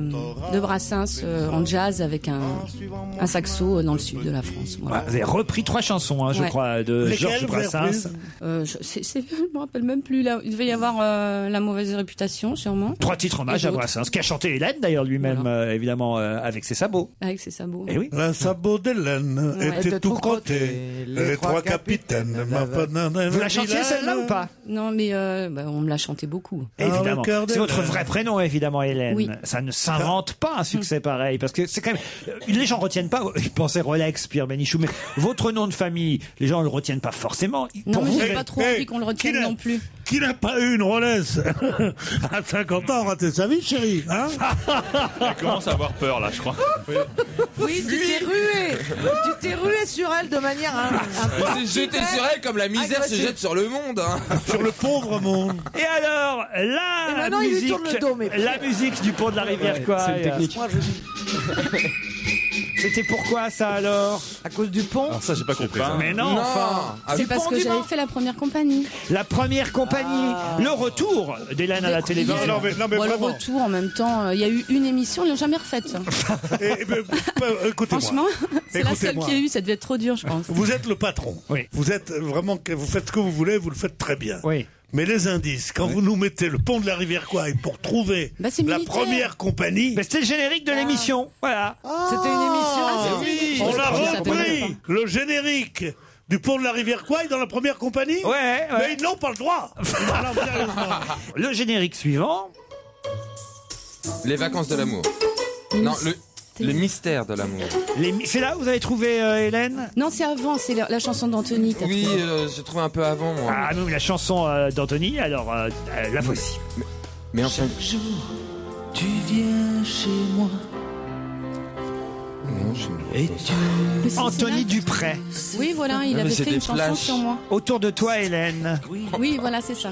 de Brassens euh, en jazz avec un, un saxo euh, dans le sud de la France. Voilà, vous avez repris trois chansons, hein, je Ouais. crois, de Georges Brassens. Euh, je, c'est- (laughs) c'est- je me rappelle même plus. là. il devait y avoir euh, la mauvaise réputation, sûrement. Trois titres en hommage Et à d'autres. Brassens, qui a chanté Hélène d'ailleurs lui-même, euh, évidemment, euh, avec ses sabots. Avec ses sabots. Eh oui. La sabot d'Hélène Ouais. était Était tout tout crotté. Les trois capitaines. ma banane, Vous la chantiez, celle-là, ou pas Non, mais euh, bah, on me la chantait beaucoup. Évidemment. C'est votre vrai prénom, évidemment, Hélène. Oui. Ça ne s'invente pas un succès pareil. Parce que c'est quand même. euh, Les gens retiennent pas. (laughs) Ils pensaient Rolex, Pierre Benichou. Mais votre nom de famille, les gens ne le retiennent pas forcément. Non, mais j'ai Eh, pas trop eh, envie qu'on le retienne qui n'a- non plus. Qui n'a pas eu une Rolex (laughs) À 50 ans, raté sa vie, chérie. Hein (laughs) Elle commence à avoir peur là, je crois. Oui, tu t'es rué. tu t'es rué sur elle de manière. hein, Elle s'est jetée sur elle comme la misère se jette sur le monde. hein. Sur le Eh, pauvre monde. Et alors, Et la maintenant, il lui musique, tourne le dos, mais- la musique du pont de la rivière, quoi. c'est une technique. Moi, je dis- C'était pourquoi ça alors À cause du pont Alors ça, j'ai pas compris. ça. Mais non, Non. enfin. ah C'est parce que j'avais fait la première compagnie. La première compagnie, le retour d'Hélène à la télévision. Non, non, mais- non, mais Bon, le vraiment. retour en même temps, euh, il y a eu une émission, ils l'ont jamais (laughs) refaite. ça. Eh, eh ben, euh, Écoutez-moi. Franchement, c'est la seule Écoutez-moi. qu'il y a eu, ça devait être trop dur, je pense. Vous êtes le patron. Oui. Vous êtes vraiment, que- vous faites ce que vous voulez, vous le faites très bien. Oui. Mais les indices, quand vous nous mettez le pont de la rivière quoi, pour trouver Bah, c'est la militaire. première compagnie, Ah. Mais c'était le générique de l'émission. Voilà. C'était une émission. oui. on Je a crois que ça repris le générique du pont de la rivière quoi dans la première compagnie. Ouais, ouais. Mais ils n'ont pas (laughs) le droit. Alors, sérieusement. (laughs) Le générique suivant. Les vacances de l'amour. Non, le, le mystère de l'amour. les mi- C'est là où vous avez trouvé euh, Hélène Non, c'est avant, c'est la, la chanson d'Anthony. t'as Oui, trouvé. euh, j'ai trouvé un peu avant moi. Ah non, la chanson euh, d'Anthony, alors euh, euh, la voici. Mais enfin, jour, tu viens chez moi non, je- et tu Le Cincinnati. Anthony Dupré. Oui, voilà, il Non, mais avait c'est fait des une chanson flashs. sur moi. Autour de toi, Hélène. Oui, voilà, c'est ça.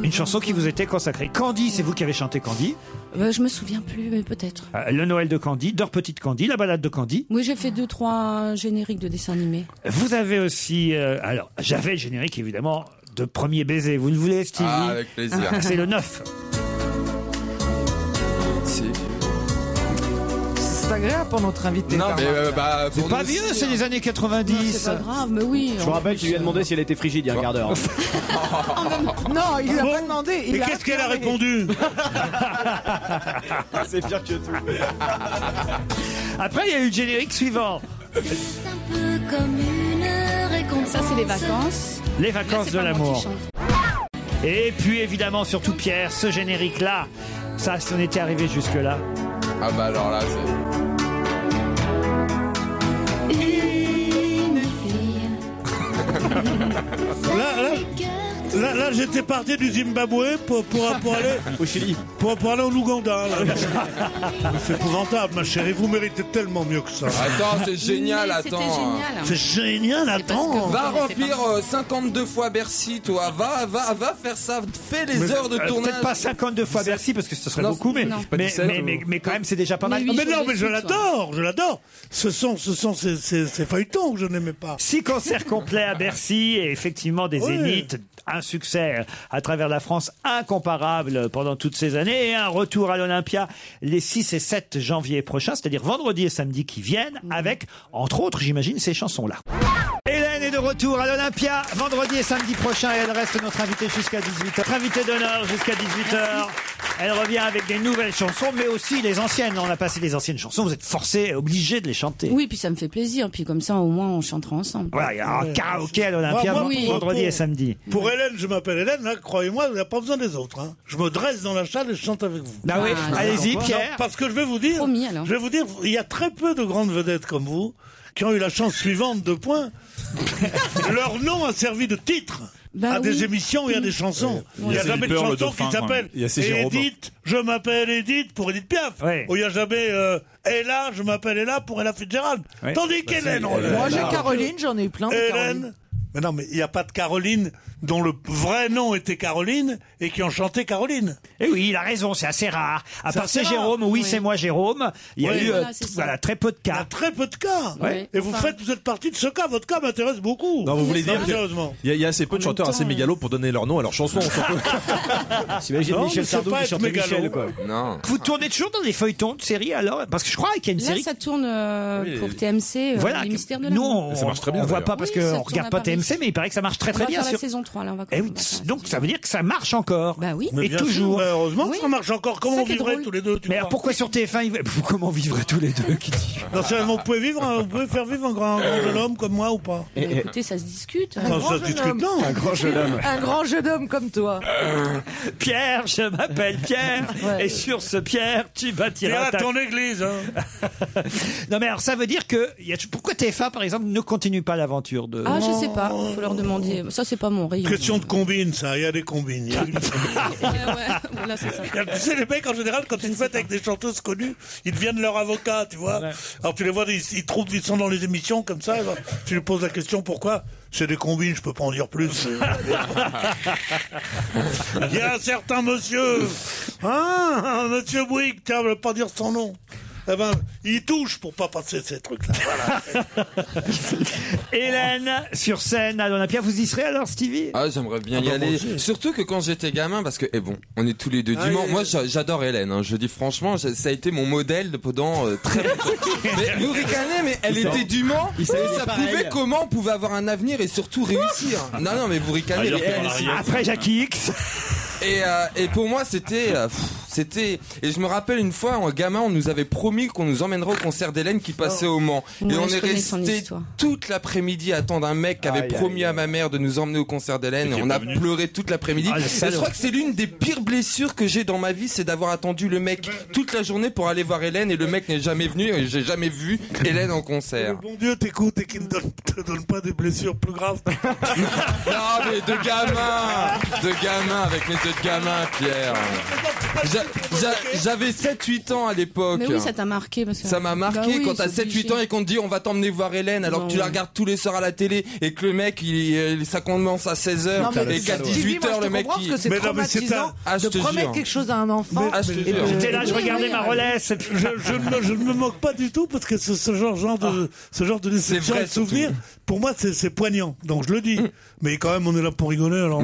Une chanson qui vous était consacrée. Candy, c'est vous qui avez chanté Candy. Euh, je me souviens plus, mais peut-être. Euh, le Noël de Candy, Dors Petite Candy, la balade de Candy. Oui, j'ai fait deux, trois génériques de dessins animés. Vous avez aussi. euh, alors, j'avais le générique, évidemment, de Premier Baiser. Vous le voulez, Stevie Ah, avec plaisir. C'est le 9. Si. C'est agréable pour notre invité. Non, quand mais même. euh, bah, C'est pour pas nous vieux, aussi, c'est hein. les années Non, c'est 90. pas grave, mais oui. Je en me rappelle, plus, tu lui as demandé si elle était frigide il y a un quart d'heure. hein. Non, il l'a Ah Bon. pas demandé. Il Mais qu'est-ce qu'elle a affirmé. répondu (laughs) C'est pire que tout. Après, il y a eu le générique suivant. Un peu comme une récompense. Ça, c'est les vacances. Les vacances C'est de pas moi qui l'amour. chante. Et puis, évidemment, surtout Pierre, ce générique-là. Ça, si on était arrivé jusque-là. Ah bah alors là, c'est. Une fille. Là, là, là, là, j'étais parti du Zimbabwe pour, pour, pour aller Au Chili. pour, pour aller en Ouganda. là. C'est épouvantable, ma chérie. Vous méritez tellement mieux que ça. Attends, c'est génial, Mais attends. C'était génial. hein. C'est génial, C'est parce que- attends. Va Non, mais c'est remplir euh, 52 fois Bercy, toi. Va, va, va faire ça. Fais les heures de Euh, tournage. Peut-être pas 52 fois Bercy, parce que ce serait Non, beaucoup, mais, non. mais, Pas 17, mais- ou- mais- mais quand même, c'est déjà pas mal. Mais oui. Ah, Mais non, mais je Sur hein. les sites, l'adore, je l'adore. Ce sont, ce sont ces, ces- ces feuilletons que je n'aimais pas. Six concerts complets à Bercy et effectivement des Oui. zéniths, un succès à travers la France incomparable pendant toutes ces années et un retour à l'Olympia les 6 et 7 janvier prochains, c'est-à-dire vendredi et samedi qui viennent avec, entre autres, j'imagine, ces chansons-là. (laughs) Hélène est de retour à l'Olympia vendredi et samedi prochain et elle reste notre invitée jusqu'à 18h. Notre invitée d'honneur jusqu'à 18h. Elle revient avec des nouvelles chansons, mais aussi les anciennes. On a passé les anciennes chansons, vous êtes forcés, obligés de les chanter. Oui, puis ça me fait plaisir. Puis comme ça, au moins, on chantera ensemble. Voilà, il y a un karaoké à l'Olympia Moi, moi, pour- vendredi pour- et samedi. Pour Hélène, je m'appelle Hélène, hein, croyez-moi, vous n'avez pas besoin des autres. hein. Je me dresse dans la salle et je chante avec vous. Ah oui, Ah, allez-y, Non, Pierre. parce que je vais vous dire, je vais vous dire, il y a très peu de grandes vedettes comme vous qui ont eu la chance suivante de points. Leur nom a servi de titre. Bah à des oui. émissions et à des chansons. Il y Il n'y a a jamais Zipper, de le chanson dauphin, qui s'appelle hein. Il y a ces Girondins. Edith, je m'appelle Edith pour Edith Piaf. Ou il n'y a jamais euh, Ella, je m'appelle Ella pour Ella Fitzgerald. Ouais. Tandis Bah, qu'Hélène, c'est- oh là Moi, j'ai là. Caroline, j'en ai eu plein de Caroline. Hélène. Mais non, mais il n'y a pas de Caroline dont le vrai nom était Caroline et qui ont chanté Caroline. Et Eh oui, il a raison, c'est assez rare. À C'est part c'est assez rare. Jérôme, oui, c'est moi Jérôme. Il y a Oui, eu euh, voilà, t- c'est ça. voilà, très peu de cas. Très peu de cas. Ouais. Et vous faites, vous êtes partie de ce cas. Votre cas m'intéresse beaucoup. Non, Ah, vous voulez dire qu'il y a- sérieusement. il y, a- il y a assez peu de chanteurs hein. assez mégalos pour donner leur nom à leur chanson. On s'en peut. (laughs) Ah, T'imagines Non, Michel mais c'est Sardou pas qui être chante mégalo. Michel, quoi. Ah, Non. Vous tournez toujours dans des feuilletons de séries alors Parce que je crois qu'il y a une Là, série. ça tourne euh, Oui, pour les- TMC, euh, Voilà, les que- mystères de la Nous, Mort. on, on voit pas parce Oui, ça qu'on tourne regarde à pas Paris. TMC, mais il paraît que ça marche très On très va bien. faire la sur- saison 3, là, on va Eh oui, donc ça veut dire que ça marche encore. Bah oui. Mais Et bien toujours. sûr, bah, heureusement que ça marche encore. Comment on vivrait tous les deux tu Mais alors crois pourquoi sur TF1 ils- (laughs) Comment on vivrait tous les deux qui (laughs) dit Non, sérieusement, vous pouvez vivre, un- vous pouvez faire vivre un grand, un grand jeune homme comme moi ou pas Bah, écoutez, ça se discute. Non, ça se discute, non. Un grand jeune homme. Un grand jeune homme comme toi. Pierre, je m'appelle Pierre, et sur ce Pierre, tu bâtiras Pierre, ta... ton église. hein. (laughs) Non mais alors ça veut dire que il y a... pourquoi TF1 par exemple ne continue pas l'aventure de Ah, je sais pas, faut leur demander. Ça, c'est pas mon rayon. Question de combine, ça. Il y a des combines. Il y a- (laughs) Ah (laughs) Voilà, c'est ça. Tu sais, les mecs, en général, quand ils fêtent avec des chanteuses connues, ils deviennent leur avocat, tu vois. Alors, tu les vois, ils, ils trouvent, ils sont dans les émissions comme ça. alors, tu lui poses la question, pourquoi C'est des combines, je peux pas en dire plus. Il y a un certain monsieur, hein, un monsieur Bouygues, tiens, je veux pas dire son nom. Eh ben, il touche pour pas passer ces trucs-là. Voilà. Hélène sur scène à l'Olympia, vous y serez alors Stevie Ah, j'aimerais bien Ah y bah, moi aller. aussi. Surtout que quand j'étais gamin, parce que, eh bon, on est tous les deux Ah, dimanches. oui, Moi, j'a- j'adore Hélène. hein. Je dis franchement, j'ai- ça a été mon modèle de- pendant euh, (laughs) très longtemps. mais vous ricanez, mais elle Il était s'en- du Mans. Et il s'en- ça pareil. prouvait comment on pouvait avoir un avenir et surtout (laughs) réussir. Non, non, mais vous ricanez. Ailleurs mais que dans elle, la c'est- Riette. Après Jackie X. Et, euh, et pour moi, c'était, euh, pff, c'était. Et je me rappelle une fois, en gamin, on nous avait promis qu'on nous emmènerait au concert d'Hélène qui passait au Mans. Oh. Ouais, et on je est connais son resté histoire. toute l'après-midi à attendre un mec qui avait Aïe, promis à ma mère de nous emmener au concert d'Hélène. Et qui Et est on a pas venu. pleuré toute l'après-midi. Ah, le Et salaud. je crois que c'est l'une des pires blessures que j'ai dans ma vie, c'est d'avoir attendu le mec toute la journée pour aller voir Hélène et le mec n'est jamais venu et j'ai jamais vu Hélène en concert. Mon Dieu, t'écoutes et qu'il ne donne- te donne pas des blessures plus graves. (laughs) Non mais de gamin De gamin avec mes yeux de gamin Pierre J'a- j'a- J'avais 7-8 ans à l'époque Mais oui, ça t'a marqué. Parce que... Ça m'a marqué Bah oui, quand t'as c'est 7-8 ans et qu'on te dit on va t'emmener voir Hélène alors que tu la regardes tous les soirs à la télé et que le mec il, il- ça commence à Non, 16h mais et qu'à Stevie, moi, 18h je le te mec comprends, il... parce que c'est traumatisant Ah, je de te promettre jure. quelque chose à un enfant. Ah, je te et Euh, jure. de- J'étais là, je Oui, regardais oui, ma oui. relaise. Je, je ne, je ne me moque pas du tout parce que ce, ce genre, genre Ah. de, ce genre de déception vrai, et de souvenir, surtout. pour moi, c'est c'est poignant. Donc je le dis. Mm. Mais quand même, on est là pour rigoler. Alors.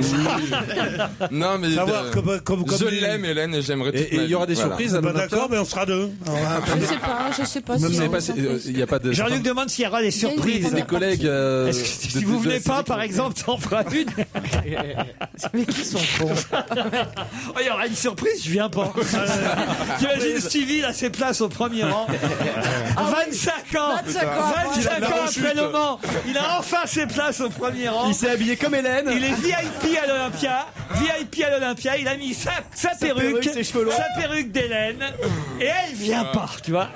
Non mais Savoir euh, comme- comme- comme je il- l'aime Hélène et j'aimerais toute Et et ma il y aura vie. des Voilà. surprises à Bah, D'accord, mais on sera deux. Alors, Ah, Je sais pas, je sais pas. Non, si mais on- pas- euh, il y a pas de. Jean-Luc demande s'il y aura des surprises. Des collègues. euh, Est-ce que de- si vous de- venez de- pas, par exemple, t'en feras (laughs) une. Mais qui sont cons Oh, Il y aura une surprise, je viens pas. (laughs) Euh, T'imagines Stevie, là, ses places au (laughs) premier rang. Ah 25 ans 25 ans après. 25 Il a ans la après rechute. le Mans Il a enfin ses places au premier rang. Il s'est habillé comme Hélène. Il est VIP à l'Olympia. VIP à l'Olympia. Il a mis sa, sa perruque. perruque, ses cheveux longs. Sa perruque d'Hélène. Et elle vient pas, tu vois.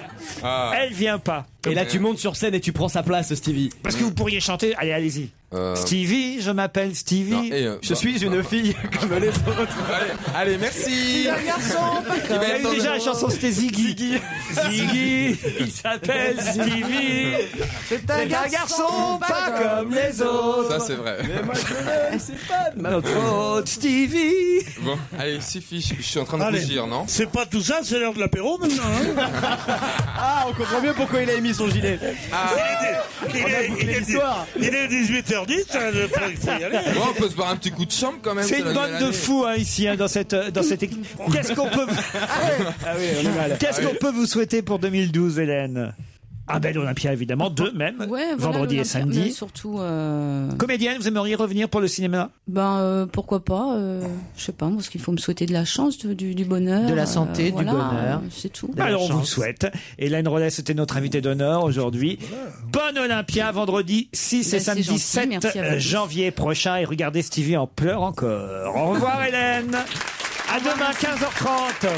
Ah. Elle vient pas. Et là, tu montes sur scène et tu prends sa place, Stevie. Parce que vous pourriez chanter. Allez, allez-y. Euh, Stevie, je m'appelle Stevie. Non, et, euh, Je suis (laughs) une fille comme les autres. Allez, allez, merci Il est un garçon. Il y a eu déjà la chanson, c'était Ziggy. Ziggy. il s'appelle Stevie. C'est un garçon, pas comme les autres. Ça c'est vrai. C'est pas de (laughs) Notre faute, Stevie. Bon, allez, suffit, je je suis en train de Allez. rougir, non C'est pas tout ça, c'est l'heure de l'apéro maintenant. hein (laughs) Ah, on comprend mieux pourquoi il a émis son gilet. Ah. il, est, il, est, il est 18h10, hein, je- faut- il faut y aller. Bon, on peut se boire un petit coup de chambre quand même. C'est une la bande nouvelle de année. fous hein, ici hein, dans cette euh, dans cette équipe. Qu'est-ce qu'on peut (laughs) Ah oui, on est mal. Qu'est-ce qu'on peut vous souhaiter pour 2012, Hélène Un bel Olympia, évidemment, deux même, Ouais, voilà, vendredi l'Olympia- et samedi. mais surtout. euh, Comédienne, vous aimeriez revenir pour le cinéma Ben euh, pourquoi pas euh, Je sais pas, moi ce qu'il faut me souhaiter de la chance, de- du, du bonheur, De la santé, du Euh, voilà, bonheur. euh, c'est tout. Bah, Alors on vous le souhaite. Hélène Rollet, c'était notre invitée d'honneur aujourd'hui. Bonne Olympia, vendredi 6 et Bah, c'est samedi gentil, 7 merci à vous euh, tous. janvier prochain. Et regardez Stevie en pleure encore. Au revoir Hélène. À demain 15h30.